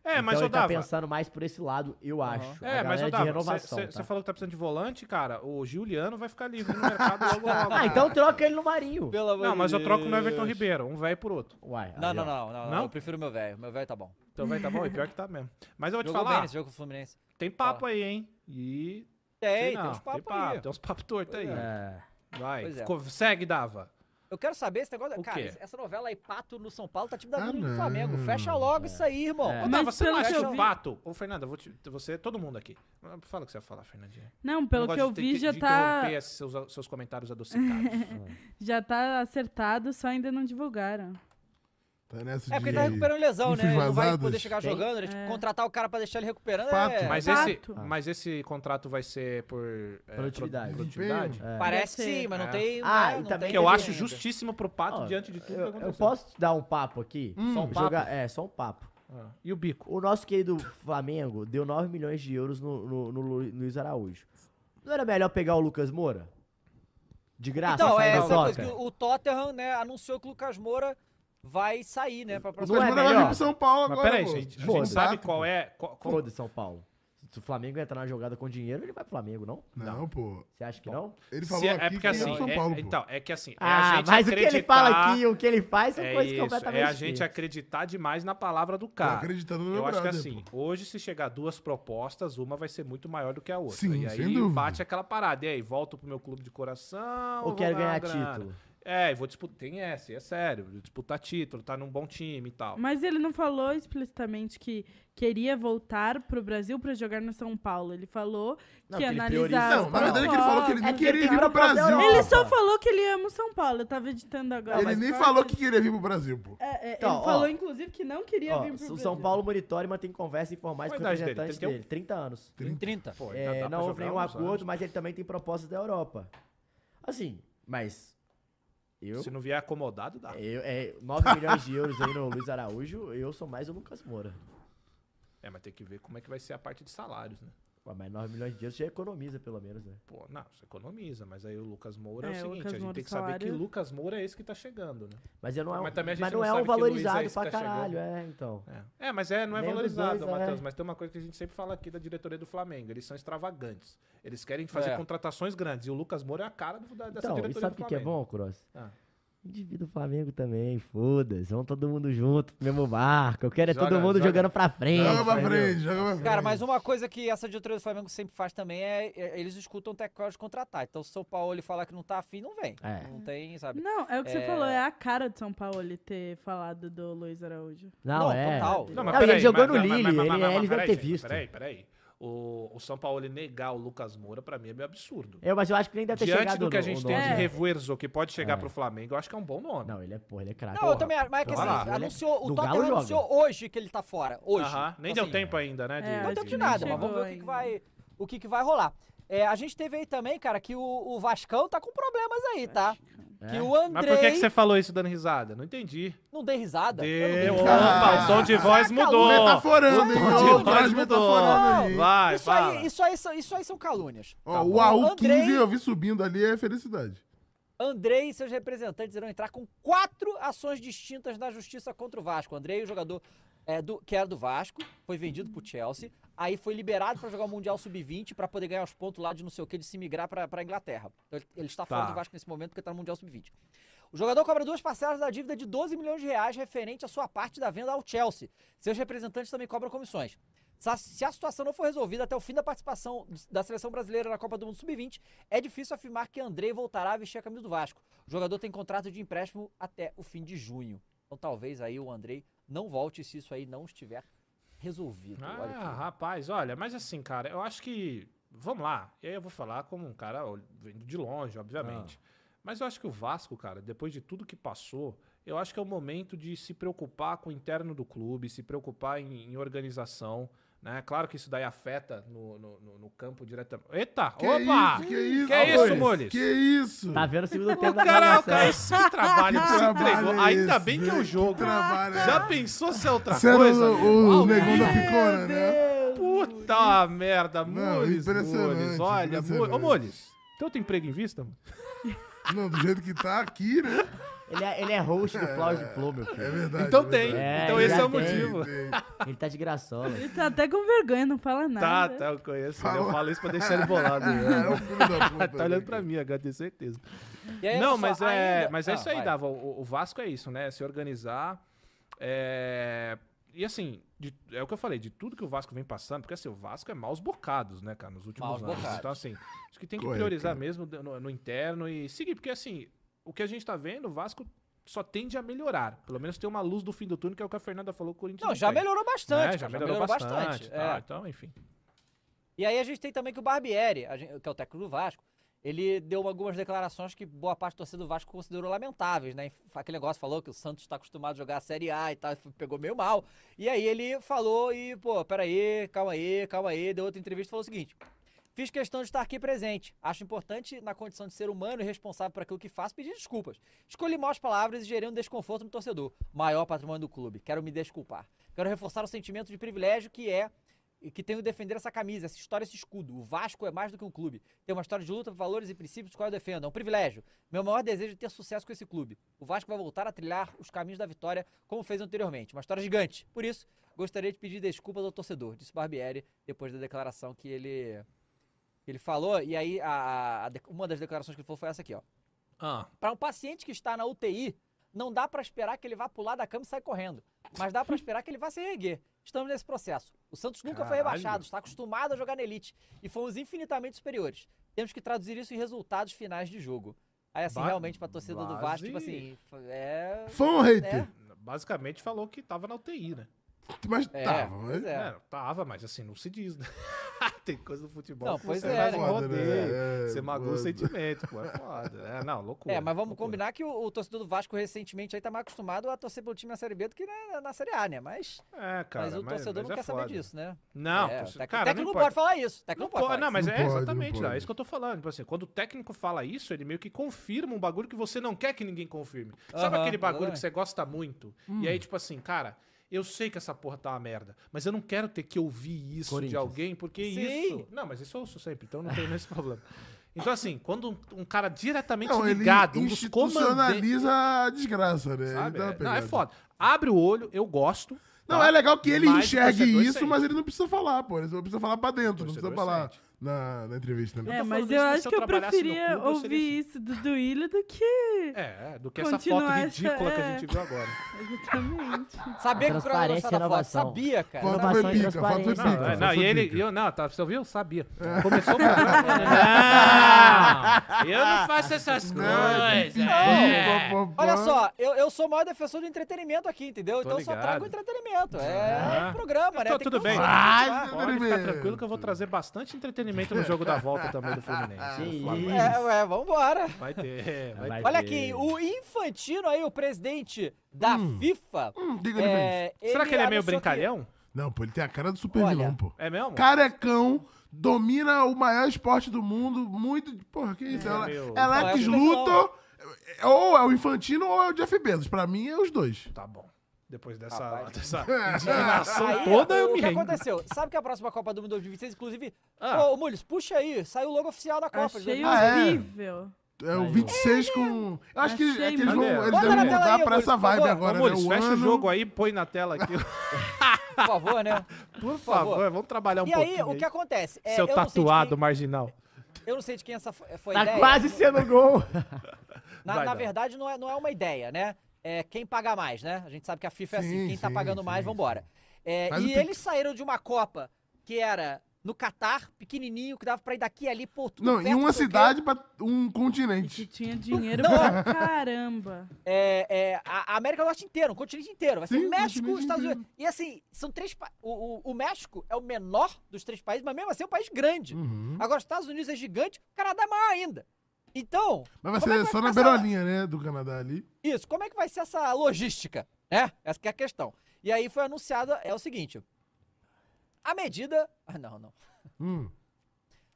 É, mas
então,
eu
ele tá
dava.
pensando mais por esse lado, eu acho.
É,
Tipo,
mas eu
a galera
dava.
de renovação,
Você
tá?
falou que tá precisando de volante, cara. O Giuliano vai ficar livre no mercado logo logo.
Ah, então troca ele no Marinho.
Pelo amor
Não,
de
mas eu troco no Everton
Deus.
Ribeiro, um velho por outro.
Uai,
Não,
aí,
não,
ó.
não, não, não.
Não?
Eu prefiro meu velho. Meu velho tá bom.
Então vai tá bom, e pior que tá mesmo. Mas eu vou te
Jogou bem
falar,
né?
nesse jogo com o Fluminense.
tem papo aí, hein? E.
É,
sei
Tem,
não,
tem uns papos aí.
Tem uns papos tortos aí.
É.
Vai.
Pois é.
co- Segue, Dava.
Eu quero saber esse negócio.
O
cara,
quê?
essa novela aí, Pato no São Paulo, tá tipo da
Ah,
vida do
não.
Flamengo. Fecha logo isso aí, irmão.
É.
tá,
Ô, Dava,
Mas
você não
pelo que
acha
eu
um
vi-
pato? Ô, Fernanda, vou te, você, todo mundo aqui. Fala o que você ia falar, Fernandinha.
Não, pelo
não
que
gosto
eu
de ter
vi,
que-
já
de
tá,
interromper esses seus, seus comentários adocicados.
já tá acertado, só ainda não divulgaram.
tá nessa
É porque ele
de...
tá recuperando lesão, né?
Infos
Não vai poder
vazadas?
chegar
Tem.
jogando, né? Tipo, contratar o cara pra deixar ele recuperando
Pato.
é...
mas,
Pato.
esse, mas esse contrato vai ser por... é,
Produtividade.
pro- produtividade?
Parece
Deve ser.
sim, mas não
É.
tem...
Ah,
né?
e
não
também
tem
Que eu
ninguém
acho
ainda.
justíssimo pro Pato
Ó,
diante de tudo que
Eu, eu
aconteceu.
posso dar um papo aqui?
Hum.
só um papo? Jogar- é, só um papo.
Ah, E o bico?
O nosso querido Flamengo deu 9 milhões de euros no, no, no Lu- Luiz Araújo. Não era melhor pegar o Lucas Moura? De graça?
Então,
sair
é
da
essa coisa que
Toca?
o Tottenham, né, anunciou que o Lucas Moura vai sair, né? Pra
O
próxima...
Não é
Cosmo vai vir
melhor?
pro São Paulo
Mas
agora,
peraí,
pô.
gente. A gente
Foda-se.
sabe qual é... qual- qual-
Foda-se, São Paulo. Se o Flamengo entrar na jogada com dinheiro, ele vai pro Flamengo, não?
Não, pô.
Você acha que não?
Ele
se
falou
é,
aqui
é porque
que
assim...
é do São
é-
Paulo, pô.
então, é que assim... é a
Ah,
gente
mas o que ele fala
acreditar-
aqui, o que ele faz, são
É
coisas
isso,
completamente
é a gente
diferentes.
acreditar demais na palavra do
Tô
cara.
acreditando no meu
Eu acho que
brother,
assim,
pô.
hoje se chegar duas propostas, uma vai ser muito maior do que a outra.
Sim,
e
sem
aí
dúvida.
bate aquela parada. E aí, volto pro meu clube de coração.
Ou
vou
quero ganhar
grana.
título?
É, e vou disputar. Tem essa, e é sério. vou Disputar título, tá num bom time e tal.
Mas ele não falou explicitamente que queria voltar pro Brasil pra jogar no São Paulo. Ele falou
Não,
que
que ele
analisava.
prioriza-
Não, na verdade é que ele falou que ele
É
não
que ele
queria ir
vira
pro
pra
Brasil.
Europa.
Ele só falou que ele ama o São Paulo. Eu tava editando agora.
Ele
mas
nem
corta.
falou que queria vir pro Brasil, pô.
É, é,
Então,
ele
ó.
falou, inclusive, que não queria
Ó,
vir pro
o
Brasil.
São Paulo monitora e mantém conversas informais
Qual
com
a idade dele?
representantes dele.
31?
30 anos.
Em 30.
Pô,
É,
ainda dá pra
não houve
jogar
nenhum
uns anos.
acordo, mas ele também tem propostas da Europa. Assim, mas. Eu.
Se não vier acomodado, dá.
eu é, 9 milhões de euros aí no Luiz Araújo, eu sou mais o Lucas Moura.
É, mas tem que ver como é que vai ser a parte de salários, né?
Ué, Mas 9 milhões de euros já economiza, pelo menos, né?
Pô, não, você economiza, mas aí o Lucas Moura é,
É, o
o seguinte,
Lucas
a gente
Moura
tem que saber que
salário-
Lucas Moura é esse que tá chegando, né?
Mas, eu não é um,
Mas
mas,
também a gente
não,
não
é
sabe
um
que Luiz é esse
valorizado
que
pra
tá
caralho,
chegando.
é, então.
É, É, mas é, não é
Nem dos
valorizado,
dois, é.
Matheus, mas tem uma coisa que a gente sempre fala aqui da diretoria do Flamengo, eles são extravagantes. Eles querem fazer
É.
contratações grandes, e o Lucas Moura é a cara do- da, dessa
Então, e
diretoria
sabe o
do Flamengo.
que, que é bom, Cross?
Ah.
Indivíduo do Flamengo também, foda-se. Vamos todo mundo junto, pro mesmo barco. Eu quero é todo
Joga,
mundo
joga.
jogando pra frente.
Joga pra
entendeu?
frente, joga pra frente.
Cara, mas uma coisa que essa diretoria do Flamengo sempre faz também é, é- eles escutam o técnico contratar. Então, se o São Paulo ele falar que não tá afim, não vem.
É.
Não tem, sabe?
Não, é o que você
É.
falou, é a cara de São Paulo ele ter falado do Luiz Araújo.
Não,
Não,
é.
total.
Não, ele jogou no Lille, ele- é
mas-
ele
mas
deve
peraí,
ter
gente,
visto.
Peraí, peraí. O, o São Paulo ele negar o Lucas Moura, pra mim, é meio absurdo.
Eu, mas eu acho que nem deve ter
Diante
chegado
do que a
no-
gente
no
tem de
nome.
reverso que pode chegar
É.
pro Flamengo, eu acho que é um bom nome.
Não, ele é porra, ele é craque.
Não, eu também acho. Mas é que
Vai lá.
assim, anunciou, o
Do Galo
Tottenham
joga.
anunciou hoje que ele tá fora. Hoje.
Aham, Nem
Então,
deu tempo ainda, né?
É,
Não deu tempo de
nem
nada, mas
chegou
vamos ver o que, que
ainda.
vai, o que, que vai rolar. É, a gente teve aí também, cara, que o, o Vascão tá com problemas aí, tá? Que o
É.
Andrei...
Mas por que, que você falou isso dando risada? Não entendi.
Não dei risada. eu não dei
Deu.
risada. é
Opa, o tom de voz
Saca,
mudou.
Metaforando, hein?
O
Ó,
tom
o
de voz
Braz
mudou.
metaforando aí.
Vai,
Isso aí,
fala.
isso, aí, são- isso aí são calúnias.
Ó,
Tá bom?
o AU15
Andrei,
eu vi subindo ali, é felicidade.
Andrei e seus representantes irão entrar com quatro ações distintas na justiça contra o Vasco. Andrei, o jogador é, do, que era do Vasco, foi vendido pro Chelsea, aí foi liberado pra jogar o Mundial Sub-20 pra poder ganhar os pontos lá de não sei o que, de se migrar pra pra Inglaterra. Então, ele- ele está fora
Tá.
do Vasco nesse momento porque tá no Mundial Sub-20. O jogador cobra duas parcelas da dívida de 12 milhões de reais referente à sua parte da venda ao Chelsea. Seus representantes também cobram comissões. Se a- Se a situação não for resolvida até o fim da participação da seleção brasileira na Copa do Mundo Sub-20, é difícil afirmar que Andrei voltará a vestir a camisa do Vasco. O jogador tem contrato de empréstimo até o fim de junho. Então talvez aí o Andrei não volte se isso aí não estiver resolvido. Olha
Ah,
que-
rapaz, olha, mas assim, cara, eu acho que. Vamos lá. E aí eu vou falar como um cara ó, vindo de longe, obviamente.
Ah.
Mas eu acho que o Vasco, cara, depois de tudo que passou, eu acho que é o momento de se preocupar com o interno do clube, se preocupar em, em organização. Né? Claro que isso daí afeta no, no- no- no campo diretamente. Eita!
Que
opa!
isso, que é isso,
Que é isso,
Moles?
Moles?
Que isso?
Tá vendo o segundo tempo da
Caraca,
gravação.
esse trabalho que você
trabalho
entregou.
é
Ainda
esse,
bem que é
né?
o jogo.
Trabalho é-
Já pensou se é outra
Sendo
coisa?
o, o
Ao
negão da
vivo.
picona, né?
Puta merda,
Não,
Mules,
impressionante,
Mules, olha, Mules. Ô,
impressionante.
Mules, tem outro emprego em vista? mano?
Não, do jeito que tá aqui, né?
Ele é, ele é host do Cláudio Flow, meu
É
filho.
verdade.
então
é
tem,
verdade.
É,
então esse é o
já tem.
motivo.
Tem,
Ele tá de graçola.
Ele tá até com vergonha, não fala
Tá,
nada.
tá, eu conheço ele, eu
Fala.
falo isso pra deixar ele
Tá
bolado. né?
É o filho da puta.
tá olhando pra mim agora, tenho certeza.
E aí,
Não,
pessoal,
mas é,
ainda-
mas é
Ah,
isso aí,
vai.
Dava. O, o Vasco é isso, né? Se organizar. é, E assim, de- é o que eu falei, de tudo que o Vasco vem passando, porque assim, o Vasco é maus bocados, né, cara, nos últimos
Maus
anos.
bocados.
Então, assim, acho que tem que
Correto.
priorizar mesmo no, no interno e seguir, porque assim, o que a gente tá vendo, o Vasco só tende a melhorar. Pelo menos tem uma luz do fim do túnel, que é o que a Fernanda falou, o Corinthians.
Não, já
tem,
melhorou
né?
bastante. cara,
Já melhorou, bastante. tá?
é.
Então, enfim.
E aí a gente tem também que o Barbieri, a gen- que é o técnico do Vasco, ele deu algumas declarações que boa parte do torcida do Vasco considerou lamentáveis, né? Aquele negócio falou que o Santos está acostumado a jogar a Série A e tal, pegou meio mal. E aí ele falou e, pô, peraí, calma aí, calma aí, deu outra entrevista e falou o seguinte. Fiz questão de estar aqui presente. Acho importante, na condição de ser humano e responsável por aquilo que faço, pedir desculpas. Escolhi maus palavras e gerei um desconforto no torcedor. Maior patrimônio do clube. Quero me desculpar. Quero reforçar o sentimento de privilégio que é e que tenho que defender essa camisa, essa história, esse escudo. O Vasco é mais do que um clube. Tem uma história de luta, valores e princípios, qual eu defendo. É um privilégio. Meu maior desejo é ter sucesso com esse clube. O Vasco vai voltar a trilhar os caminhos da vitória, como fez anteriormente. Uma história gigante. Por isso, gostaria de pedir desculpas ao torcedor, disse Barbieri, depois da declaração que ele, que ele falou. E aí, a- a- a de- uma das declarações que ele falou foi essa aqui, ó.
Ah,
Para um paciente que está na UTI, não dá para esperar que ele vá pular da cama e sair correndo. Mas dá para esperar que ele vá se erguer. Estamos nesse processo. O Santos nunca foi
Caralho.
rebaixado, está acostumado a jogar na elite e fomos infinitamente superiores. Temos que traduzir isso em resultados finais de jogo. Aí, assim,
Ba-
realmente, pra torcida do Vasco, tipo
base-
assim, f- é.
Fã ou um
Né?
hater?
Basicamente falou que tava na UTI, né?
Mas
É,
tava,
pois
mas...
é.
É, tava, mas assim, não se diz, né? Tem coisa do futebol.
Não,
que
pois
você
é,
vai
né?
com rodeio,
Foda, tá né?
Você
É,
magoa o
foda.
sentimento, pô. É foda. É, não, loucura.
É, mas vamos
loucura.
combinar que o, o torcedor do Vasco recentemente aí tá mais acostumado a torcer pelo time na Série B do que na, na Série A, né? Mas,
É, cara.
mas o torcedor
mas
não
é
quer saber
foda.
disso, né?
Não,
é,
torcedor-
o técnico-
cara,
técnico
não
não
pode.
pode falar isso. o Técnico
Não
não pode,
pode,
falar
não, mas
Não
é
pode, não
exatamente, não,
pode.
é isso que eu tô falando. Tipo assim, quando o técnico fala isso, ele meio que confirma um bagulho que você não quer que ninguém confirme. Sabe
Aham,
aquele bagulho
exatamente.
que você gosta muito?
Hum.
E aí, tipo assim, cara, eu sei que essa porra tá uma merda, mas eu não quero ter que ouvir isso de
Corinthians.
alguém, porque
Sim.
isso. Não, mas isso eu ouço sempre, então não tenho esse problema. Então, assim, quando um, um cara diretamente
Não, ele
ligado, um dos comandantes.
institucionaliza a desgraça, né? Ele
sabe?
dá uma
É, Não, é
pegada.
foda. Abre o olho, eu gosto.
Não,
tá?
é legal que ele
Mas o
enxergue
torcedor é
isso,
sente.
mas ele não precisa falar, pô. Ele só precisa falar pra dentro, não
Torcedor
precisa falar
sente.
na, na entrevista. Né?
É,
tô falando
mas
isso,
eu
mas se
acho
eu
que eu
trabalhasse no
preferia
clube, eu seria
ouvir isso do Duílio do que.
É, do que essa foto
Continuar essa-
ridícula que a
é.
gente viu agora.
Exatamente.
Sabia que o Croia gostava
Transparência
da
e
foto.
inovação.
Sabia, cara.
Foto
Inovação
foi
e
pica, foto foi
transparência.
pica.
Não, é,
foto
não, e
foi
ele.
pica.
Eu, não, tá, você ouviu? Sabia. Começou o programa falando, Não! Eu não faço essas coisas. é."
Pô, pô, pô, pô.
Olha só, eu, eu sou o maior defensor do entretenimento aqui, entendeu?
Tô
então eu só
ligado.
trago entretenimento. É
Ah.
programa, né?
Então,
Tem que
tudo bem.
usar,
Mas-
tá?
Pode ficar tranquilo que eu vou trazer bastante entretenimento no jogo da volta também do Fluminense.
Que
do Flamengo.
isso.
É, ué, vambora.
Vai ter, é, vai
Vai
ter.
Olha aqui, o Infantino aí, o presidente da FIFA.
Hum, diga ele fez.
é,
Será que ele é meio
anunciou que-
brincalhão?
Não, pô, ele tem a cara do super
Olha.
vilão, pô.
É mesmo?
Carecão, domina o maior esporte do mundo, muito... Porra, que isso? É, Ela-
meu.
é Lex
Não, é super vilão.
Luthor, ou é o Infantino ou é o Jeff Bezos. Pra mim, é os dois. É,
Tá bom. Depois dessa,
Rapaz.
dessa
Aí, é
indignação toda, eu
o
me
que
rendo.
aconteceu? Sabe que a próxima Copa do Mundo 2026, inclusive...
Ah.
Ô, Mules, puxa aí, saiu o logo oficial da Copa. de
Achei
2026.
Ah, é?
horrível.
É o 26 com... Eu acho que, é que eles,
Achei
vão,
muito.
eles
Bota
devem
na tela
mudar
aí,
pra essa
Amores, por
vibe
favor.
agora, né?
Amores,
O
fecha o
ano-
jogo aí, põe na tela aqui.
Por favor, né?
Por favor, vamos trabalhar um
e
pouquinho.
aí, o que acontece? É,
Seu
eu não sei de
tatuado
quem-
marginal.
eu não sei de quem essa fo- foi a
Tá
ideia.
quase sendo gol.
Na,
Vai,
na
Dado.
verdade, não é, não é uma ideia, né? É quem paga mais, né? A gente sabe que a FIFA é assim,
Sim,
quem tá
sim,
pagando
sim,
mais,
sim.
vambora. É,
Faz o
e
Pix.
eles saíram de uma Copa que era no Catar, pequenininho, que dava pra ir daqui e ali, pô, tudo
Não,
perto,
em uma
sei o quê.
cidade pra um
E que
continente.
tinha dinheiro
Não.
pra caramba.
É, é, a a América do Norte inteira, o continente inteiro. Vai ser
Sim, o
México,
continente
Estados Unidos. E assim, são três. pa- O, o- o México é o menor dos três países, mas mesmo assim é um país grande.
Uhum.
Agora, os Estados Unidos é gigante, o Canadá é maior ainda. Então,
Mas vai
Como é que
ser
vai
só na
ficar essa-
beirolinha, né? Do Canadá ali.
Isso, como é que vai ser essa logística? Né? Essa que é a questão. E aí foi anunciada, é o seguinte. A medida. Ah, não, não.
Hum.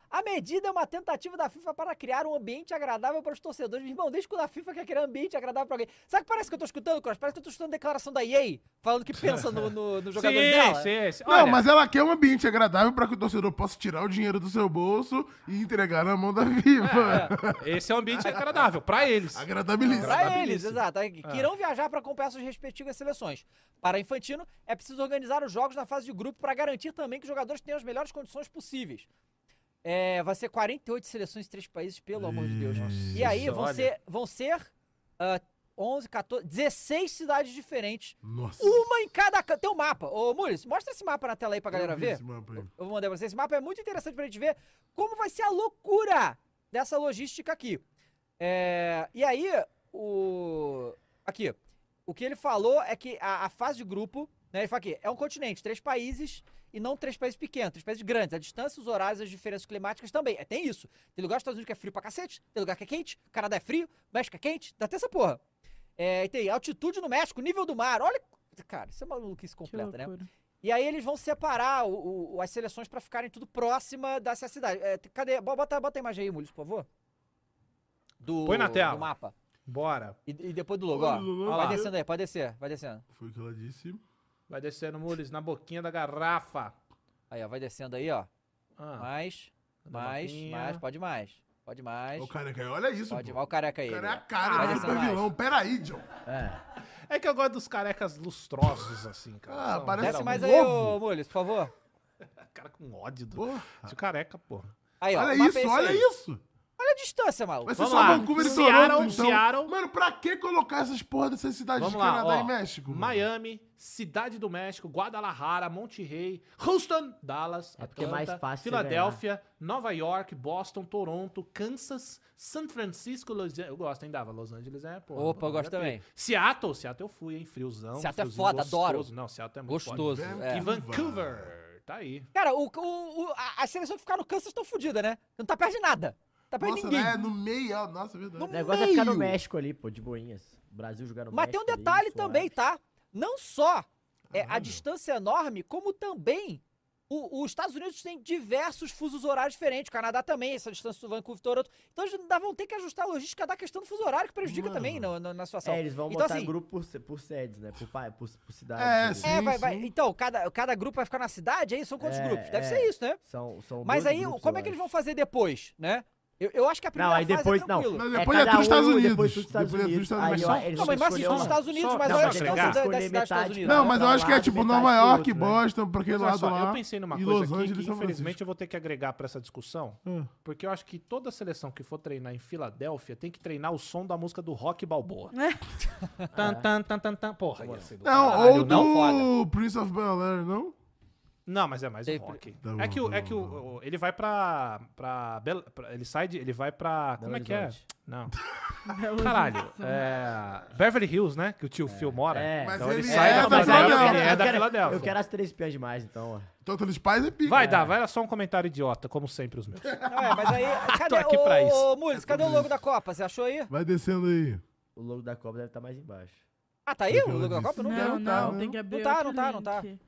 A medida é uma tentativa da FIFA para criar um ambiente agradável para os torcedores. Meu irmão, desde quando a FIFA quer criar um ambiente agradável para alguém. Sabe que parece que eu tô escutando, Cross? Parece que eu tô escutando declaração da EA, falando que pensa no, no, no jogador dela.
sim, sim.
Não,
Olha,
mas ela quer um ambiente agradável pra que o torcedor possa tirar o dinheiro do seu bolso e entregar na mão da FIFA.
Esse é um ambiente agradável pra eles.
É.
Agradabilíssimo.
Pra eles,
Agradabilíssimo. É.
exato. Aí, Que irão viajar para acompanhar suas respectivas seleções. Para Infantino, é preciso organizar os jogos na fase de grupo para garantir também que os jogadores tenham as melhores condições possíveis. É, vai ser 48 seleções de três países, pelo amor de Deus. E aí vão
olha.
ser, vão ser ah, 11, 14, 16 cidades diferentes.
Nossa.
Uma em cada. ca- Tem um mapa. Ô, Muris, mostra esse mapa na tela aí pra galera
Eu vi
ver.
esse mapa aí.
Eu vou mandar pra vocês. Esse mapa é muito interessante pra gente ver como vai ser a loucura dessa logística aqui. É, E aí, o. Aqui. O que ele falou é que a, a fase de grupo, né? Ele fala aqui, é um continente, três países e não três países pequenos, três países grandes. A distância, os horários, as diferenças climáticas também. É, tem isso. Tem lugar nos Estados Unidos que é frio pra cacete, tem lugar que é quente, o Canadá é frio, o México é quente, dá até essa porra. É, e tem altitude no México, nível do mar. Olha. Cara, isso é maluquice
Que
completa, né?
loucura.
E aí eles vão separar o- o- as seleções pra ficarem tudo próxima dessa cidade. É, t- cadê? Bo- Bota, bota a imagem aí, Mules, por favor. Do,
Põe na tela.
do mapa.
Bora.
E, e depois do logo, ó.
Olha
Vai
lá.
descendo aí, pode descer, vai descendo.
Foi o que ela disse.
Vai descendo, Mules, na boquinha da garrafa.
Aí, ó, vai descendo aí, ó.
Ah,
Mais,
dá
mais,
uma boquinha.
mais, pode mais. Pode mais.
Olha o careca aí. Olha isso,
Pode,
pô.
olha o careca aí.
O cara é
ele,
a
ó.
cara
Olha
do
essa
super
imagem.
vilão. Peraí, John.
É que eu gosto dos carecas lustrosos, assim, cara.
Ah,
São
parece
Desce
um
mais
geralmente-
aí, ô, Mules, por favor.
Cara com ódio do...
Porra.
de careca, porra.
Aí, ó.
Olha
o mapa é
isso,
esse
olha
aí.
isso.
olha a distância, maluco.
Vai ser
Vamos
só
lá.
Vancouver e
Seattle,
Toronto, então.
Seattle.
Mano, pra que colocar essas porra dessas cidades
Vamos
de
lá,
Canadá
ó,
e México? mano?
Miami, Cidade do México, Guadalajara, Monterrey, Houston, Dallas,
É porque é
Atlanta,
mais fácil você
Filadélfia, Nova York, Boston, Toronto, Kansas, San Francisco, Los Angeles. Eu gosto, hein, Dava? Los Angeles é, pô.
Opa, eu gosto também.
Seattle, Seattle eu fui, hein, friozão.
Seattle é
friozinho
foda, adoro.
gostoso. Não, Seattle é muito
Gostoso. é.
Vem
Foda. E
aqui.
Vancouver, tá aí.
Cara, o, o- o- a, a seleção que ficar no Kansas estão fodida, né? Não tá perto de nada. Tá perto de
Nossa,
ninguém.
né? No meio, ó, nossa, é verdade.
No
O negócio é ficar no
meio.
México ali, pô, de boinhas. O Brasil jogar no
Mas tem
México.
um detalhe
ali, é. Ah. suave.
também, tá? Não só é, a
Caralho.
distância enorme, como também o- os Estados Unidos têm diversos fusos horários diferentes. O Canadá também, essa distância do Vancouver e Toronto. Então eles ainda vão ter que ajustar a logística da questão do fuso horário, que prejudica
Mano.
também na, na- na situação.
É, eles vão
então,
montar
assim,
grupo por, se- por sedes, né? Por, pa- por, por cidades. né?
É,
ali.
sim.
É, vai, vai. Então, cada, cada grupo vai ficar na cidade, aí são quantos
É,
grupos? Deve
é.
ser isso, né?
São, são
Mas
dois
aí,
grupos,
como é
eu
que eles
acho.
vão fazer depois, né? Eu, eu acho que a primeira
Não, aí
fase
depois
é
não.
tranquilo.
Mas depois é
cada
tudo Estados
um,
Unidos.
Depois tudo Estados
Depois é tudo
Unidos.
Estados
Aí,
Unidos.
ó,
Só-
eles
um. Não, mas
vão
mais
escolher
isso dos
uma.
Estados Unidos,
só-
mas
não,
olha a
pra
distância
chegar.
da, da cidade dos Estados Unidos.
Não, mas eu
Pra
acho que é
lá,
tipo
metade
Nova
pro
York,
outro, né?
Boston, pra aquele
Mas olha
lado
só,
lá.
eu pensei numa
e
coisa
Los
aqui que
Angeles, São É. Francisco.
infelizmente eu vou ter que agregar pra essa discussão, porque eu acho que toda seleção que for treinar em Filadélfia tem que treinar o som da música do Rock Balboa. Tan, tan, tan, tan, tan. Porra, ia ser do
Não,
caralho,
ou do
não?
Prince of Bel-Air, não?
Não, mas é mais o
Sempre.
rock.
Tá
é
bom,
que, o,
tá
é que o- o- ele vai pra, pra, Bel- pra- Ele sai de. Ele vai pra. Como é que é?
Horizonte.
Não. Caralho. É, Beverly Hills, né? Que o tio Phil mora.
É.
Mas
Então ele,
ele
sai
é
da
da
Filadélfia. Ele é
Filadélfia.
da
Eu quero-
Filadélfia.
Eu quero as três pias demais, então, ó.
Total Spies é pica.
Vai dar, vai dar só um comentário idiota, como sempre os meus.
Não, é, mas aí.
Ah,
Cadê,
aqui pra
ô,
isso.
ô, Mules, cadê o logo da Copa? Você achou aí?
Vai descendo aí.
O logo da Copa deve estar mais embaixo.
Ah, tá aí
Porque
o
eu
logo da
disse.
Copa? Eu Não, vi.
Não,
quero,
não,
tá,
tem
não.
que abrir
Não tá,
outro
não tá, não tá.
link.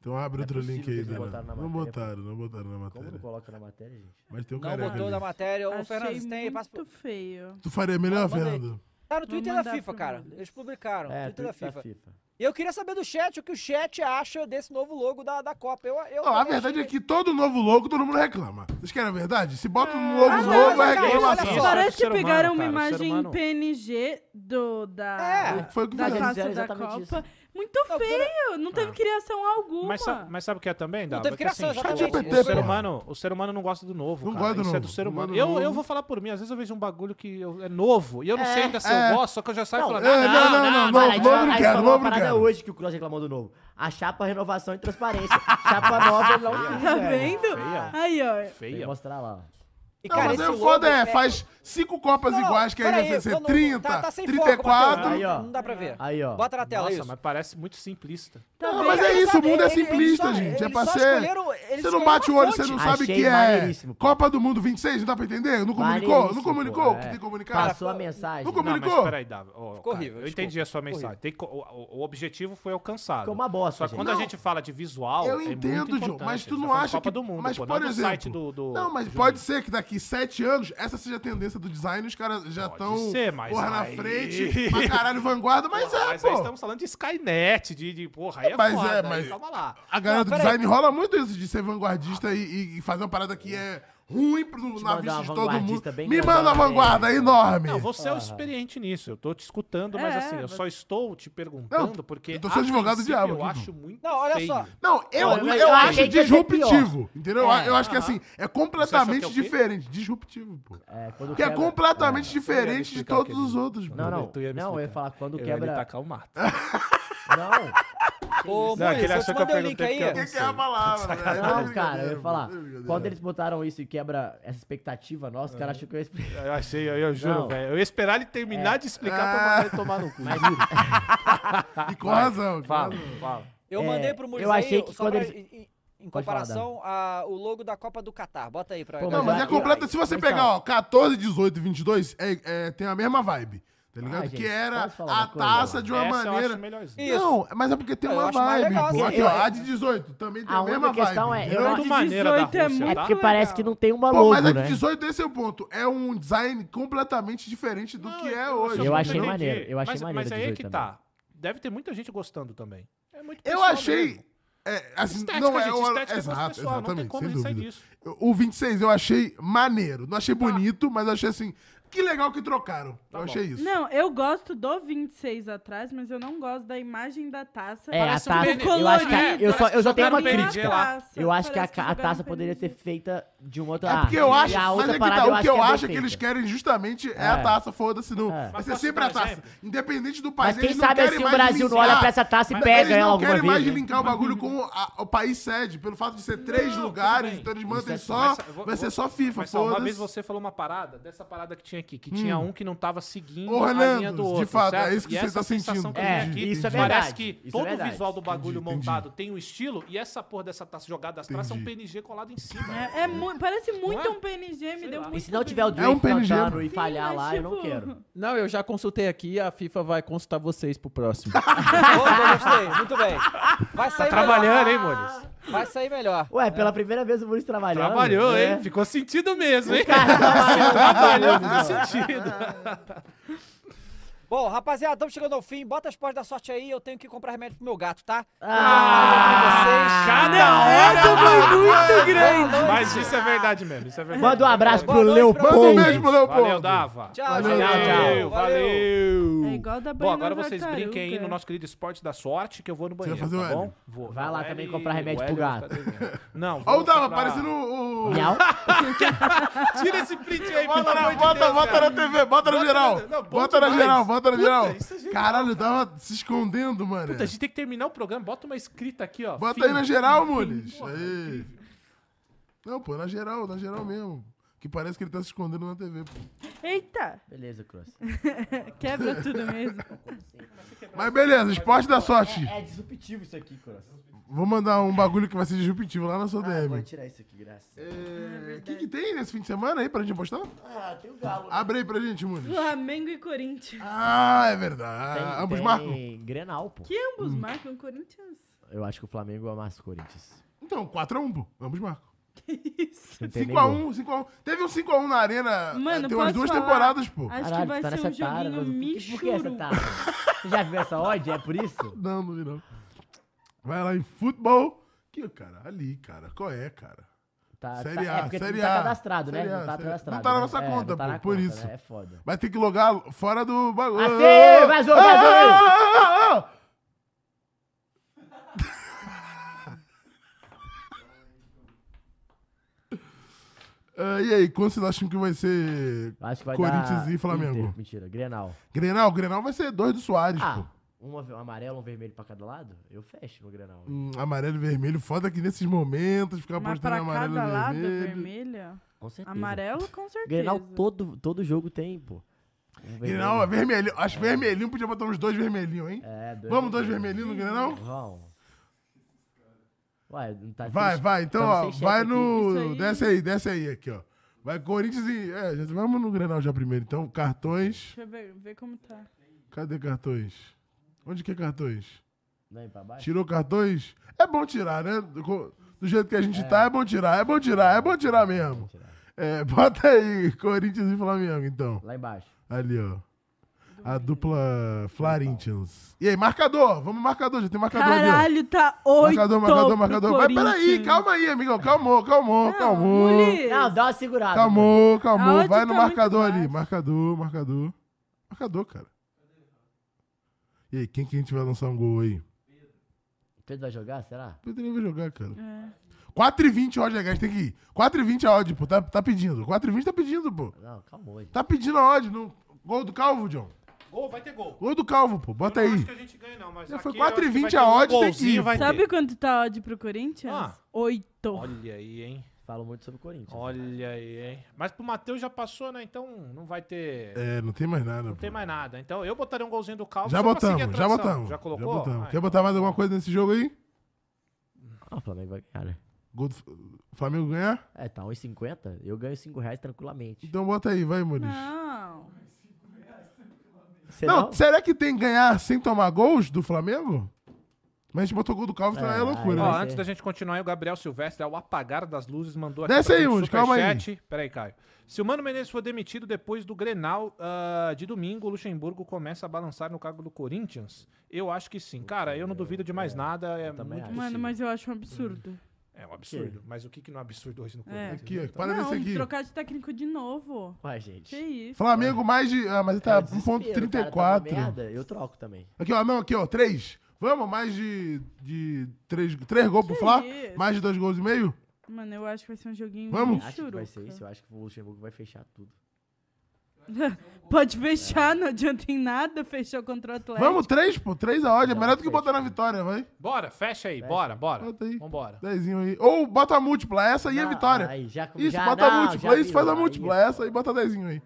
Então abre
É
outro
possível
link
que
aí,
eles
Daniel.
botaram na
Não
matéria,
botaram, não botaram na
Como não
matéria.
coloca na matéria, gente?
Mas tem um
Não
careca
botou
ali.
da matéria. Ô,
Achei
Fernandes, tem aí. Passa...
muito feio.
Tu faria melhor,
Manda aí.
Fernando?
Tá no
Vou
Twitter da
mandar
FIFA,
pro
cara.
Mules.
Eles publicaram.
é,
Twitter da
tudo
FIFA. E eu queria saber do chat o que o chat acha desse novo logo da, da Copa. Eu, eu
Não, a
também
verdade é
achei-
que todo novo logo, todo mundo reclama. Vocês querem a verdade? Se bota um novo
Ah, não,
logo,
mas
é
cara, olha só.
reclamação.
Parece
ser
que
humano,
pegaram uma
cara, ser
imagem
humano.
PNG do, da,
É.
Foi o que
da
fizeram.
taça
Fizeram
da Copa.
exatamente
Muito feio!
Ah.
Não teve criação alguma.
Mas, sa- mas sabe o que é também, Dava?
teve
É que,
criação,
exatamente.
o-
GPT,
o, ser
porra.
humano, o ser humano não gosta do novo,
Não
cara.
gosta do
Isso é do
novo.
ser
Não
humano.
gosta do
Eu, eu
novo.
vou falar por mim. Às vezes eu vejo um bagulho que eu- é novo e eu não sei ainda se
é.
eu gosto, só que eu já saio
Não,
falando...
é,
"Ah,
não,
Cara,
não, não, Novo,
a gente
novo
falou-
não
a gente
quero,
falou uma
novo não
parada
quero.
hoje que o Cross reclamou do novo. A chapa renovação e transparência. chapa nova ele não quis,
Tá
velho.
vendo?
Feia.
Aí, ó.
Tem que
Feia.
mostrar lá. ó.
E,
Não,
cara,
mas aí
esse
o
logo
foda é,
é-
faz cinco copas
Não, não,
iguais, que aí
peraí,
vai ser
não, não,
30,
tá- tá sem foco, Matheus.
34.
Aí, ó.
Não dá pra ver.
Aí, ó.
Bota na tela
Nossa,
isso.
mas parece muito simplista.
Tá
Não,
vendo?
mas é isso, o mundo é
Ele- ele
simplista,
só-
gente. É
eles
pra
só
ser.
escolheram- eles um
Você não
escolheram
bate o
uma
olho, você
fonte.
não
Achei
sabe que é
maneiríssimo, pô.
Copa do Mundo 26, não dá pra entender? Não comunicou? Não
Maneiríssimo,
comunicou
pô,
que
é.
tem que comunicar?
Passou a mensagem.
Nunca-
Não, mas
Comunicou?
peraí, Dava. Ô,
Ficou
cara,
horrível,
Eu entendi
desculpa,
a sua
ficou
mensagem. Tem co- o, o- o objetivo foi alcançado.
Ficou uma bosta,
Só que
gente.
quando a
Não.
gente fala de visual,
Eu
é muito
entendo, John,
importante.
mas
A
tu
gente
não
tá falando
acha
Copa
que...
do mundo,
mas,
pô, não é
por
do
exemplo...
site do, do-
não, mas
do
pode
jogo.
ser que daqui sete anos essa seja a tendência do design, os caras já
Pode
estão
ser, mas
porra na
aí-
frente, pra caralho vanguarda, mas
Porra,
é,
mas
pô.
aí estamos falando de Skynet, de, de porra, aí é
Mas
foda,
é,
aí
mas-
calma lá.
A galera do
Não,
design rola muito isso de ser vanguardista e- e, e fazer uma parada que é ruim pro, na
mandar
vista
uma
de todo mundo.
vanguardista bem
Me manda a
grandona,
vanguarda,
né?
é enorme.
Não, você é o experiente nisso, eu tô te escutando, mas
É,
assim, eu
mas-
só estou te perguntando,
Não,
porque
eu tô sendo
a
advogado do
princípio
diabo
eu
aqui,
acho muito
Não, olha
feio.
só.
Não, eu,
Olha,
eu,
mas eu
acho
achei que ia ser
disruptivo, entendeu?
É,
eu acho que
aham.
assim, é
Você
completamente
achou que é o quê?
diferente. Disruptivo, pô.
É, quando
Que é
quebra-
completamente diferente de
explicar o que
todos
ele-
os outros, pô.
é Não, não.
Tu ia me
Não, eu ia
explicar.
falar quando
Eu ia lhe
quebra.
tacar o mato.
Não.
Ô,
Não, aquele
Mules, eu
achou
te
que eu
mandei o link
perguntei
aí.
porque
O que, que é a palavra? né? É
Não, cara,
brincadeira,
eu ia
pô,
falar.
é brincadeira.
Quando eles botaram isso e quebra essa expectativa nossa, o
É.
cara achou que eu ia explicar.
Eu achei, eu, eu juro,
Não.
velho. Eu ia esperar ele terminar de explicar pra mandar ele tomar no cu.
Mas juro,
E Tá, com razão.
Fala, Ah, fala.
Eu
É,
mandei pro Mules
eu achei
aí,
que
só
quando
pra,
eles-
em- em- em
Pode falar,
comparação a o logo da Copa do Catar. Bota aí pra
Pô,
Não,
pra-
mas é
aí-
completa. Se você
mas
pegar,
tá.
ó, 14, 18, 22, é, é, tem a mesma vibe. Tá ligado?
Ah,
que
gente,
era
posso falar
a
uma coisa?
taça de uma
Essa eu acho
maneira.
melhorzinho.
Isso.
Não, mas é porque tem
Eu
uma
acho mais
vibe,
legal,
pô.
assim,
Aqui,
eu-
ó, a de 18 também tem a,
A única
mesma vibe.
questão é, eu
entendeu?
não-
Muito maneira da
18
Rússia,
é
é
muito-
tá?
porque parece que não tem uma
Pô,
logo,
mas a de
né?
18, esse é o ponto. É um design completamente diferente do
Não,
que é
Ah, então eu
hoje.
só
Eu achei
entendi.
maneiro, eu achei
mas,
maneiro
Mas aí é
18
que
também.
tá. Deve ter muita gente gostando também. É muito
Eu
pessoal
achei.
mesmo.
É, assim,
Estética,
não é
gente,
o-
estética é
exato,
gosto pessoal, não tem
exatamente,
como é
sem
ele sair
dúvida.
disso. Tá.
Eu- O 26 eu achei maneiro. Não achei bonito, mas eu achei assim. Que legal que trocaram. eu achei isso.
Não, eu gosto do 26 atrás, mas eu não gosto da imagem da taça.
É, a
Parece um
taça.
bebê
Eu acho que a-
colorido.
eu só, eu só tenho
Parece
uma
uma
crítica.
taça,
Eu acho que a,
parece
ca- a
jogaram
taça poderia ser
PNG.
feita de um outro
É porque eu acho, mas é que tá, o que eu acho é que eles querem justamente é, a
É.
taça, foda-se, não.
É.
Vai
Mas
ser
posso
sempre
dar
a
um
taça.
exemplo?
Independente do país,
Mas quem
eles não
sabe
querem
assim o
mais
Brasil não olha
linkar.
pra essa taça e
Mas
pega
eles
ela
não
alguma
querem mais
vez. né?
linkar o bagulho com a- o país sede, pelo fato de ser três
Não, tudo
lugares,
bem.
então eles mantêm
Isso é
só.
eu vou-
vai
eu
ser
vou-
só FIFA,
mas, Sal, Uma vez
foda-se.
você falou uma parada, dessa parada que tinha aqui, que tinha um que não tava seguindo
Ô,
a linha
Orlando,
do
de
outro,
fato,
certo?
é isso que
E
você
essa
tá sentindo.
sensação que eu
É,
tenho aqui,
isso é
Parece
verdade,
que
isso é
todo o
verdade.
visual do bagulho
Entendi, entendi.
montado tem um estilo, e essa porra dessa taça jogada atrás é um
Entendi.
PNG colado em cima.
É, é mu- parece muito
é?
um PNG, me
Sei
deu
lá.
muito.
E se não tiver o
É um
Drake
PNG,
cantando
mano.
e
Sim,
falhar
mas,
lá, eu não
tipo,
quero.
Não, eu já consultei aqui, a FIFA vai consultar vocês pro próximo.
Opa, gostei, muito bem. Vai sair melhor.
Tá Trabalhando, hein, Muniz?
Vai sair melhor.
Ué, pela primeira vez o Muniz trabalhando.
Trabalhou,
né?
hein? Ficou sentido mesmo, hein?
Trabalhou,
Trabalhou,
Muniz.
ficou sentido.
Bom, rapaziada, estamos chegando ao fim. Bota as portas da sorte aí, eu tenho que comprar remédio pro meu gato, tá?
Ah,
Cada
essa
hora!
foi muito grande.
Mas isso é verdade mesmo, isso é verdade.
Manda um abraço
Boa
pro
noite pra
Um
vocês.
Leopoldo.
beijo pro Leopoldo.
Valeu, Dava.
Tchau,
Valeu,
tchau,
tchau.
tchau.
Valeu, valeu.
É igual da
Bom,
Baiana
agora vocês
Tartaruga.
brinquem aí no nosso querido esporte da sorte, que eu vou no banheiro,
fazer o
tá
L?
bom? Vou.
Vai lá
O L-
também comprar remédio pro
o L eu vou
gato.
ficar devendo. Não,
Olha o Dava, um-
comprar-
parecendo o. o-
Miau.
Tira esse print aí, pelo
Bota na,
amor de
bota,
Deus,
bota
cara.
na TV, bota na geral.
na- não, bom
Bota na
demais.
geral, bota na
Puta,
geral.
isso é genial,
Caralho, tava se escondendo, mano.
Puta, a gente tem que terminar o programa. Bota uma escrita aqui, ó.
Bota
Fim.
aí na geral, Muniz.
Porra,
Aí. Não, pô, na geral, na geral mesmo. Que parece que ele tá se escondendo na TV. Pô.
Eita,
Beleza, Cross.
quebra tudo mesmo.
Mas beleza, esporte da sorte.
É disruptivo isso aqui, Cross.
Vou mandar um bagulho que vai ser disruptivo lá na sua
Ah,
DM.
vou tirar isso aqui, graças.
É, O que, que tem nesse fim de semana aí pra gente apostar?
Ah, tem o Galo.
Abre aí pra gente, Muniz.
Flamengo e Corinthians.
Ah, é
né?
verdade. Ambos marcam?
Grenal, pô.
Que ambos marcam Corinthians?
Eu acho que o Flamengo amassa o Corinthians.
Então, 4x1, pô. Ambos marcam.
Não tem nem gol.
5x1, 5x1. Teve um 5x1 na arena.
Mano,
tem umas
posso
duas
falar?
temporadas, pô.
Acho que
Caralho,
vai
tá
ser
nessa
um
tara,
joguinho
mas Por que é essa
michuru.
tara? Você já viu essa odd? É por isso?
Não, não vi não. Vai lá em futebol. Que, cara, ali, cara. Qual é, cara?
Tá,
Série
tá,
A,
é porque
Série
não tá
A,
cadastrado, né?
Série A,
não tá
Série A.
cadastrado.
Não tá na
né?
nossa
É, não
conta,
tá
pô,
na
por
conta,
isso.
né? É foda.
Vai ter que logar fora do bagulho.
Assim, vazou, vazou
ah, ah, ah. Ah, e aí, quantos vocês acham que vai ser
Eu Acho que vai
Corinthians
dar
e Flamengo.
Inter. Mentira, Grenal.
Grenal? Grenal vai ser dois do Soares,
Ah,
pô.
um ave- um amarelo, um vermelho pra cada lado? Eu fecho no Grenal.
Hum, amarelo e vermelho. Foda que nesses momentos ficar
Mas
apostando
pra
em amarelo
cada
e
lado, é
vermelho.
vermelha.
Com certeza.
Amarelo, com certeza.
Grenal, todo, todo jogo tem, pô. Um
Grenal é vermelhinho. Acho que vermelhinho podia botar uns dois vermelhinhos, hein?
É, dois
Vamos dois vermelhinhos no Grenal?
Vamos. Ué, não tá
Vai,
sem-
vai. Então,
tamo
ó,
sem cheque
vai
aqui.
no.
Isso aí.
Desce aí, desce aí, aqui, ó. Vai Corinthians e. É, já- vamos no Grenal já primeiro. Então, cartões.
Deixa eu ver, ver como tá.
Cadê cartões? Onde que é cartões?
Vem pra baixo.
Tirou cartões? É bom tirar, né? Do co- do jeito que a gente tá, é bom tirar, é bom tirar, é bom tirar mesmo. É, bota aí, Corinthians e Flamengo, então.
Lá embaixo.
Ali, ó. A dupla Florintins. E aí, marcador? Vamos marcador, já tem marcador ali, ó.
Caralho, tá oito
Marcador, marcador,
pro
marcador. Mas peraí,
Corinthians.
calma aí, amigão. Calmou, calmou,
Não,
calmou.
Muniz.
Não, dá uma segurada. mano.
Calmou, calmou.
Aonde
Vai no
tá muito
marcador ali.
baixo?
Marcador, marcador. Marcador, cara. E aí, quem que a gente vai lançar um gol aí?
Pedro vai jogar, será?
O Pedrinho vai jogar, cara.
É.
4h20 a odd, a gente tem que ir. 4h20 a odd, pô. Tá, tá pedindo. 4h20 tá pedindo, pô.
Não, calmou. gente.
Tá pedindo a odd. No... Gol do Calvo, John.
Gol, vai ter gol.
Gol do Calvo, pô. Bota
Eu não acho
aí.
que a gente ganha, não, mas
Já foi
aqui eu acho que
4,20
vai ter
a
um
odd, tem que ir.
golzinho, vai
Sabe
ter.
quanto tá odd pro Corinthians?
Ah.
Oito.
Olha aí, hein?
Falo muito sobre o Corinthians.
Olha aí, hein? Mas pro Matheus já passou, né? Então não vai ter.
É, não tem mais nada,
Não tem
pô.
mais nada. Então eu botaria um golzinho do Calvo.
Já
só pra seguir
botamos,
a
já
tradição.
botamos.
Já colocou?
botamos.
Ah,
Quer botar mais alguma coisa nesse jogo aí?
Ah, o Flamengo vai ganhar, né?
Gol do F- Flamengo ganhar?
É, tá 1,50. Eu ganho 5 reais tranquilamente.
Então bota aí, vai, Muniz.
Não.
Você
Não, será que tem que ganhar sem tomar gols do Flamengo? Mas a gente botou gol do Calvo, então
É,
é loucura.
aí
né?
Ó,
vai
antes
ser.
da gente continuar, aí, o Gabriel Silvestre, ao apagar das luzes, mandou
Desce
pra
aí,
gente um
Mude, calma aí.
superchat. Pera aí, Caio. Se o Mano Menezes for demitido depois do Grenal ah, de domingo, o Luxemburgo começa a balançar no cargo do Corinthians? Eu acho que sim. Cara, eu não duvido de mais nada. É
também
muito
acho.
possível.
Mano, mas eu acho um absurdo.
É um absurdo. Mas o que, que não é absurdo hoje no Corinthians?
Aqui, ó, para
não,
desse aqui.
trocar de técnico de novo.
Ué,
Que
gente.
isso?
Flamengo mais de. Ah, mas ele
É
tá
um desespero, cara, tá uma
1,34.
merda, Eu troco também.
Aqui, ó, não, aqui, ó, 3. Vamos, mais de. de 3, três gols pro
Que
Flá?
isso?
Mais de 2 gols e meio?
Mano, eu acho que vai ser um joguinho
Vamos?
bem
Acho que vai ser
churuca.
isso. Eu acho que o Luxemburgo vai fechar tudo.
Pode fechar, não adianta em nada, fechou contra o Atlético.
Vamos, 3, pô, 3 a odd. É melhor do que botar na vitória, vai.
Bora, fecha aí. Bora, bora.
Bota aí.
Vambora.
Dezinho aí. Ou bota a múltipla, essa aí é
Não,
vitória.
Ah, aí já-
isso,
já-
bota a
não,
múltipla,
já
isso,
viu,
faz a
aí,
múltipla,
pô.
essa aí bota dezinho aí.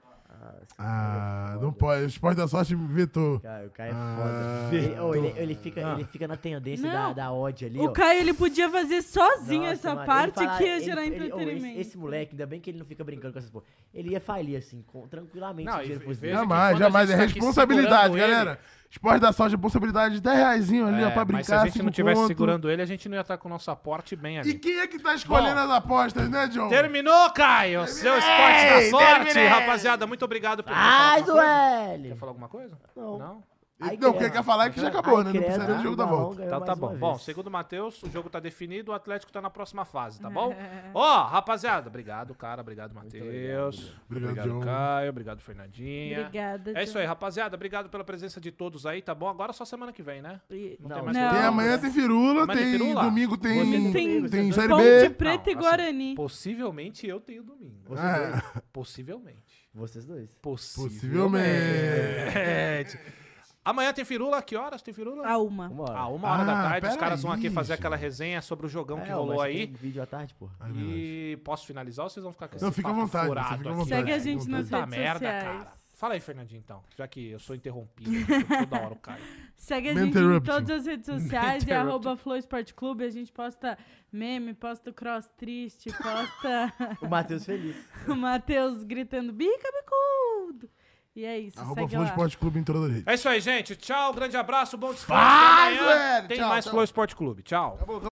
Ah, não pode. O esporte da sorte vetou.
Assim, Cara, o Caio é
Ah.
foda. Ele, ô, ele- ele fica, ele fica na tendência da,
Não.
da ódio ali, ó.
O Caio, ele podia fazer sozinho
Nossa,
essa
mano, ele
parte
fala-
que ia
ele-
gerar
ele- ô, esse-
entretenimento.
Esse, moleque, ainda bem que ele não fica brincando com essas porra. Ele ia falir, assim, com- tranquilamente,
Não,
se o
e-
dinheiro
e
fosse
veja
dele.
que
Jamais,
quando a
jamais. É
gente tá aqui
responsabilidade,
segurando ele-
galera. Esporte da sorte, responsabilidade de 10 reais ali, ó,
É,
pra brincar.
mas se a gente não
cinco
tivesse
conto.
segurando ele, a gente não ia estar com o nosso aporte bem
E
ali.
quem é que tá escolhendo
Bom.
as apostas, né, John?
Terminou, Caio! Seu esporte da sorte, rapaziada. Muito obrigado por
Faz
Quer
o
falar alguma coisa?
L!
Quer falar alguma coisa?
Não. Ai,
Não, o que
credo.
quer falar é que já acabou,
Ai,
né? Não precisa
credo,
nem do jogo da
Marrom
volta.
ganhou
Então tá
mais
bom.
uma
Bom,
vez.
segundo o Matheus, o jogo tá definido, o Atlético tá na próxima fase, tá bom? Ó, rapaziada, obrigado, cara. Obrigado, Matheus.
Obrigado, John.
Caio. Obrigado, Fernandinha.
Obrigada.
É isso aí, rapaziada. Obrigado pela presença de todos aí, tá bom? Agora só semana que vem, né?
aí.
Não,
mais
não.
Tem amanhã, tem firula,
Mas tem
tem
firula?
domingo, tem,
Você
tem,
tem-
série
Ponte
B.
Preta e
Não, assim,
Guarani.
Possivelmente eu tenho domingo.
Vocês dois.
É,
Possivelmente.
Vocês dois.
possivelmente.
Possivelmente. É. Amanhã tem firula, que horas tem firula?
A uma.
Uma
Ah,
hora.
uma hora da
Ah,
tarde, os
pera
caras vão
aí,
aqui fazer
gente.
aquela resenha sobre o jogão que
É, ó,
rolou
mas
aí.
tem vídeo à tarde, porra.
É verdade.
E posso finalizar ou vocês vão ficar com
Não,
esse
fica à
papo
vontade,
furado
você fica à
aqui?
vontade.
Segue a gente nas
Puta
redes
merda,
sociais.
cara. Fala aí, Fernandinho, então. Já que eu sou interrompido, eu toda hora o Caio.
Segue a
Me
gente em
interrupting.
todas as redes sociais,
Me
é arroba Flow Esporte Clube. A gente posta meme, posta o cross triste, posta
O Matheus feliz.
o Matheus gritando bica, bicudo. E é isso,
Arroba
segue
Flow
lá.
Esporte Clube em todas as redes.
É isso aí, gente. Tchau, grande abraço, bom descanso.
Faz,
Amanhã
velho.
Tem
Tchau,
mais
tchau.
Flow Esporte Clube. Tchau.